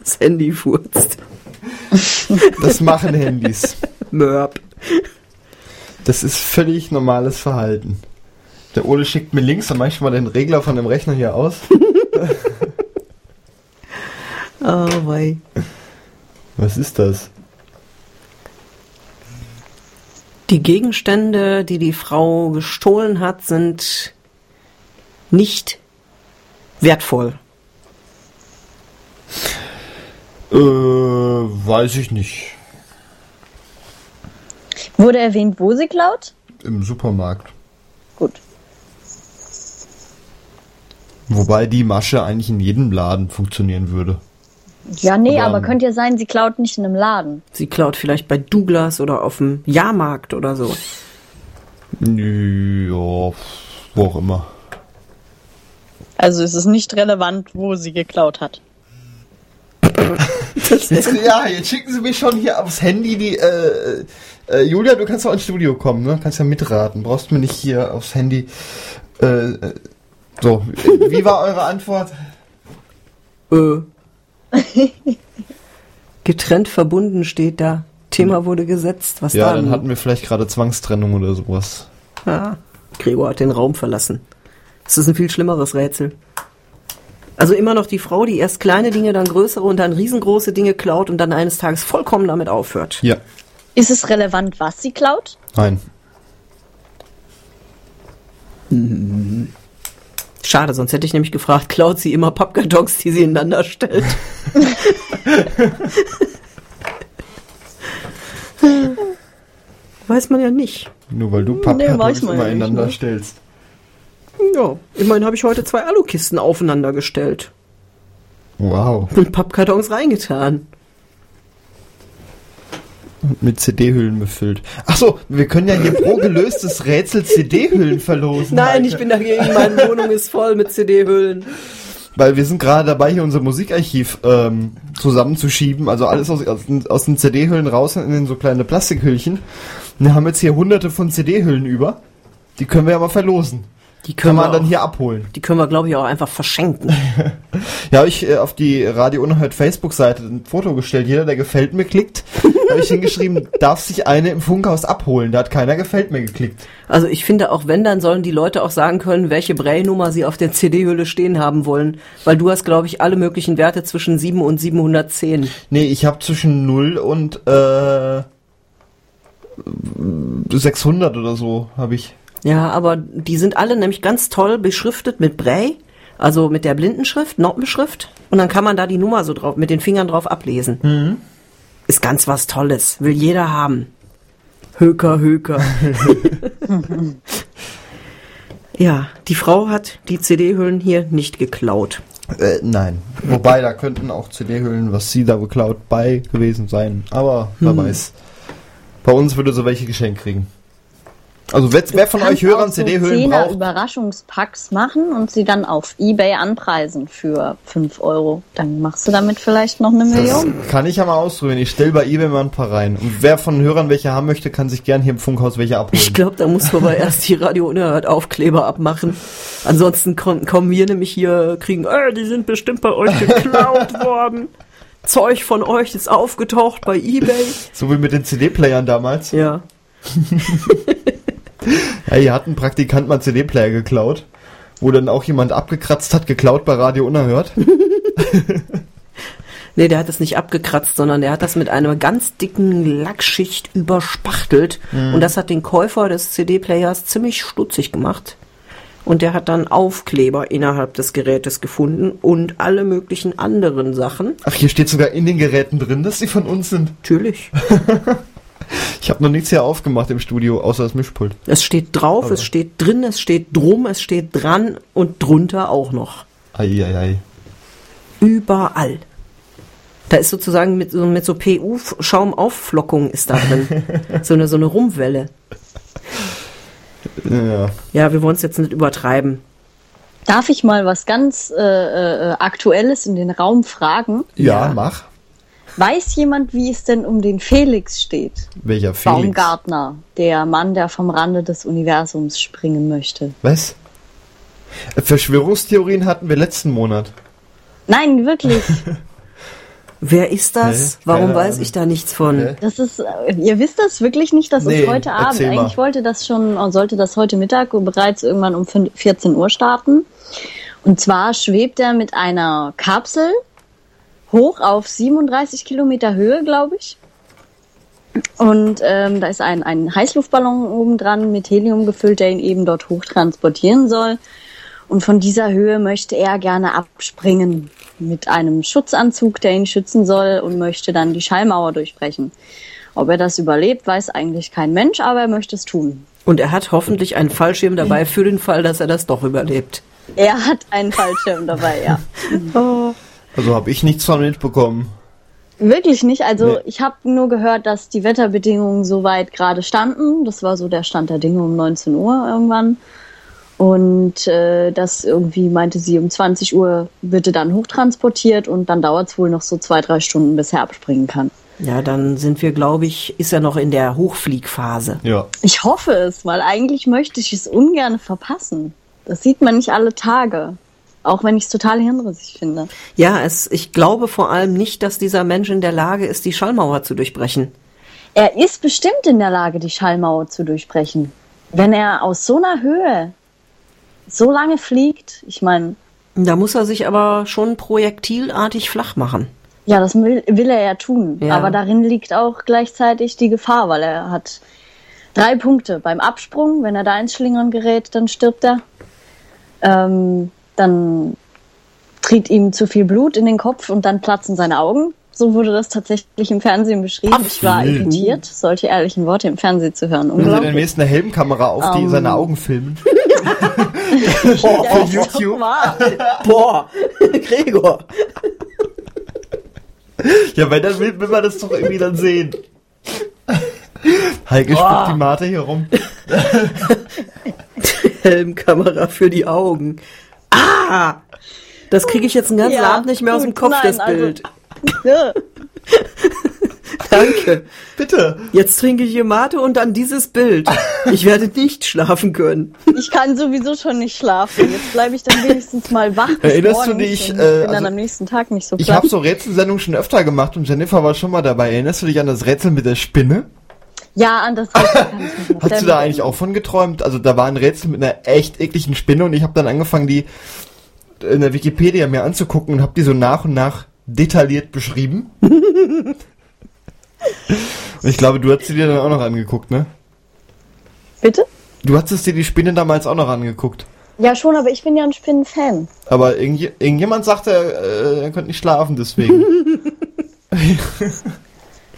Speaker 1: Das Handy furzt.
Speaker 2: Das machen Handys.
Speaker 1: Mörb.
Speaker 2: Das ist völlig normales Verhalten. Der Ole schickt mir links dann manchmal den Regler von dem Rechner hier aus.
Speaker 1: Oh, wei.
Speaker 2: Was ist das?
Speaker 1: Die Gegenstände, die die Frau gestohlen hat, sind nicht wertvoll.
Speaker 2: Äh, weiß ich nicht.
Speaker 3: Wurde erwähnt, wo sie klaut?
Speaker 2: Im Supermarkt.
Speaker 3: Gut.
Speaker 2: Wobei die Masche eigentlich in jedem Laden funktionieren würde.
Speaker 3: Ja, nee,
Speaker 2: Aber,
Speaker 3: aber,
Speaker 2: ähm,
Speaker 3: könnte ja sein, sie klaut nicht in einem Laden.
Speaker 1: Sie klaut vielleicht bei Douglas oder auf dem Jahrmarkt oder so.
Speaker 2: Ja, wo auch immer.
Speaker 3: Also es ist nicht relevant, wo sie geklaut hat.
Speaker 2: Jetzt, ja, jetzt schicken Sie mir schon hier aufs Handy die. Äh, äh, Julia, du kannst auch ins Studio kommen, ne? Kannst ja mitraten. Brauchst mir nicht hier aufs Handy. Äh, äh, so, wie war eure Antwort?
Speaker 1: Äh. Getrennt verbunden steht da. Thema wurde gesetzt. Was
Speaker 2: Ja,
Speaker 1: da?
Speaker 2: dann hatten wir vielleicht gerade Zwangstrennung oder sowas.
Speaker 1: Ah, Gregor hat den Raum verlassen. Das ist ein viel schlimmeres Rätsel. Also immer noch die Frau, die erst kleine Dinge, dann größere und dann riesengroße Dinge klaut und dann eines Tages vollkommen damit aufhört.
Speaker 2: Ja,
Speaker 3: Ist es relevant, was sie klaut?
Speaker 2: nein.
Speaker 1: Schade, sonst hätte ich nämlich gefragt, klaut sie immer Pappkartons, die sie ineinander stellt? Weiß man ja nicht.
Speaker 2: Nur weil du
Speaker 3: nee,
Speaker 2: Pappkartons
Speaker 3: weiß man
Speaker 2: immer
Speaker 3: ja nicht,
Speaker 2: ineinander
Speaker 3: ne?
Speaker 2: stellst.
Speaker 1: Ja, immerhin habe ich heute zwei Alukisten aufeinander gestellt
Speaker 2: Wow.
Speaker 1: und Pappkartons reingetan.
Speaker 2: Mit CD-Hüllen befüllt. Achso, wir können ja hier pro gelöstes Rätsel CD-Hüllen verlosen.
Speaker 1: Nein,
Speaker 2: Maike.
Speaker 1: ich bin dagegen. Meine Wohnung ist voll mit CD-Hüllen.
Speaker 2: Weil wir sind gerade dabei, hier unser Musikarchiv ähm, zusammenzuschieben. Also alles aus, aus, den- aus den CD-Hüllen raus und in so kleine Plastikhüllchen. Und wir haben jetzt hier hunderte von CD-Hüllen über. Die können wir ja mal verlosen.
Speaker 1: Die
Speaker 2: Kann
Speaker 1: können,
Speaker 2: man
Speaker 1: wir
Speaker 2: dann
Speaker 1: auch,
Speaker 2: hier abholen.
Speaker 1: die können wir, glaube ich, auch einfach verschenken.
Speaker 2: Ja, hab ich äh, auf die Radio Unerhört Facebook-Seite ein Foto gestellt. Jeder, der gefällt mir klickt, habe ich hingeschrieben, darf sich eine im Funkhaus abholen. Da hat keiner gefällt mir geklickt.
Speaker 1: Also ich finde, auch wenn, dann sollen die Leute auch sagen können, welche Braille-Nummer sie auf der CD-Hülle stehen haben wollen. Weil du hast, glaube ich, alle möglichen Werte zwischen 7 und 710.
Speaker 2: Nee, ich habe zwischen 0 und äh, 600 oder so habe ich.
Speaker 1: Ja, aber die sind alle nämlich ganz toll beschriftet mit Braille, also mit der Blindenschrift, Noppenschrift. Und dann kann man da die Nummer so drauf, mit den Fingern drauf ablesen. Ist ganz was Tolles. Will jeder haben. Höker, Höker. ja, die Frau hat die CD-Hüllen hier nicht geklaut.
Speaker 2: Äh, nein. Wobei, da könnten auch CD-Hüllen, was sie da geklaut, bei gewesen sein. Aber wer
Speaker 3: Hm.
Speaker 2: weiß. Bei uns würde so welche geschenkt kriegen. Also wer, wer von euch
Speaker 3: Kannst
Speaker 2: Hörern
Speaker 3: auch so
Speaker 2: CD-Hüllen
Speaker 3: Zehner
Speaker 2: braucht,
Speaker 3: Überraschungspacks machen und sie dann auf Ebay anpreisen für 5 Euro. Dann machst du damit vielleicht noch eine
Speaker 2: das
Speaker 3: Million.
Speaker 2: kann ich ja mal ausprobieren. Ich stelle bei eBay mal ein paar rein. Und wer von Hörern welche haben möchte, kann sich gern hier im Funkhaus welche
Speaker 1: Ich
Speaker 2: abholen.
Speaker 1: glaube, da muss man aber erst die Radio Unerhört Aufkleber abmachen. Ansonsten kon- kommen wir nämlich hier, kriegen, äh, die sind bestimmt bei euch geklaut worden. Zeug von euch ist aufgetaucht bei Ebay.
Speaker 2: So wie mit den CD-Playern damals.
Speaker 1: Ja.
Speaker 2: Ja, hier hat ein Praktikant mal einen CD-Player geklaut. Wo dann auch jemand abgekratzt hat, geklaut bei Radio Unerhört.
Speaker 3: Mhm.
Speaker 1: Nee, der hat das nicht abgekratzt, sondern der hat das mit einer ganz dicken Lackschicht überspachtelt. Und das hat den Käufer des CD-Players ziemlich stutzig gemacht. Und der hat dann Aufkleber innerhalb des Gerätes gefunden und alle möglichen anderen Sachen.
Speaker 2: Ach, hier steht sogar in den Geräten drin, dass die von uns sind.
Speaker 1: Natürlich.
Speaker 2: Ich habe noch nichts hier aufgemacht im Studio, außer das Mischpult.
Speaker 1: Es steht drauf, es steht drin, es steht drum, es steht dran und drunter auch noch.
Speaker 2: Eieiei. Ei, ei.
Speaker 1: Überall. Da ist sozusagen mit so, mit so PU-Schaumaufflockung ist da drin. so, eine, so eine Rumwelle.
Speaker 2: Ja.
Speaker 1: Ja, wir wollen es jetzt nicht übertreiben.
Speaker 3: Darf ich mal was ganz äh, äh, Aktuelles in den Raum fragen?
Speaker 2: ja,
Speaker 1: Ja.
Speaker 2: mach.
Speaker 3: Weiß jemand, wie es denn um den Felix steht?
Speaker 2: Welcher Felix?
Speaker 3: Baumgartner, der Mann, der vom Rande des Universums springen möchte.
Speaker 2: Was? Verschwörungstheorien hatten wir letzten Monat.
Speaker 3: Nein, wirklich.
Speaker 1: Wer ist das?
Speaker 2: Nee,
Speaker 1: Warum
Speaker 2: keine
Speaker 1: weiß
Speaker 2: Ahnung.
Speaker 1: ich da nichts von?
Speaker 2: Nee.
Speaker 3: Das ist, äh, ihr wisst das wirklich nicht, das
Speaker 2: Nee,
Speaker 3: ist heute Abend.
Speaker 2: erzähl mal.
Speaker 3: Eigentlich wollte das schon, äh, sollte das heute Mittag bereits irgendwann um fün- 14 Uhr starten. Und zwar schwebt er mit einer Kapsel hoch auf 37 Kilometer Höhe, glaube ich. Und ähm, da ist ein, ein Heißluftballon oben dran mit Helium gefüllt, der ihn eben dort hoch transportieren soll. Und von dieser Höhe möchte er gerne abspringen mit einem Schutzanzug, der ihn schützen soll und möchte dann die Schallmauer durchbrechen. Ob er das überlebt, weiß eigentlich kein Mensch, aber er möchte es tun.
Speaker 1: Und er hat hoffentlich einen Fallschirm dabei für den Fall, dass er das doch überlebt.
Speaker 3: Er hat einen Fallschirm dabei, ja.
Speaker 2: Also habe ich nichts von mitbekommen.
Speaker 3: Wirklich nicht. Also
Speaker 2: Nee.
Speaker 3: ich habe nur gehört, dass die Wetterbedingungen soweit gerade standen. Das war so der Stand der Dinge um 19 Uhr irgendwann. Und äh, das irgendwie meinte sie, um 20 Uhr wird er dann hochtransportiert und dann dauert es wohl noch so zwei, drei Stunden, bis er abspringen kann.
Speaker 1: Ja, dann sind wir, glaube ich, ist er noch in der Hochfliegphase.
Speaker 2: Ja.
Speaker 3: Ich hoffe es, weil eigentlich möchte ich es ungern verpassen. Das sieht man nicht alle Tage. Auch wenn ich es total hirnrissig finde.
Speaker 1: Ja, es, ich glaube vor allem nicht, dass dieser Mensch in der Lage ist, die Schallmauer zu durchbrechen.
Speaker 3: Er ist bestimmt in der Lage, die Schallmauer zu durchbrechen. Wenn er aus so einer Höhe so lange fliegt, ich meine,
Speaker 1: Da muss er sich aber schon projektilartig flach machen.
Speaker 3: ja, das will, will er ja tun.
Speaker 1: Ja.
Speaker 3: Aber darin liegt auch gleichzeitig die Gefahr, weil er hat drei Punkte beim Absprung. Wenn er da ins Schlingern gerät, dann stirbt er. Ähm, dann tritt ihm zu viel Blut in den Kopf und dann platzen seine Augen. So wurde das tatsächlich im Fernsehen beschrieben. Ich war
Speaker 2: Apfel.
Speaker 3: irritiert, solche ehrlichen Worte im Fernsehen zu hören.
Speaker 2: Wenn sie
Speaker 3: Unglaublich.
Speaker 2: dann wenigstens eine Helmkamera auf, die seine Augen filmen.
Speaker 3: Ja,
Speaker 2: auf
Speaker 3: ist doch
Speaker 2: YouTube.
Speaker 3: wahr.
Speaker 1: Boah, Gregor.
Speaker 2: Ja, weil dann will, will man das doch irgendwie dann sehen. Heike spuckt die Mate hier rum.
Speaker 1: Helmkamera für die Augen. Ah! Das kriege ich jetzt einen ganzen
Speaker 3: Ja,
Speaker 1: Abend nicht mehr aus dem
Speaker 3: gut,
Speaker 1: Kopf,
Speaker 3: nein,
Speaker 1: das
Speaker 3: also-
Speaker 1: Bild.
Speaker 3: Ja.
Speaker 1: Danke.
Speaker 2: Bitte.
Speaker 1: Jetzt trinke ich hier Mate und dann dieses Bild. Ich werde nicht schlafen können.
Speaker 3: Ich kann sowieso schon nicht schlafen. Jetzt bleibe ich dann wenigstens mal wach. bis
Speaker 2: Erinnerst du
Speaker 3: morgens
Speaker 2: dich,
Speaker 3: und
Speaker 2: äh,
Speaker 3: bin dann
Speaker 2: also-
Speaker 3: am nächsten Tag nicht so
Speaker 2: Ich
Speaker 3: platt.
Speaker 2: habe so Rätselsendungen schon öfter gemacht und Jennifer war schon mal dabei. Erinnerst du dich an das Rätsel mit der Spinne?
Speaker 3: Ja, an das Rätsel kann ich mich noch
Speaker 2: Hast du
Speaker 3: sehr
Speaker 2: da
Speaker 3: gut
Speaker 2: eigentlich auch von geträumt? Also da war ein Rätsel mit einer echt ekligen Spinne und ich habe dann angefangen, die in der Wikipedia mir anzugucken und habe die so nach und nach detailliert beschrieben. und ich glaube, du hast sie dir dann auch noch angeguckt, ne?
Speaker 3: erinnern. Bitte?
Speaker 2: Du hattest dir die Spinne damals auch noch angeguckt.
Speaker 3: Ja, schon, aber ich bin ja ein Spinnenfan.
Speaker 2: Aber irgendj irgendjemand sagte, äh, er könnte nicht schlafen deswegen.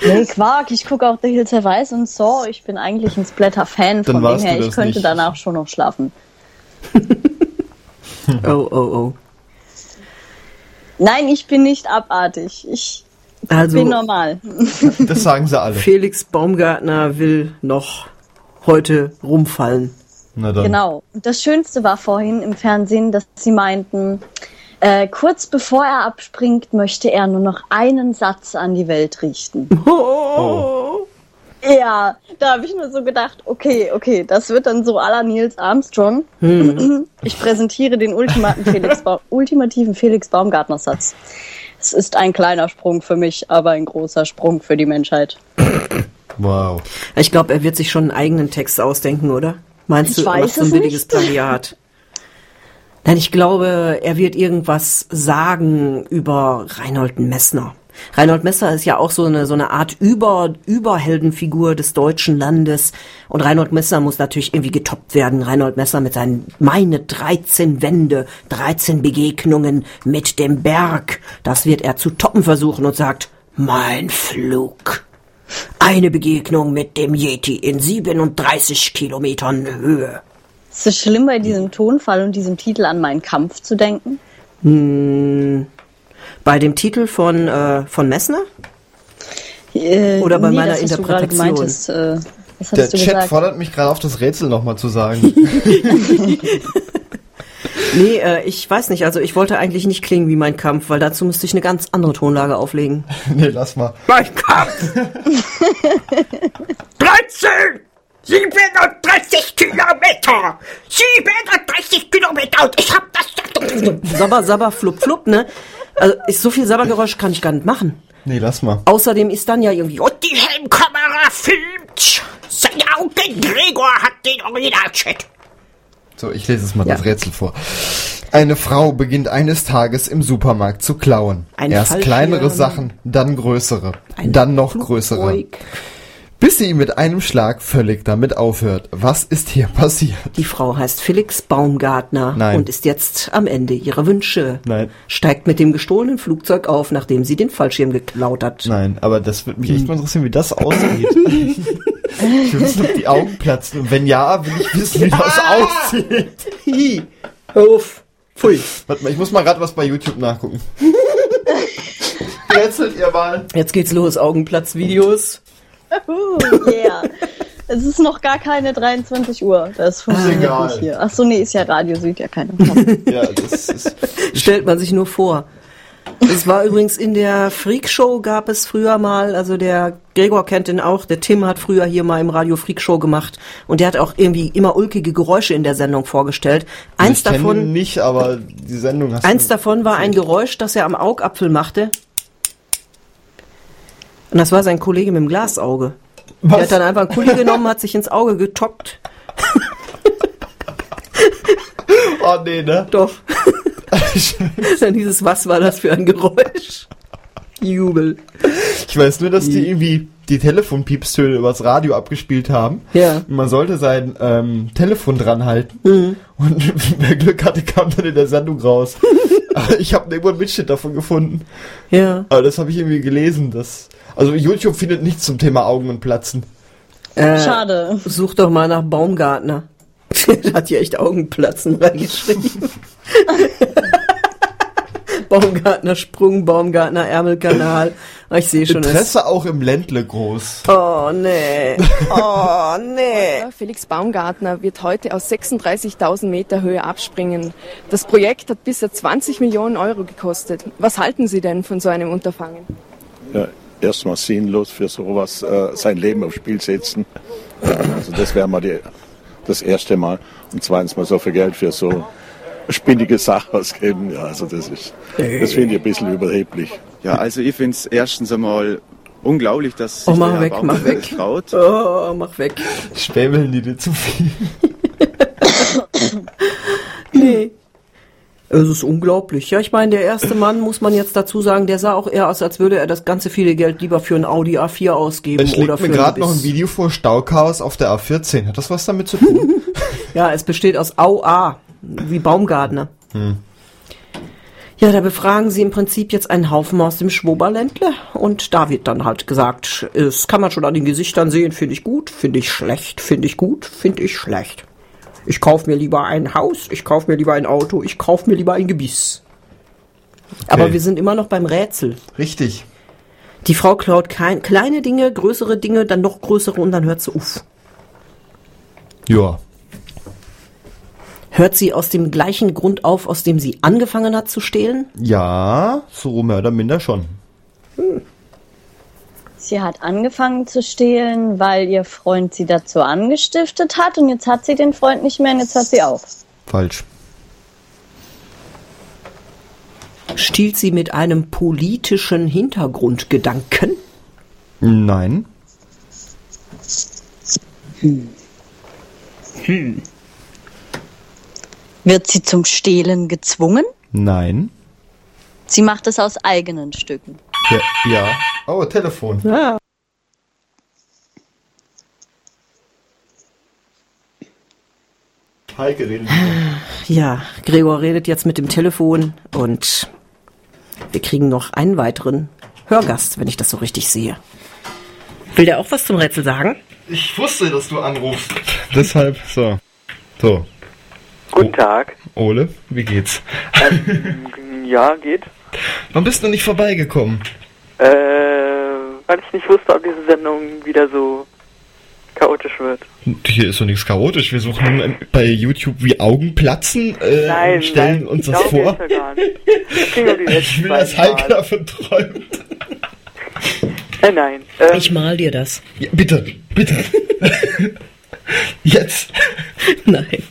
Speaker 3: Nee, Quark, ich gucke auch The Hills Have Eyes und Saw. Ich bin eigentlich ein Splatter-Fan. Von dem
Speaker 2: warst
Speaker 3: her,
Speaker 2: du
Speaker 3: ich
Speaker 2: das
Speaker 3: könnte
Speaker 2: nicht.
Speaker 3: danach schon noch schlafen.
Speaker 1: Oh, oh, oh.
Speaker 3: Nein, ich bin nicht abartig. Ich bin
Speaker 1: Also,
Speaker 3: normal.
Speaker 2: das sagen sie alle.
Speaker 1: Felix Baumgartner will noch heute rumfallen.
Speaker 2: Na dann.
Speaker 3: Genau. Und das Schönste war vorhin im Fernsehen, dass sie meinten, äh, kurz bevor er abspringt, möchte er nur noch einen Satz an die Welt richten.
Speaker 2: Oh.
Speaker 3: Ja, da habe ich mir so gedacht, okay, okay, das wird dann so à la Neils Armstrong. Ich präsentiere den ultimaten Felix ba ultimativen Felix Baumgartner-Satz. Es ist ein kleiner Sprung für mich, aber ein großer Sprung für die Menschheit.
Speaker 2: Wow.
Speaker 1: Ich glaube, er wird sich schon einen eigenen Text ausdenken, oder? Meinst
Speaker 3: Ich
Speaker 1: du, er macht
Speaker 3: weiß
Speaker 1: so ein
Speaker 3: es
Speaker 1: billiges
Speaker 3: nicht.
Speaker 1: Plagiat? Nein, ich glaube, er wird irgendwas sagen über Reinhold Messner. Reinhold Messner ist ja auch so eine, so eine Art Über, Überheldenfigur des deutschen Landes. Und Reinhold Messner muss natürlich irgendwie getoppt werden. Reinhold Messner mit seinen, meine 13 Wände, 13 Begegnungen mit dem Berg. Das wird er zu toppen versuchen und sagt, mein Flug. Eine Begegnung mit dem Yeti in 37 Kilometern Höhe.
Speaker 3: Ist es schlimm, bei diesem Tonfall und diesem Titel an meinen Kampf zu denken?
Speaker 1: Bei dem Titel von, äh, von Messner?
Speaker 3: Äh,
Speaker 1: Oder bei
Speaker 3: nee,
Speaker 1: meiner
Speaker 3: das, was du gerade
Speaker 1: Interpretation.
Speaker 3: gemeint hast, äh, was hast
Speaker 2: Der
Speaker 3: du
Speaker 2: Chat
Speaker 3: gesagt?
Speaker 2: fordert mich gerade auf, das Rätsel nochmal zu sagen.
Speaker 1: Nee, äh, ich weiß nicht. Also ich wollte eigentlich nicht klingen wie mein Kampf, weil dazu müsste ich eine ganz andere Tonlage auflegen.
Speaker 2: nee, lass mal.
Speaker 1: Mein Kampf!
Speaker 5: 13! 37 Kilometer! 37 Kilometer und ich hab das
Speaker 1: Also Sabber, sabber, flup, flup, ne? Also ich, so viel Sabbergeräusch kann ich gar nicht machen.
Speaker 2: Nee, lass mal.
Speaker 1: Außerdem ist dann ja irgendwie...
Speaker 5: Und die Helmkamera filmt! Seine Augen, Gregor hat den Originalchat!
Speaker 2: So, ich lese jetzt mal
Speaker 1: Ja.
Speaker 2: das Rätsel vor. Eine Frau beginnt eines Tages im Supermarkt zu klauen.
Speaker 1: Ein
Speaker 2: Erst
Speaker 1: Fallschirm.
Speaker 2: kleinere Sachen, dann größere, dann noch größere.
Speaker 1: Ruhig.
Speaker 2: Bis sie mit einem Schlag völlig damit aufhört. Was ist hier passiert?
Speaker 1: Die Frau heißt Felix Baumgartner
Speaker 2: Nein.
Speaker 1: und ist jetzt am Ende ihrer Wünsche.
Speaker 2: Nein.
Speaker 1: Steigt mit dem gestohlenen Flugzeug auf, nachdem sie den Fallschirm geklaut hat.
Speaker 2: Nein, aber das würde mich echt mal interessieren, wie das aussieht. ich will wissen, ob die Augen platzen. Und wenn ja, will ich wissen, wie das
Speaker 1: Ah!
Speaker 2: aussieht.
Speaker 1: Hi. Hör auf. Pfui.
Speaker 2: Warte mal, ich muss mal gerade was bei YouTube nachgucken. Rätselt ihr mal.
Speaker 1: Jetzt geht's los, Augenplatzvideos.
Speaker 3: Uh, yeah. es ist noch gar keine 23 Uhr. Das funktioniert
Speaker 2: egal.
Speaker 3: nicht hier. Ach so, nee, ist ja Radio Süd, ja keine.
Speaker 2: Ja, das ist.
Speaker 1: Stellt man sich nur vor. Es war übrigens in der Freakshow gab es früher mal, also der Gregor kennt den auch, der Tim hat früher hier mal im Radio Freakshow gemacht und der hat auch irgendwie immer ulkige Geräusche in der Sendung vorgestellt. Eins
Speaker 2: ich kenn ihn
Speaker 1: davon,
Speaker 2: nicht, aber die Sendung hast
Speaker 1: Eins
Speaker 2: du.
Speaker 1: davon war ein Geräusch, das er am Augapfel machte. Und das war sein Kollege mit dem Glasauge. Der hat dann einfach einen Kuli genommen, hat sich ins Auge getoppt.
Speaker 2: Oh nee, ne?
Speaker 1: Doch. dann dieses, was war das für ein Geräusch? Jubel.
Speaker 2: Ich weiß nur, dass die irgendwie die Telefonpiepstöne übers Radio abgespielt haben.
Speaker 1: Ja.
Speaker 2: Und man sollte sein ähm, Telefon dran halten. Und wer Glück hatte, kam dann in der Sendung raus. Aber ich habe irgendwo ein Mitschnitt davon gefunden.
Speaker 1: Ja.
Speaker 2: Aber das habe ich irgendwie gelesen. Dass, also YouTube findet nichts zum Thema Augen und Platzen.
Speaker 1: Äh.
Speaker 3: Schade.
Speaker 1: Such doch mal nach Baumgartner. Der hat hier echt Augenplatzen reingeschrieben. Baumgartner Sprung, Baumgartner Ärmelkanal. Ah, Ich sehe schon, es
Speaker 2: Interesse auch im Ländle groß.
Speaker 1: Oh nee. Oh nee.
Speaker 6: Äh, Felix Baumgartner wird heute aus 36.000 Meter Höhe abspringen. Das Projekt hat bisher 20 Millionen Euro gekostet. Was halten Sie denn von so einem Unterfangen?
Speaker 7: Ja, erstmal sinnlos für sowas äh, sein Leben aufs Spiel setzen. Ja, also das wäre mal die, das erste Mal. Und zweitens mal so viel Geld für so spinnige Sachen ausgeben. Ja, also das ist, das finde ich ein bisschen überheblich.
Speaker 8: Ja, also ich finde es erstens einmal unglaublich, dass
Speaker 1: Oh,
Speaker 8: sich
Speaker 1: mach
Speaker 8: der Herr
Speaker 1: weg,
Speaker 8: Baumgartner
Speaker 1: mach weg.
Speaker 8: das traut.
Speaker 1: Oh, mach weg.
Speaker 2: Schwäbeln die dir zu viel.
Speaker 1: Es ist unglaublich. Ja, ich meine, der erste Mann, muss man jetzt dazu sagen, der sah auch eher aus, als würde er das ganze viele Geld lieber für einen Audi A4 ausgeben
Speaker 2: Ich
Speaker 1: oder
Speaker 2: leg
Speaker 1: für
Speaker 2: mir gerade noch ein
Speaker 1: Biss.
Speaker 2: Video vor Stauchaos auf der A14. Hat das was damit zu tun?
Speaker 1: Ja, es besteht aus AUA, wie Baumgartner. Ja, da befragen sie im Prinzip jetzt einen Haufen aus dem Schwoberländle und da wird dann halt gesagt, es kann man schon an den Gesichtern sehen, finde ich gut, finde ich schlecht, finde ich gut, finde ich schlecht. Ich kauf mir lieber ein Haus, ich kauf mir lieber ein Auto, ich kauf mir lieber ein Gebiss. Aber wir sind immer noch beim Rätsel.
Speaker 2: Richtig.
Speaker 1: Die Frau klaut kein, kleine Dinge, größere Dinge, dann noch größere und dann hört sie uff.
Speaker 2: Ja.
Speaker 1: Hört sie aus dem gleichen Grund auf, aus dem sie angefangen hat zu stehlen?
Speaker 2: Ja, so mehr oder minder schon.
Speaker 3: Sie hat angefangen zu stehlen, weil ihr Freund sie dazu angestiftet hat und jetzt hat sie den Freund nicht mehr und jetzt hört sie auf.
Speaker 2: Falsch.
Speaker 1: Stiehlt sie mit einem politischen Hintergrundgedanken?
Speaker 2: Nein.
Speaker 3: Wird sie zum Stehlen gezwungen?
Speaker 2: Nein.
Speaker 3: Sie macht es aus eigenen Stücken.
Speaker 2: Ja. ja. Oh, Telefon. Heike redet.
Speaker 1: Ja, Gregor redet jetzt mit dem Telefon und wir kriegen noch einen weiteren Hörgast, wenn ich das so richtig sehe. Will der auch was zum Rätsel sagen?
Speaker 2: Ich wusste, dass du anrufst. Deshalb, so. So,
Speaker 9: Guten Tag.
Speaker 2: Ole, wie geht's?
Speaker 9: Ja, geht.
Speaker 2: Wann bist du nicht vorbeigekommen?
Speaker 9: Äh, weil ich nicht wusste, ob diese Sendung wieder so chaotisch wird.
Speaker 2: Hier ist so nichts chaotisch. Wir suchen bei YouTube wie Augen platzen, äh,
Speaker 9: Nein,
Speaker 2: stellen
Speaker 9: nein,
Speaker 2: uns
Speaker 9: ich
Speaker 2: das
Speaker 9: glaube,
Speaker 2: vor.
Speaker 9: das Ja gar nicht. Das ging um die
Speaker 2: Ich
Speaker 9: letzten
Speaker 2: will, dass
Speaker 9: beiden
Speaker 2: Heike
Speaker 9: Mal.
Speaker 2: davon träumt.
Speaker 9: Äh, nein. Ähm,
Speaker 1: Ich mal dir das.
Speaker 2: Ja, bitte, bitte. Jetzt.
Speaker 1: Nein.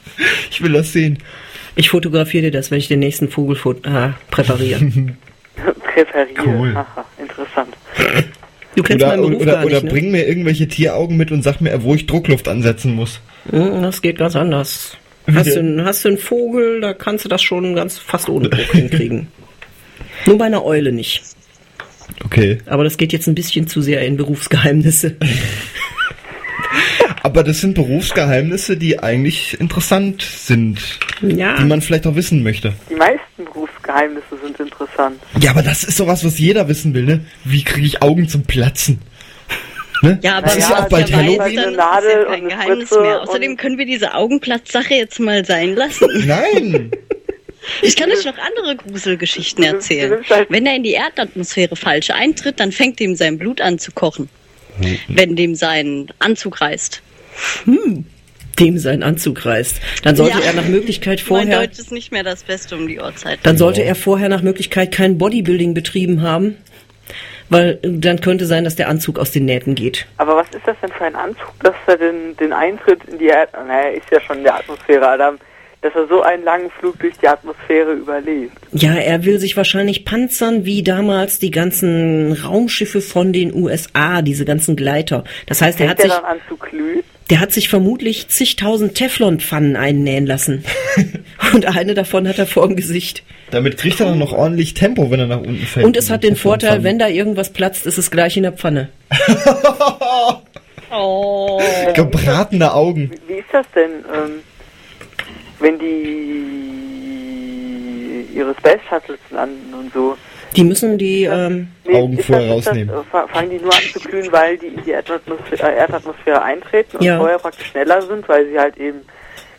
Speaker 2: Ich will das sehen.
Speaker 1: Ich fotografiere dir das, wenn ich den nächsten Vogel fot- äh, präpariere.
Speaker 9: präferiere.
Speaker 2: Cool.
Speaker 9: Aha, interessant.
Speaker 1: Du kennst
Speaker 2: Oder,
Speaker 1: meinen Beruf
Speaker 2: oder,
Speaker 1: gar
Speaker 2: oder
Speaker 1: nicht, ne?
Speaker 2: bring mir irgendwelche Tieraugen mit und sag mir, wo ich Druckluft ansetzen muss.
Speaker 1: Mm, Das geht ganz anders. Hast du, einen, hast du einen Vogel, da kannst du das schon ganz fast ohne Druck hinkriegen. Nur bei einer Eule nicht.
Speaker 2: Okay.
Speaker 1: Aber das geht jetzt ein bisschen zu sehr in Berufsgeheimnisse.
Speaker 2: Aber das sind Berufsgeheimnisse, die eigentlich interessant sind.
Speaker 1: Ja.
Speaker 2: Die man vielleicht auch wissen möchte.
Speaker 9: Die meisten Berufsgeheimnisse sind interessant.
Speaker 2: Ja, aber das ist sowas, was jeder wissen will, ne? Wie kriege ich Augen zum Platzen? Ne?
Speaker 10: Ja, aber
Speaker 2: das ist ja auch bald
Speaker 10: wer weiß,
Speaker 2: Halloween.
Speaker 10: dann ist
Speaker 9: Nadel
Speaker 10: ja
Speaker 9: und
Speaker 10: kein
Speaker 9: eine
Speaker 10: Geheimnis
Speaker 9: Spritze
Speaker 10: mehr. Außerdem
Speaker 9: und-
Speaker 10: können wir diese Augenplatzsache jetzt mal sein lassen.
Speaker 2: Nein!
Speaker 10: Ich kann euch noch andere Gruselgeschichten erzählen.
Speaker 9: halt
Speaker 10: Wenn er in die Erdatmosphäre falsch eintritt, dann fängt ihm sein Blut an zu kochen. Wenn dem sein Anzug reißt.
Speaker 1: Dem sein Anzug reißt. Dann sollte
Speaker 10: Ja.
Speaker 1: er nach Möglichkeit
Speaker 10: Mein
Speaker 1: vorher.
Speaker 10: Deutsch ist nicht mehr das Beste um die Uhrzeit.
Speaker 1: Dann sollte er vorher nach Möglichkeit kein Bodybuilding betrieben haben. Weil äh, dann könnte sein, dass der Anzug aus den Nähten geht.
Speaker 9: Aber was ist das denn für ein Anzug, dass er den, den Eintritt in die Erd... Naja, ist ja schon in der Atmosphäre, Adam. Dass er so einen langen Flug durch die Atmosphäre überlebt.
Speaker 1: Ja, er will sich wahrscheinlich panzern, wie damals die ganzen Raumschiffe von den USA, diese ganzen Gleiter. Das heißt, er hat
Speaker 9: Fängt er
Speaker 1: sich,
Speaker 9: dann an zu glühen?
Speaker 1: der hat sich vermutlich zigtausend Teflonpfannen einnähen lassen. Und eine davon hat er vorm Gesicht.
Speaker 2: Damit kriegt er dann noch ordentlich Tempo, wenn er nach unten fällt.
Speaker 1: Und es hat den Vorteil, wenn da irgendwas platzt, ist es gleich in der Pfanne.
Speaker 2: Gebratene Augen.
Speaker 9: Wie ist das denn, ähm, wenn die ihre Space Shuttles landen und so?
Speaker 1: Die müssen die, ähm,
Speaker 2: Augen
Speaker 9: ist
Speaker 2: vorher
Speaker 9: ist
Speaker 2: rausnehmen.
Speaker 9: äh, fa- fangen die nur an zu glühen, weil die in die Erdatmosphäre, äh, Erdatmosphäre eintreten und
Speaker 1: Ja.
Speaker 9: vorher praktisch schneller sind, weil sie halt eben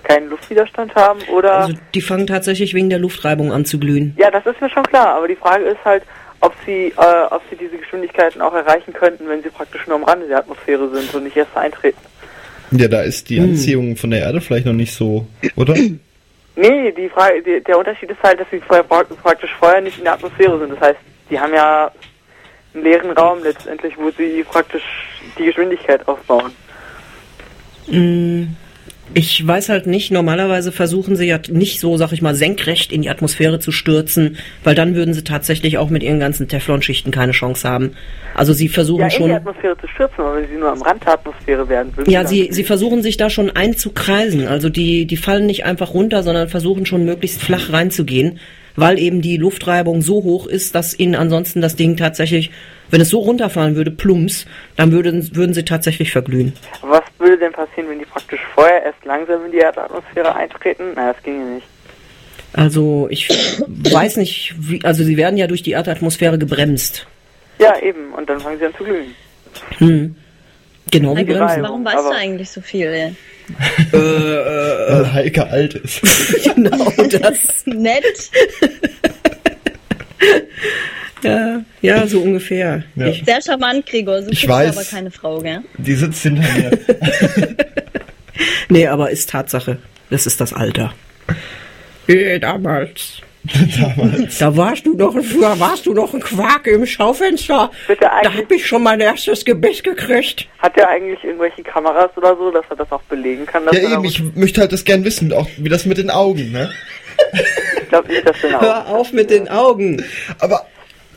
Speaker 9: keinen Luftwiderstand haben? Oder
Speaker 1: also die fangen tatsächlich wegen der Luftreibung an zu glühen.
Speaker 9: ja, das ist mir schon klar. Aber die Frage ist halt, ob sie, äh, ob sie diese Geschwindigkeiten auch erreichen könnten, wenn sie praktisch nur am Rande der Atmosphäre sind und nicht erst eintreten.
Speaker 2: Ja, da ist
Speaker 1: Hm.
Speaker 2: die Anziehung von der Erde vielleicht noch nicht so, oder?
Speaker 9: Nee, die Frage, die, der Unterschied ist halt, dass sie vorher, pra- praktisch vorher nicht in der Atmosphäre sind. Das heißt, die haben ja einen leeren Raum letztendlich, wo sie praktisch die Geschwindigkeit aufbauen.
Speaker 1: Ich weiß halt nicht, normalerweise versuchen sie ja nicht so, sag ich mal, senkrecht in die Atmosphäre zu stürzen, weil dann würden sie tatsächlich auch mit ihren ganzen Teflonschichten keine Chance haben. Also sie versuchen
Speaker 9: Ja, in
Speaker 1: schon.
Speaker 9: die Atmosphäre zu stürzen, aber wenn sie nur am Rand der Atmosphäre wären, würden
Speaker 1: Ja,
Speaker 9: dann-
Speaker 1: sie, sie versuchen sich da schon einzukreisen. Also die, die fallen nicht einfach runter, sondern versuchen schon möglichst flach reinzugehen, weil eben die Luftreibung so hoch ist, dass ihnen ansonsten das Ding tatsächlich, wenn es so runterfallen würde, plumps, dann würden, würden sie tatsächlich verglühen.
Speaker 9: Aber Was würde denn passieren, wenn die praktisch vorher erst langsam in die Erdatmosphäre eintreten? Na, das ging ja nicht.
Speaker 1: Also ich weiß nicht, wie, also sie werden ja durch die Erdatmosphäre gebremst.
Speaker 9: Ja, eben. Und dann fangen sie an zu glühen.
Speaker 1: Genau wie
Speaker 10: Heike,
Speaker 1: bremsen.
Speaker 9: Reibung,
Speaker 10: warum weißt du
Speaker 9: aber-
Speaker 10: eigentlich so viel? Ey?
Speaker 2: Weil Heike alt ist.
Speaker 1: genau das.
Speaker 10: Nett.
Speaker 1: Ja, ja so ungefähr.
Speaker 2: Ja.
Speaker 1: Ich,
Speaker 10: Sehr charmant, Gregor. So
Speaker 2: Ich
Speaker 10: kriegst du
Speaker 2: weiß.
Speaker 10: aber keine Frau, gell?
Speaker 2: Die sitzt hinter mir.
Speaker 1: nee, aber ist Tatsache. Das ist das Alter.
Speaker 9: Äh,
Speaker 1: Eh, damals.
Speaker 2: Damals.
Speaker 1: Da warst du doch, früher warst du doch ein Quark im Schaufenster.
Speaker 9: Bitte
Speaker 1: da
Speaker 9: eigentlich-
Speaker 1: hab ich schon mein erstes Gebiss gekriegt.
Speaker 9: Hat er eigentlich irgendwelche Kameras oder so, dass er das auch belegen kann? Dass
Speaker 2: Ja
Speaker 9: er da
Speaker 2: eben, ich möchte halt das gern wissen, auch wie das mit den Augen, ne?
Speaker 9: ich glaube nicht, dass er auch.
Speaker 1: Hör auf mit den Augen.
Speaker 2: Aber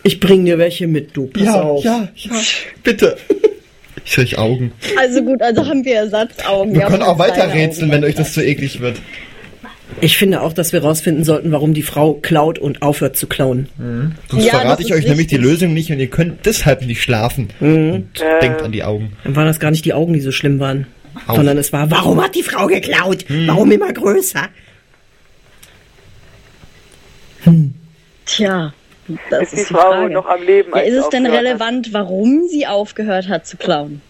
Speaker 1: Ich bring dir welche mit, du. Pass
Speaker 2: ja,
Speaker 1: auf.
Speaker 2: ja, ja, bitte. Ich krieg Augen.
Speaker 10: Also gut, also haben wir Ersatzaugen.
Speaker 2: Wir
Speaker 10: haben
Speaker 2: können auch
Speaker 10: kleine
Speaker 2: weiter rätseln, wenn
Speaker 10: Augen.
Speaker 2: euch das zu eklig wird.
Speaker 1: Ich finde auch, dass wir rausfinden sollten, warum die Frau klaut und aufhört zu klauen.
Speaker 2: Sonst
Speaker 10: Ja,
Speaker 2: verrate
Speaker 10: das
Speaker 2: ich
Speaker 10: ist
Speaker 2: euch nämlich die
Speaker 10: richtig.
Speaker 2: Lösung nicht und ihr könnt deshalb nicht schlafen. Und denkt an die Augen.
Speaker 1: Dann waren das gar nicht die Augen, die so schlimm waren.
Speaker 2: Auf.
Speaker 1: Sondern es war, warum hat die Frau geklaut? Warum immer größer?
Speaker 10: Tja, das ist,
Speaker 9: Ist die
Speaker 10: die
Speaker 9: Frau
Speaker 10: Frage.
Speaker 9: noch am Leben?
Speaker 10: ja,
Speaker 9: als
Speaker 10: ist
Speaker 9: sie
Speaker 10: es denn
Speaker 9: aufgehört hat?
Speaker 10: relevant, warum sie aufgehört hat zu klauen?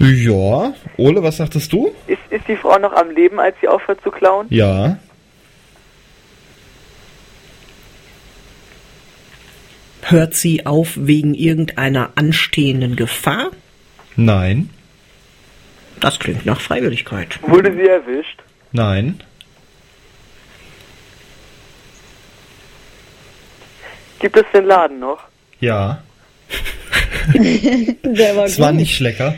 Speaker 2: Ja, Ole, was sagtest du?
Speaker 9: Ist, ist die Frau noch am Leben, als sie aufhört zu klauen?
Speaker 2: Ja.
Speaker 1: Hört sie auf wegen irgendeiner anstehenden Gefahr?
Speaker 2: Nein.
Speaker 1: Das klingt nach Freiwilligkeit.
Speaker 9: Wurde sie erwischt?
Speaker 2: Nein.
Speaker 9: Gibt es den Laden noch?
Speaker 2: Ja.
Speaker 10: Der war
Speaker 2: Es war nicht Schlecker.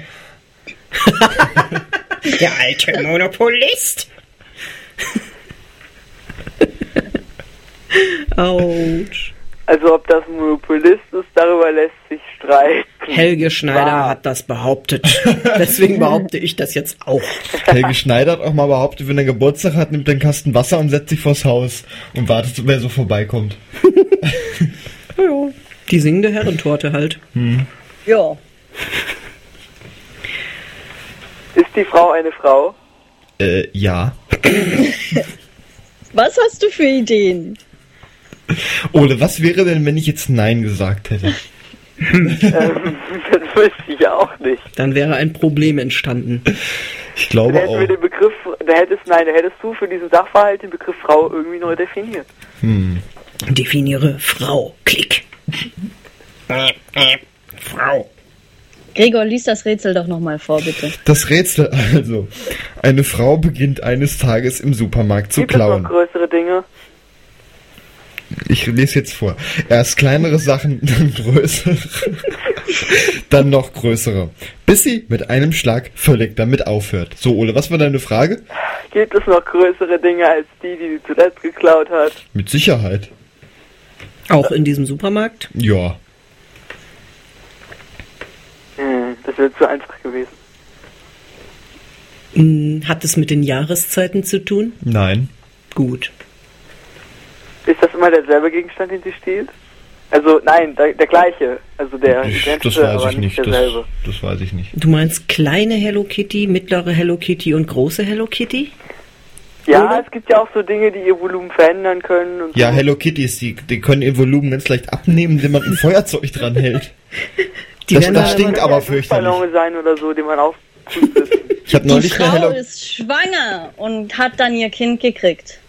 Speaker 1: Der alte Monopolist! Autsch.
Speaker 9: Also ob das ein Monopolist ist, darüber lässt sich streiten.
Speaker 1: Helge Schneider hat das behauptet. Deswegen behaupte ich das jetzt auch.
Speaker 2: Helge Schneider hat auch mal behauptet, wenn er Geburtstag hat, nimmt er einen Kasten Wasser und setzt sich vors Haus und wartet, wer so vorbeikommt.
Speaker 1: Die singende Herrentorte halt.
Speaker 9: Ja. Ist die Frau eine Frau?
Speaker 2: Äh, ja.
Speaker 10: Was hast du für Ideen?
Speaker 2: Ole, was wäre denn, wenn ich jetzt Nein gesagt hätte?
Speaker 9: ähm, das wüsste ich auch nicht.
Speaker 1: Dann wäre ein Problem entstanden.
Speaker 2: Ich
Speaker 9: Dann
Speaker 2: glaube
Speaker 9: hätten
Speaker 2: auch.
Speaker 9: wir den Begriff, da hättest, nein, da hättest du für diesen Sachverhalt den Begriff Frau irgendwie neu definiert.
Speaker 2: Hm.
Speaker 1: Definiere Frau. Klick.
Speaker 10: Frau. Gregor, lies das Rätsel doch nochmal vor, bitte.
Speaker 2: Das Rätsel also. Eine Frau beginnt eines Tages im Supermarkt zu
Speaker 9: Gibt es noch
Speaker 2: klauen.
Speaker 9: größere Dinge?
Speaker 2: Ich lese jetzt vor. Erst kleinere Sachen, dann größere, dann noch größere. Bis sie mit einem Schlag völlig damit aufhört. So, Ole, was war deine Frage?
Speaker 9: Gibt es noch größere Dinge als die, die sie zuletzt geklaut hat?
Speaker 2: Mit Sicherheit.
Speaker 1: Auch in diesem Supermarkt?
Speaker 2: Ja.
Speaker 9: Hm, das wäre zu einfach gewesen.
Speaker 1: Hm, Hat es mit den Jahreszeiten zu tun?
Speaker 2: Nein.
Speaker 1: Gut.
Speaker 9: Ist das immer derselbe Gegenstand, den sie stiehlt? Also nein, der, der gleiche. Also der
Speaker 2: Das
Speaker 9: identische,
Speaker 2: weiß
Speaker 9: aber
Speaker 2: ich nicht. Das,
Speaker 9: derselbe.
Speaker 2: das weiß ich nicht.
Speaker 1: Du meinst kleine Hello Kitty, mittlere Hello Kitty und große Hello Kitty?
Speaker 9: Ja, es gibt ja auch so Dinge, die ihr Volumen verändern können. Und
Speaker 2: Ja, Hello Kitties, die, die können ihr Volumen ganz leicht abnehmen, indem man ein Feuerzeug dran hält.
Speaker 9: Die
Speaker 2: das
Speaker 9: werden
Speaker 2: das
Speaker 9: dann
Speaker 2: stinkt
Speaker 9: immer
Speaker 2: aber
Speaker 9: so
Speaker 2: fürchterlich.
Speaker 9: Ballone sein oder so, den man auf.
Speaker 2: Ich habe
Speaker 10: Die
Speaker 2: neulich eine
Speaker 10: Frau
Speaker 2: Hello
Speaker 10: ist schwanger und hat dann ihr Kind gekriegt.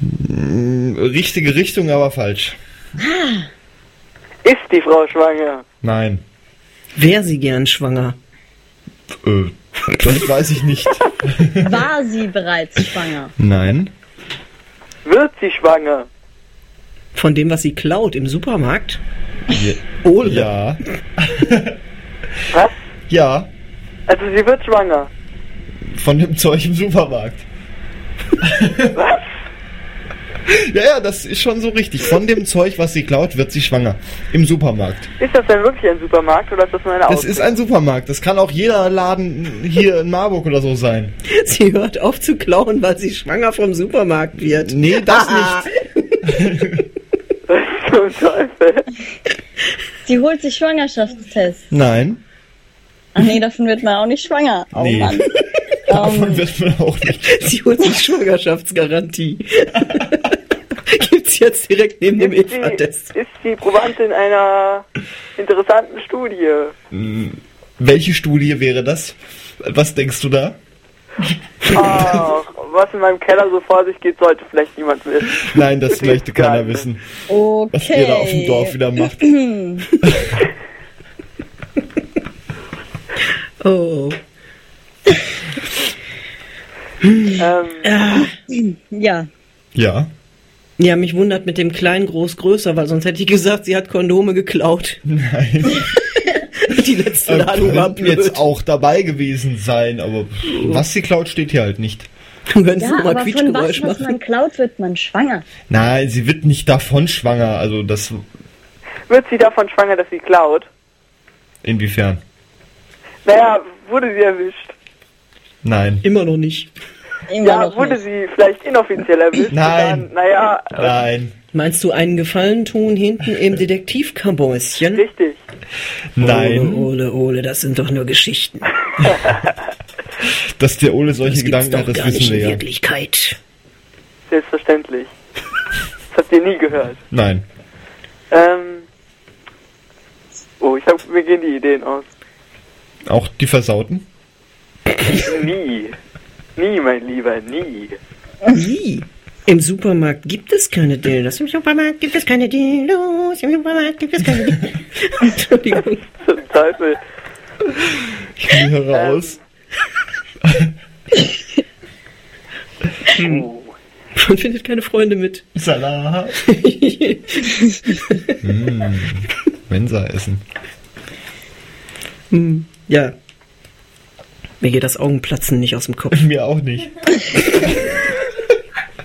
Speaker 2: Mm, Richtige Richtung, aber falsch.
Speaker 9: Ist die Frau schwanger?
Speaker 2: Nein.
Speaker 1: Wäre sie gern schwanger?
Speaker 2: Äh, das weiß ich nicht.
Speaker 10: War sie bereits schwanger?
Speaker 2: Nein.
Speaker 9: Wird sie schwanger?
Speaker 1: Von dem, was sie klaut im Supermarkt?
Speaker 2: Ja.
Speaker 1: Ole.
Speaker 2: Ja.
Speaker 9: Was?
Speaker 2: Ja,
Speaker 9: Also sie wird schwanger.
Speaker 2: von dem Zeug im Supermarkt.
Speaker 9: Was?
Speaker 2: Ja, ja, das ist schon so richtig. Von dem Zeug, was sie klaut, wird sie schwanger. Im Supermarkt.
Speaker 9: Ist das denn wirklich ein Supermarkt oder ist das nur eine
Speaker 2: Das
Speaker 9: Ausrede?
Speaker 2: ist ein Supermarkt. Das kann auch jeder Laden hier in Marburg oder so sein.
Speaker 1: Sie hört auf zu klauen, weil sie schwanger vom Supermarkt wird.
Speaker 2: Nee, das nicht.
Speaker 9: Zum Teufel.
Speaker 10: Sie holt sich Schwangerschaftstest.
Speaker 2: Nein.
Speaker 10: Ach nee, davon wird man auch nicht schwanger. Oh
Speaker 2: Nee.
Speaker 10: Mann.
Speaker 2: Davon wird man auch nicht.
Speaker 1: Sie holt sich Schwangerschaftsgarantie. Gibt's jetzt direkt neben dem
Speaker 9: Ist
Speaker 1: Eva-Test.
Speaker 9: die, ist die Probandin einer interessanten Studie?
Speaker 2: Welche Studie wäre das? Was denkst du da?
Speaker 9: Ach, was in meinem Keller so vor sich geht, sollte vielleicht niemand wissen.
Speaker 2: Nein, das möchte keiner wissen,
Speaker 10: Okay.
Speaker 2: was ihr da auf dem Dorf wieder macht.
Speaker 1: Oh.
Speaker 9: Ähm,
Speaker 10: Ja.
Speaker 2: Ja.
Speaker 1: Ja, mich wundert mit dem kleinen groß größer, weil sonst hätte ich gesagt, sie hat Kondome geklaut.
Speaker 2: Nein.
Speaker 1: Die letzte
Speaker 2: Dann
Speaker 1: Ladung war
Speaker 2: könnten
Speaker 1: blöd.
Speaker 2: jetzt auch dabei gewesen sein, aber was sie klaut, steht hier halt nicht.
Speaker 1: Du könntest
Speaker 10: Ja,
Speaker 1: ja, mal
Speaker 10: aber von was,
Speaker 1: Quietschgeräusch
Speaker 10: was
Speaker 1: machen.
Speaker 10: man klaut, wird man schwanger.
Speaker 2: Nein, sie wird nicht davon schwanger, also das
Speaker 9: wird sie davon schwanger, dass sie klaut?
Speaker 2: inwiefern?
Speaker 9: Naja, wurde sie erwischt?
Speaker 2: Nein.
Speaker 1: Immer noch nicht.
Speaker 10: Immer
Speaker 9: Ja,
Speaker 10: noch
Speaker 9: wurde
Speaker 10: nicht.
Speaker 9: sie vielleicht inoffiziell erwischt?
Speaker 2: Nein.
Speaker 9: Und Dann, naja,
Speaker 2: Nein.
Speaker 1: Meinst du einen Gefallen tun hinten im Detektivkabäuschen?
Speaker 9: richtig.
Speaker 2: Nein.
Speaker 1: Ole, Ole, Ole, das sind doch nur Geschichten.
Speaker 2: Dass der Ole solche
Speaker 1: Das gibt's
Speaker 2: Gedanken
Speaker 1: doch
Speaker 2: hat, das
Speaker 1: gar nicht
Speaker 2: wissen
Speaker 1: in
Speaker 2: wir ja.
Speaker 1: Wirklichkeit.
Speaker 9: Selbstverständlich. Das habt ihr nie gehört.
Speaker 2: Nein.
Speaker 9: Ähm, oh, ich hab, mir gehen die Ideen aus.
Speaker 2: Auch die Versauten?
Speaker 9: Nie. Nie, mein Lieber, nie.
Speaker 1: Wie? Im Supermarkt gibt es keine Dildos. Im Supermarkt gibt es keine Dildos. Im Supermarkt gibt es keine Dildos. Entschuldigung.
Speaker 9: Zum Teufel.
Speaker 2: Ich höre aus.
Speaker 1: Man findet keine Freunde mit.
Speaker 2: Salat. Hm. Mensa essen.
Speaker 1: Hm, ja. Mir geht das Augenplatzen nicht aus dem Kopf.
Speaker 2: Mir auch nicht.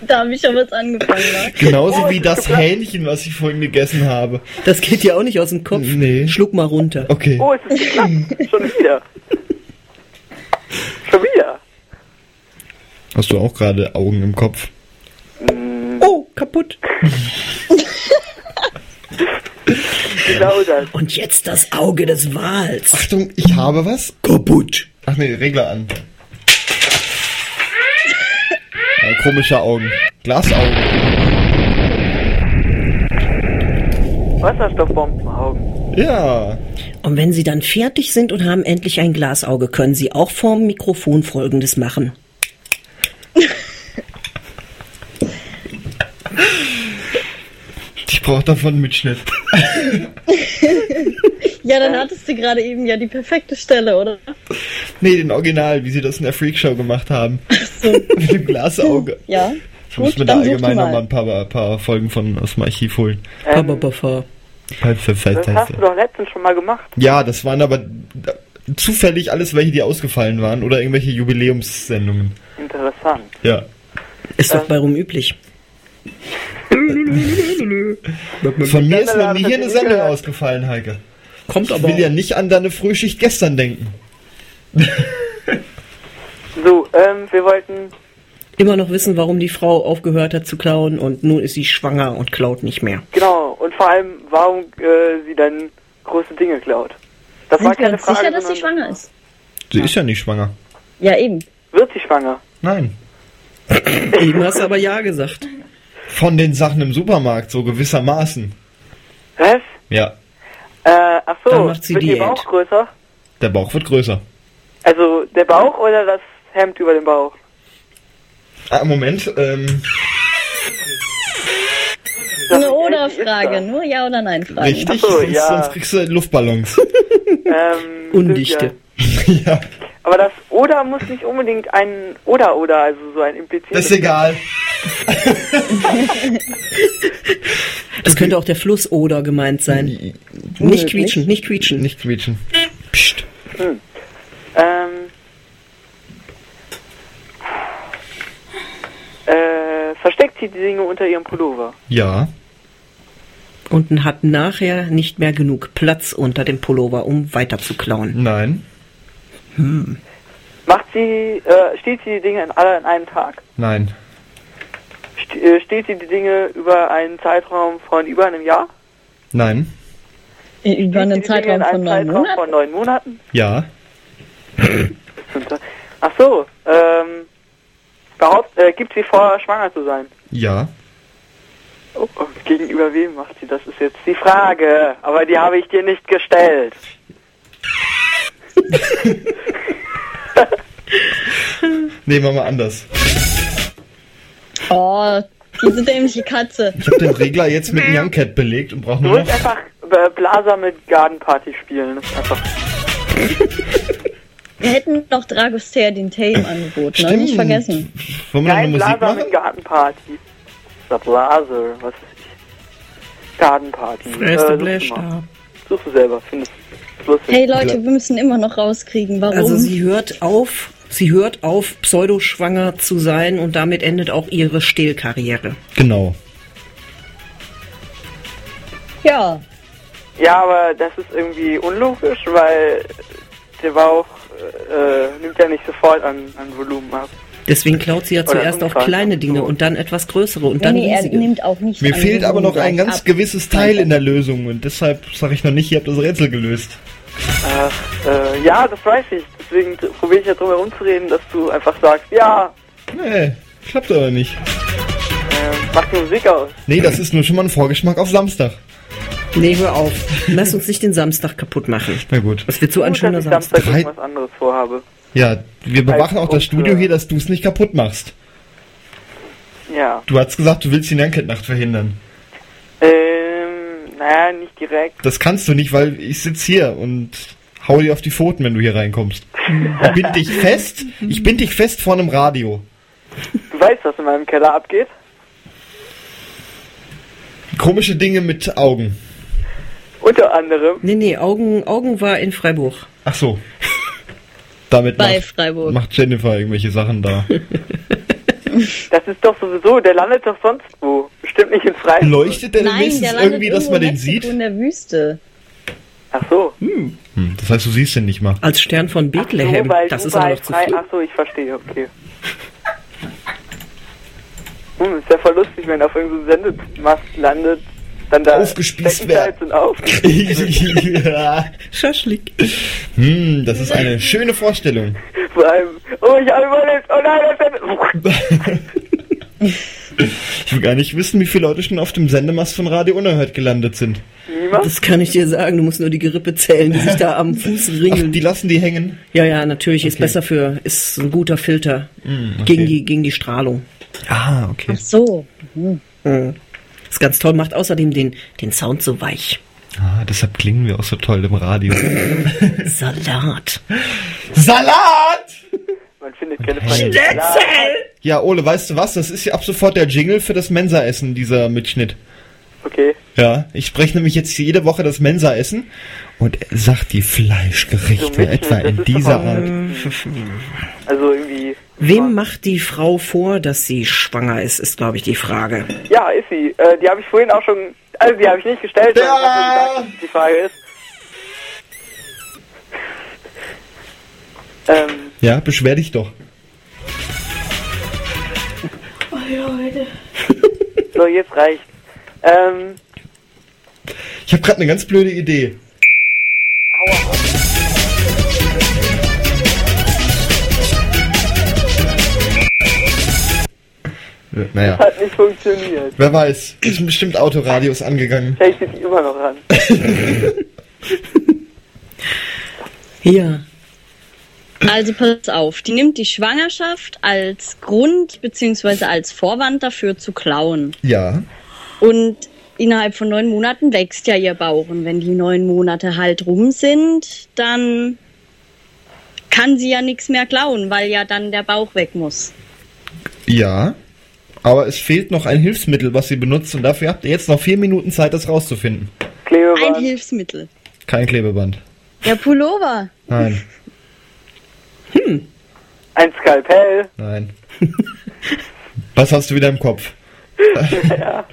Speaker 10: da habe ich ja was angefangen. Ne?
Speaker 2: Genauso wie das Hähnchen, was ich vorhin gegessen habe.
Speaker 1: Das geht ja auch nicht aus dem Kopf.
Speaker 2: Nee.
Speaker 1: Schluck mal runter.
Speaker 2: Okay.
Speaker 9: Oh, es ist geklappt. Schon wieder. Schon wieder.
Speaker 2: Hast du auch gerade Augen im Kopf?
Speaker 1: Oh, kaputt.
Speaker 9: Genau das.
Speaker 1: Und jetzt das Auge des Wals.
Speaker 2: Achtung, ich habe was. Kaputt. Ach nee, Regler an. Ja, komische Augen. Glasaugen.
Speaker 9: Wasserstoffbombenaugen.
Speaker 2: Ja.
Speaker 1: Und wenn Sie dann fertig sind und haben endlich ein Glasauge, können Sie auch vorm Mikrofon Folgendes machen.
Speaker 2: Ich brauche davon einen Mitschnitt.
Speaker 10: Ja, dann hattest du gerade eben ja die perfekte Stelle, oder?
Speaker 2: Nee, den Original, wie sie das in der Freakshow gemacht haben. Mit dem Glasauge.
Speaker 10: Ja.
Speaker 2: Ich muss mir da
Speaker 10: dann such du
Speaker 2: allgemein
Speaker 10: mal.
Speaker 2: nochmal ein paar, ein paar Folgen von aus dem Archiv holen. Halt
Speaker 1: Aber bevor.
Speaker 9: Das hast du doch letztens schon mal gemacht.
Speaker 2: Ja, das waren aber zufällig alles welche, die ausgefallen waren oder irgendwelche Jubiläumssendungen.
Speaker 9: Interessant.
Speaker 2: Ja.
Speaker 1: Ist doch bei Rum üblich.
Speaker 2: Von mir ist noch nie hier eine Sendung ausgefallen, Heike.
Speaker 1: Kommt
Speaker 2: Ich
Speaker 1: aber.
Speaker 2: will ja nicht an deine Frühschicht gestern denken.
Speaker 9: So, ähm, wir wollten.
Speaker 1: Immer noch wissen, warum die Frau aufgehört hat zu klauen und nun ist sie schwanger und klaut nicht mehr.
Speaker 9: Genau, und vor allem, warum äh, sie dann große Dinge klaut. Das war
Speaker 10: Sind wir
Speaker 9: keine
Speaker 10: uns
Speaker 9: Frage.
Speaker 10: sicher, dass sie
Speaker 9: sondern-
Speaker 10: schwanger ist?
Speaker 2: Sie ist ja nicht schwanger.
Speaker 10: Ja, eben.
Speaker 9: Wird sie schwanger?
Speaker 2: Nein.
Speaker 1: Eben hast du aber Ja gesagt.
Speaker 2: Von den Sachen im Supermarkt, so gewissermaßen.
Speaker 9: Was?
Speaker 2: Ja,
Speaker 9: Äh, ach so,
Speaker 1: Dann macht sie
Speaker 9: wird ihr
Speaker 1: Diät.
Speaker 9: Bauch größer?
Speaker 2: der Bauch wird größer.
Speaker 9: Also der Bauch oder das Hemd über dem Bauch?
Speaker 2: Ah, Moment, ähm,
Speaker 10: Eine Oder-Frage, nur Ja- oder Nein-Frage.
Speaker 2: richtig,
Speaker 9: Ach so,
Speaker 2: sonst,
Speaker 9: ja.
Speaker 2: sonst kriegst du Luftballons.
Speaker 9: Ähm,
Speaker 1: Undichte.
Speaker 9: stimmt Ja. Aber das Oder muss nicht unbedingt ein Oder-Oder, also so ein impliziertes.
Speaker 2: Das ist egal.
Speaker 1: Es könnte auch der Fluss oder gemeint sein. Nicht quietschen, nicht quietschen.
Speaker 2: Nicht quietschen.
Speaker 1: Psst.
Speaker 9: Ähm, äh, versteckt sie die Dinge unter ihrem Pullover?
Speaker 2: Ja.
Speaker 1: Und hat nachher nicht mehr genug Platz unter dem Pullover, um weiter zu klauen.
Speaker 2: Nein.
Speaker 9: Macht sie, äh, steht sie die Dinge in alle an einem Tag?
Speaker 2: Nein.
Speaker 9: St äh, steht sie die Dinge über einen Zeitraum von über einem Jahr?
Speaker 2: Nein.
Speaker 10: Über
Speaker 9: Steht sie
Speaker 10: einen
Speaker 9: die Dinge
Speaker 10: Zeitraum
Speaker 9: in
Speaker 10: von
Speaker 9: einem
Speaker 10: neun
Speaker 9: Zeitraum
Speaker 10: Monaten?
Speaker 9: von neun Monaten?
Speaker 2: Ja.
Speaker 9: Ach so, ähm, behaupt, äh, gibt sie vor, schwanger zu sein?
Speaker 2: Ja.
Speaker 9: Oh, oh, gegenüber wem macht sie das? Ist jetzt die Frage, aber die habe ich dir nicht gestellt.
Speaker 2: Nehmen wir mal anders.
Speaker 10: Oh, diese dämliche Katze.
Speaker 2: Ich habe den Regler jetzt mit Young Cat belegt und brauche
Speaker 9: Du
Speaker 2: nur
Speaker 9: musst
Speaker 2: noch.
Speaker 9: einfach äh, Blaser mit Garden Party spielen. Das ist einfach.
Speaker 10: Wir hätten noch Dragoster den Tay im Angebot, ne? Nicht vergessen.
Speaker 2: Wollen wir noch eine
Speaker 9: Nein,
Speaker 2: Musik
Speaker 9: Blaser
Speaker 2: machen?
Speaker 9: mit Garden Party. Der Blaser, was ist ich? Garden Party.
Speaker 1: Erste
Speaker 9: suchst, du mal.
Speaker 1: Bläschstab.
Speaker 9: suchst du selber, findest du. Lustig.
Speaker 10: Hey Leute, wir müssen immer noch rauskriegen, warum.
Speaker 1: Also sie hört auf, sie hört auf, pseudoschwanger zu sein und damit endet auch ihre Stehlkarriere.
Speaker 2: Genau.
Speaker 10: ja,
Speaker 9: Ja, aber das ist irgendwie unlogisch, weil der Bauch äh, nimmt ja nicht sofort an, an Volumen ab.
Speaker 1: Deswegen klaut sie ja
Speaker 9: Oder
Speaker 1: zuerst auf
Speaker 9: Unfall.
Speaker 1: kleine Dinge und dann etwas größere und dann
Speaker 10: nee, er
Speaker 1: riesige.
Speaker 10: nimmt auch nicht
Speaker 2: Mir
Speaker 10: an
Speaker 2: fehlt aber noch ein
Speaker 10: Gesundheit
Speaker 2: ganz
Speaker 10: ab.
Speaker 2: gewisses Teil in der Lösung und deshalb sage ich noch nicht, ihr habt das Rätsel gelöst.
Speaker 9: Äh, äh, ja, das weiß ich. Deswegen probiere ich ja drum herum zu reden, dass du einfach sagst, ja,
Speaker 2: Nee, klappt aber nicht.
Speaker 9: äh, mach die Musik aus.
Speaker 2: Nee, das ist nur schon mal ein Vorgeschmack auf Samstag.
Speaker 1: Nee, hör auf. Lass uns nicht den Samstag kaputt machen.
Speaker 2: Na gut.
Speaker 1: Das wird so ein
Speaker 9: Gut, dass
Speaker 1: schöner
Speaker 9: ich
Speaker 1: Samstag.
Speaker 9: Samstag irgendwas anderes vorhabe.
Speaker 2: Ja, wir bewachen auch das
Speaker 9: und,
Speaker 2: Studio
Speaker 9: äh,
Speaker 2: hier, dass du es nicht kaputt machst.
Speaker 9: Ja.
Speaker 2: Du hast gesagt, du willst die Young Cat Nacht verhindern.
Speaker 9: Ähm, naja, nicht direkt.
Speaker 2: Das kannst du nicht, weil ich sitz hier und hau dir auf die Pfoten, wenn du hier reinkommst. Ich bind dich fest. Ich bind dich fest vor einem Radio.
Speaker 9: Du weißt, was in meinem Keller abgeht.
Speaker 2: Komische Dinge mit Augen.
Speaker 9: Unter anderem.
Speaker 1: Nee, nee, Augen, Augen war in Freiburg.
Speaker 2: Ach so. Damit
Speaker 10: Bei
Speaker 2: macht,
Speaker 10: Freiburg.
Speaker 2: macht Jennifer irgendwelche Sachen da.
Speaker 9: Das ist doch sowieso, der landet doch sonst wo. Bestimmt nicht in Freiburg.
Speaker 2: Leuchtet der denn wenigstens
Speaker 11: landet
Speaker 2: irgendwie, dass
Speaker 11: irgendwo
Speaker 2: man
Speaker 11: in
Speaker 2: den
Speaker 11: Mexiko
Speaker 2: sieht?
Speaker 11: In der Wüste.
Speaker 9: Ach so.
Speaker 2: Hm, das heißt, du siehst ihn nicht mal.
Speaker 1: Als Stern von Bethlehem.
Speaker 9: weil
Speaker 1: das
Speaker 9: du
Speaker 1: ist aber
Speaker 9: bei
Speaker 1: noch zu
Speaker 9: drei-
Speaker 1: viel.
Speaker 9: Ach so, ich verstehe, okay. Hm, ist ja voll lustig, wenn auf irgendeinem Sendemast landet, dann da
Speaker 2: Aufgespießt
Speaker 9: Steckenpferd sind auf.
Speaker 2: ja.
Speaker 1: Schaschlik.
Speaker 2: Hm, das ist eine schöne Vorstellung.
Speaker 9: Vor allem, oh, ich habe überlebt, oh nein, das ist...
Speaker 2: Ich will gar nicht wissen, wie viele Leute schon auf dem Sendemast von Radio Unerhört gelandet sind.
Speaker 1: Das kann ich dir sagen. Du musst nur die Gerippe zählen, die sich da am Fuß ringeln.
Speaker 2: die lassen die hängen?
Speaker 1: Ja, ja, natürlich. Ist besser für, ist ein guter Filter
Speaker 2: Hm, okay.
Speaker 1: gegen, die, gegen die Strahlung.
Speaker 2: Ah, okay.
Speaker 1: so. Mhm. Ist ganz toll, macht außerdem den, den Sound so weich.
Speaker 2: Ah, deshalb klingen wir auch so toll im Radio.
Speaker 1: Salat.
Speaker 2: Salat!
Speaker 9: Man findet keine
Speaker 2: Hey.
Speaker 9: Schnitzel!
Speaker 2: Ja, Ole, weißt du was? Das ist ja ab sofort der Jingle für das Mensaessen, dieser Mitschnitt.
Speaker 9: Okay.
Speaker 2: Ja, ich spreche nämlich jetzt jede Woche das Mensaessen und sag die Fleischgerichte etwa in dieser Art.
Speaker 9: Also irgendwie,
Speaker 1: Wem macht die Frau vor, dass sie schwanger ist, ist, glaube ich, die Frage.
Speaker 9: ja, ist sie. Äh, die habe ich vorhin auch schon, also die habe ich nicht gestellt, sondern ich hab nur gesagt, die Frage ist... Ähm,
Speaker 2: Ja, beschwer dich doch.
Speaker 12: Oh ja, Leute.
Speaker 9: So, jetzt reicht. Ähm,
Speaker 2: Ich habe gerade eine ganz blöde Idee. Äh, Naja,
Speaker 9: hat nicht funktioniert.
Speaker 2: wer weiß. Ist bestimmt Autoradios angegangen.
Speaker 9: Vielleicht sieht die immer noch an.
Speaker 1: Hier.
Speaker 3: Also pass auf, die nimmt die Schwangerschaft als Grund bzw. als Vorwand dafür zu klauen.
Speaker 2: Ja.
Speaker 3: Und innerhalb von neun Monaten wächst ja ihr Bauch. Und wenn die neun Monate halt rum sind, dann kann sie ja nichts mehr klauen, weil ja dann der Bauch weg muss.
Speaker 2: Ja. Aber es fehlt noch ein Hilfsmittel, was sie benutzt und dafür habt ihr jetzt noch vier Minuten Zeit, das rauszufinden.
Speaker 3: Ein Hilfsmittel.
Speaker 2: Kein Klebeband.
Speaker 3: Der Pullover.
Speaker 2: Nein,
Speaker 9: Ein Skalpell.
Speaker 2: nein. Was hast du wieder im Kopf?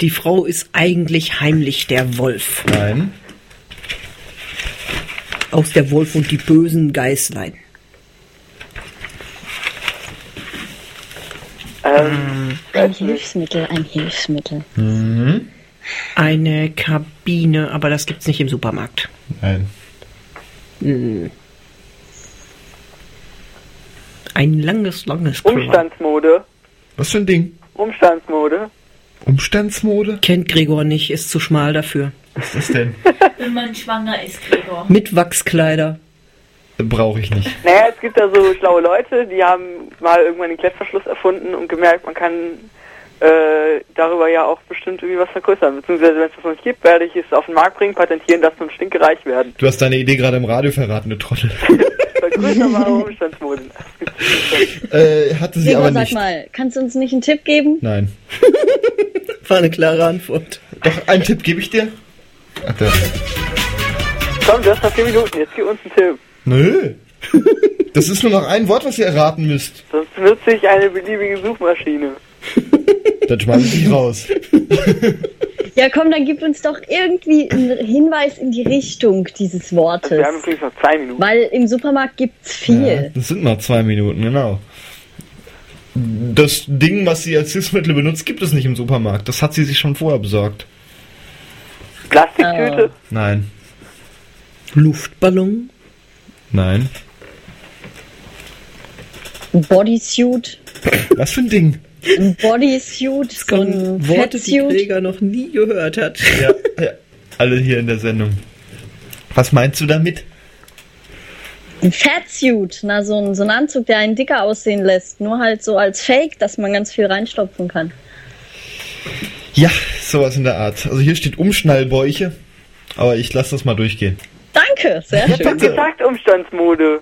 Speaker 1: Die Frau ist eigentlich heimlich der Wolf.
Speaker 2: Nein.
Speaker 1: Aus der Wolf und die bösen Geißlein.
Speaker 3: Ein Hilfsmittel, ein Hilfsmittel.
Speaker 2: Mhm.
Speaker 1: Eine Kabine, aber das gibt's nicht im Supermarkt.
Speaker 2: Nein.
Speaker 1: Hm. Ein langes, langes Kleid.
Speaker 9: Umstandsmode.
Speaker 2: Was für ein Ding?
Speaker 9: Umstandsmode.
Speaker 2: Umstandsmode?
Speaker 1: Kennt Gregor nicht, ist zu schmal dafür.
Speaker 2: Was ist das denn?
Speaker 4: Wenn man schwanger ist, Gregor.
Speaker 1: Mit Wachskleider.
Speaker 2: Brauche ich nicht.
Speaker 9: Naja, es gibt da so schlaue Leute, die haben mal irgendwann den Klettverschluss erfunden und gemerkt, man kann äh, darüber ja auch bestimmt irgendwie was vergrößern. Beziehungsweise, wenn es das noch nicht gibt, werde ich es auf den Markt bringen, patentieren, dass man stinkereich werden.
Speaker 2: Du hast deine Idee gerade im Radio verraten, du Trottel.
Speaker 9: Vergrößerbare Umstandsmoden.
Speaker 2: äh, hatte sie
Speaker 3: Gregor,
Speaker 2: aber
Speaker 3: sag
Speaker 2: nicht.
Speaker 3: mal, kannst du uns nicht einen Tipp geben?
Speaker 2: Nein.
Speaker 1: War eine klare Antwort.
Speaker 2: Doch, einen Tipp gebe ich dir. Ach, der.
Speaker 9: Komm, du hast noch vier Minuten, jetzt gib uns einen Tipp.
Speaker 2: Nö. Das ist nur noch ein Wort, was ihr erraten müsst.
Speaker 9: Sonst nutze ich eine beliebige Suchmaschine.
Speaker 2: Dann schmeiß ich dich raus.
Speaker 3: Ja, komm, dann gib uns doch irgendwie einen Hinweis in die Richtung dieses Wortes.
Speaker 9: Wir haben übrigens noch zwei Minuten.
Speaker 3: Weil im Supermarkt gibt's
Speaker 2: Ja,
Speaker 3: viel.
Speaker 2: das sind noch zwei Minuten, genau. Das Ding, was sie als Hilfsmittel benutzt, gibt es nicht im Supermarkt. Das hat sie sich schon vorher besorgt.
Speaker 9: Plastiktüte.
Speaker 2: Nein.
Speaker 1: Luftballon.
Speaker 2: Nein.
Speaker 3: Ein Bodysuit,
Speaker 2: Was für ein Ding?
Speaker 3: ein Bodysuit, so ein
Speaker 10: Oh,
Speaker 1: Worte, die
Speaker 3: Fettsuit.
Speaker 1: Gregor noch nie gehört hat.
Speaker 2: Ja, ja. Alle hier in der Sendung. Was meinst du damit?
Speaker 3: Ein Fatsuit, na, so ein, so ein Anzug, der einen dicker aussehen lässt. Nur halt so als Fake, dass man ganz viel reinstopfen kann.
Speaker 2: Ja, sowas in der Art. Also hier steht Umschnallbäuche, aber ich lasse das mal durchgehen.
Speaker 3: Danke, sehr
Speaker 9: Ich hab
Speaker 3: schön.
Speaker 9: gesagt Umstandsmode.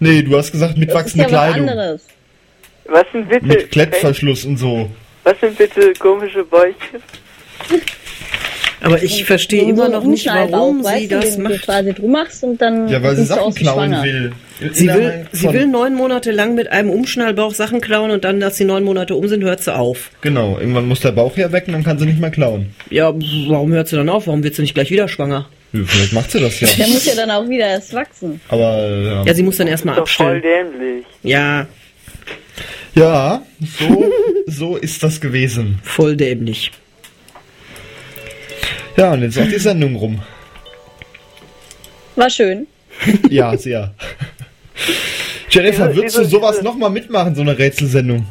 Speaker 2: Nee, du hast gesagt mit
Speaker 3: Das ist
Speaker 2: wachsender
Speaker 3: ja was
Speaker 2: Kleidung.
Speaker 3: anderes.
Speaker 9: Was sind bitte...
Speaker 2: Mit Klettverschluss und so.
Speaker 9: Was sind bitte komische Bäuche?
Speaker 1: Aber ich verstehe immer noch nicht,
Speaker 10: Umschnallbauch,
Speaker 1: warum sie
Speaker 10: weißt du,
Speaker 1: das
Speaker 10: den Du
Speaker 1: macht.
Speaker 10: quasi drum machst und
Speaker 3: Hm,
Speaker 10: dann.
Speaker 2: Ja, weil sie
Speaker 10: siehst du
Speaker 2: Sachen
Speaker 10: aus wie
Speaker 2: klauen
Speaker 10: schwanger.
Speaker 2: will.
Speaker 1: Sie will,
Speaker 2: Innerhalb
Speaker 1: sie
Speaker 2: von-
Speaker 1: will neun Monate lang mit einem Umschnallbauch Sachen klauen und dann, dass sie neun Monate um sind, hört sie auf.
Speaker 2: Genau, irgendwann muss der Bauch her weg und dann kann sie nicht mehr klauen.
Speaker 1: Ja, warum hört sie dann auf? Warum wird sie nicht gleich wieder schwanger?
Speaker 2: Ja, Vielleicht macht sie das ja.
Speaker 10: Der muss ja dann auch wieder erst wachsen.
Speaker 2: Aber ähm, ja.
Speaker 1: Ja, sie muss dann erstmal
Speaker 9: Doch voll
Speaker 1: abstellen.
Speaker 9: dämlich.
Speaker 1: Ja.
Speaker 2: Ja, so, so ist das gewesen.
Speaker 1: Voll dämlich.
Speaker 2: Ja, und jetzt ist auch die Sendung rum.
Speaker 10: War schön.
Speaker 2: Ja, sehr. Jennifer,
Speaker 9: Diese-
Speaker 2: würdest du
Speaker 9: diese-
Speaker 2: sowas nochmal mitmachen, so eine Rätselsendung?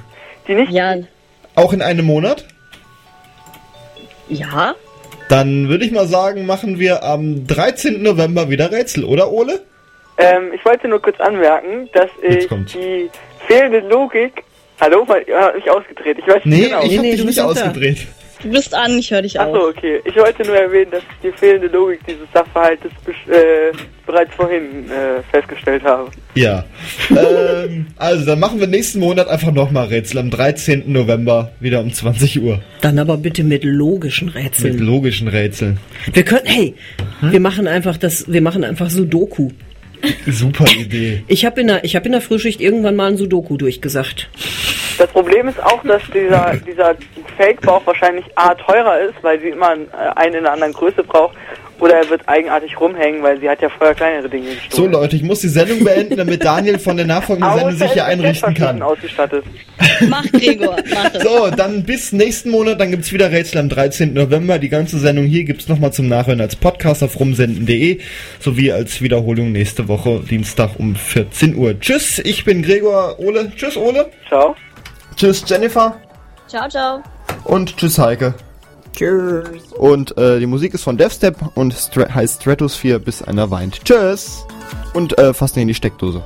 Speaker 9: Die nicht?
Speaker 10: Ja.
Speaker 2: Auch in einem Monat?
Speaker 10: Ja.
Speaker 2: Dann würde ich mal sagen, machen wir am 13. November wieder Rätsel, oder Ole?
Speaker 9: Ähm, ich wollte nur kurz anmerken, dass ich
Speaker 2: kommt's.
Speaker 9: die fehlende Logik. Hallo, man man hat mich ausgedreht. Ich weiß nicht
Speaker 2: Nee,
Speaker 9: genau.
Speaker 2: ich habe
Speaker 1: Nee, nee,
Speaker 2: dich
Speaker 1: du
Speaker 2: nicht
Speaker 1: bist noch da.
Speaker 2: ausgedreht.
Speaker 10: Du bist an, ich höre dich auch.
Speaker 9: Achso, okay. Ich wollte nur erwähnen, dass ich die fehlende Logik dieses Sachverhaltes besch- äh, bereits vorhin äh, festgestellt habe.
Speaker 2: Ja. ähm, also, dann machen wir nächsten Monat einfach nochmal Rätsel am 13. November wieder um 20 Uhr.
Speaker 1: Dann aber bitte mit logischen Rätseln.
Speaker 2: Mit logischen Rätseln.
Speaker 1: wir können, hey, wir machen einfach das, wir machen einfach Sudoku.
Speaker 2: Super Idee.
Speaker 1: Ich habe in der, ich habe in der Frühschicht irgendwann mal ein Sudoku durchgesagt.
Speaker 9: Das Problem ist auch, dass dieser, dieser Fake-Bauch wahrscheinlich A teurer ist, weil sie immer einen, äh, einen in einer anderen Größe braucht. Oder er wird eigenartig rumhängen, weil sie hat ja vorher kleinere Dinge
Speaker 2: So,
Speaker 9: gestohlen.
Speaker 2: Leute, ich muss die Sendung beenden, damit Daniel von der nachfolgenden
Speaker 9: Aber
Speaker 2: Sendung sich hier
Speaker 9: er ist mit
Speaker 2: einrichten
Speaker 9: Geldverschlüssen
Speaker 2: kann.
Speaker 9: Ausgestattet.
Speaker 10: Mach, Gregor, mach es.
Speaker 2: So, dann bis nächsten Monat, dann gibt's wieder Rätsel am 13. November. Die ganze Sendung hier gibt's nochmal zum Nachhören als Podcast auf rumsenden.de sowie als Wiederholung nächste Woche Dienstag um 14 Uhr. Tschüss, ich bin Gregor Ole. Tschüss Ole.
Speaker 9: Ciao.
Speaker 2: Tschüss Jennifer.
Speaker 10: Ciao, ciao.
Speaker 2: Und tschüss Heike. Tschüss. Und äh, die Musik ist von Devstep und Stra heißt Stratosphere, bis einer weint. Tschüss. Und äh, fast nicht in die Steckdose.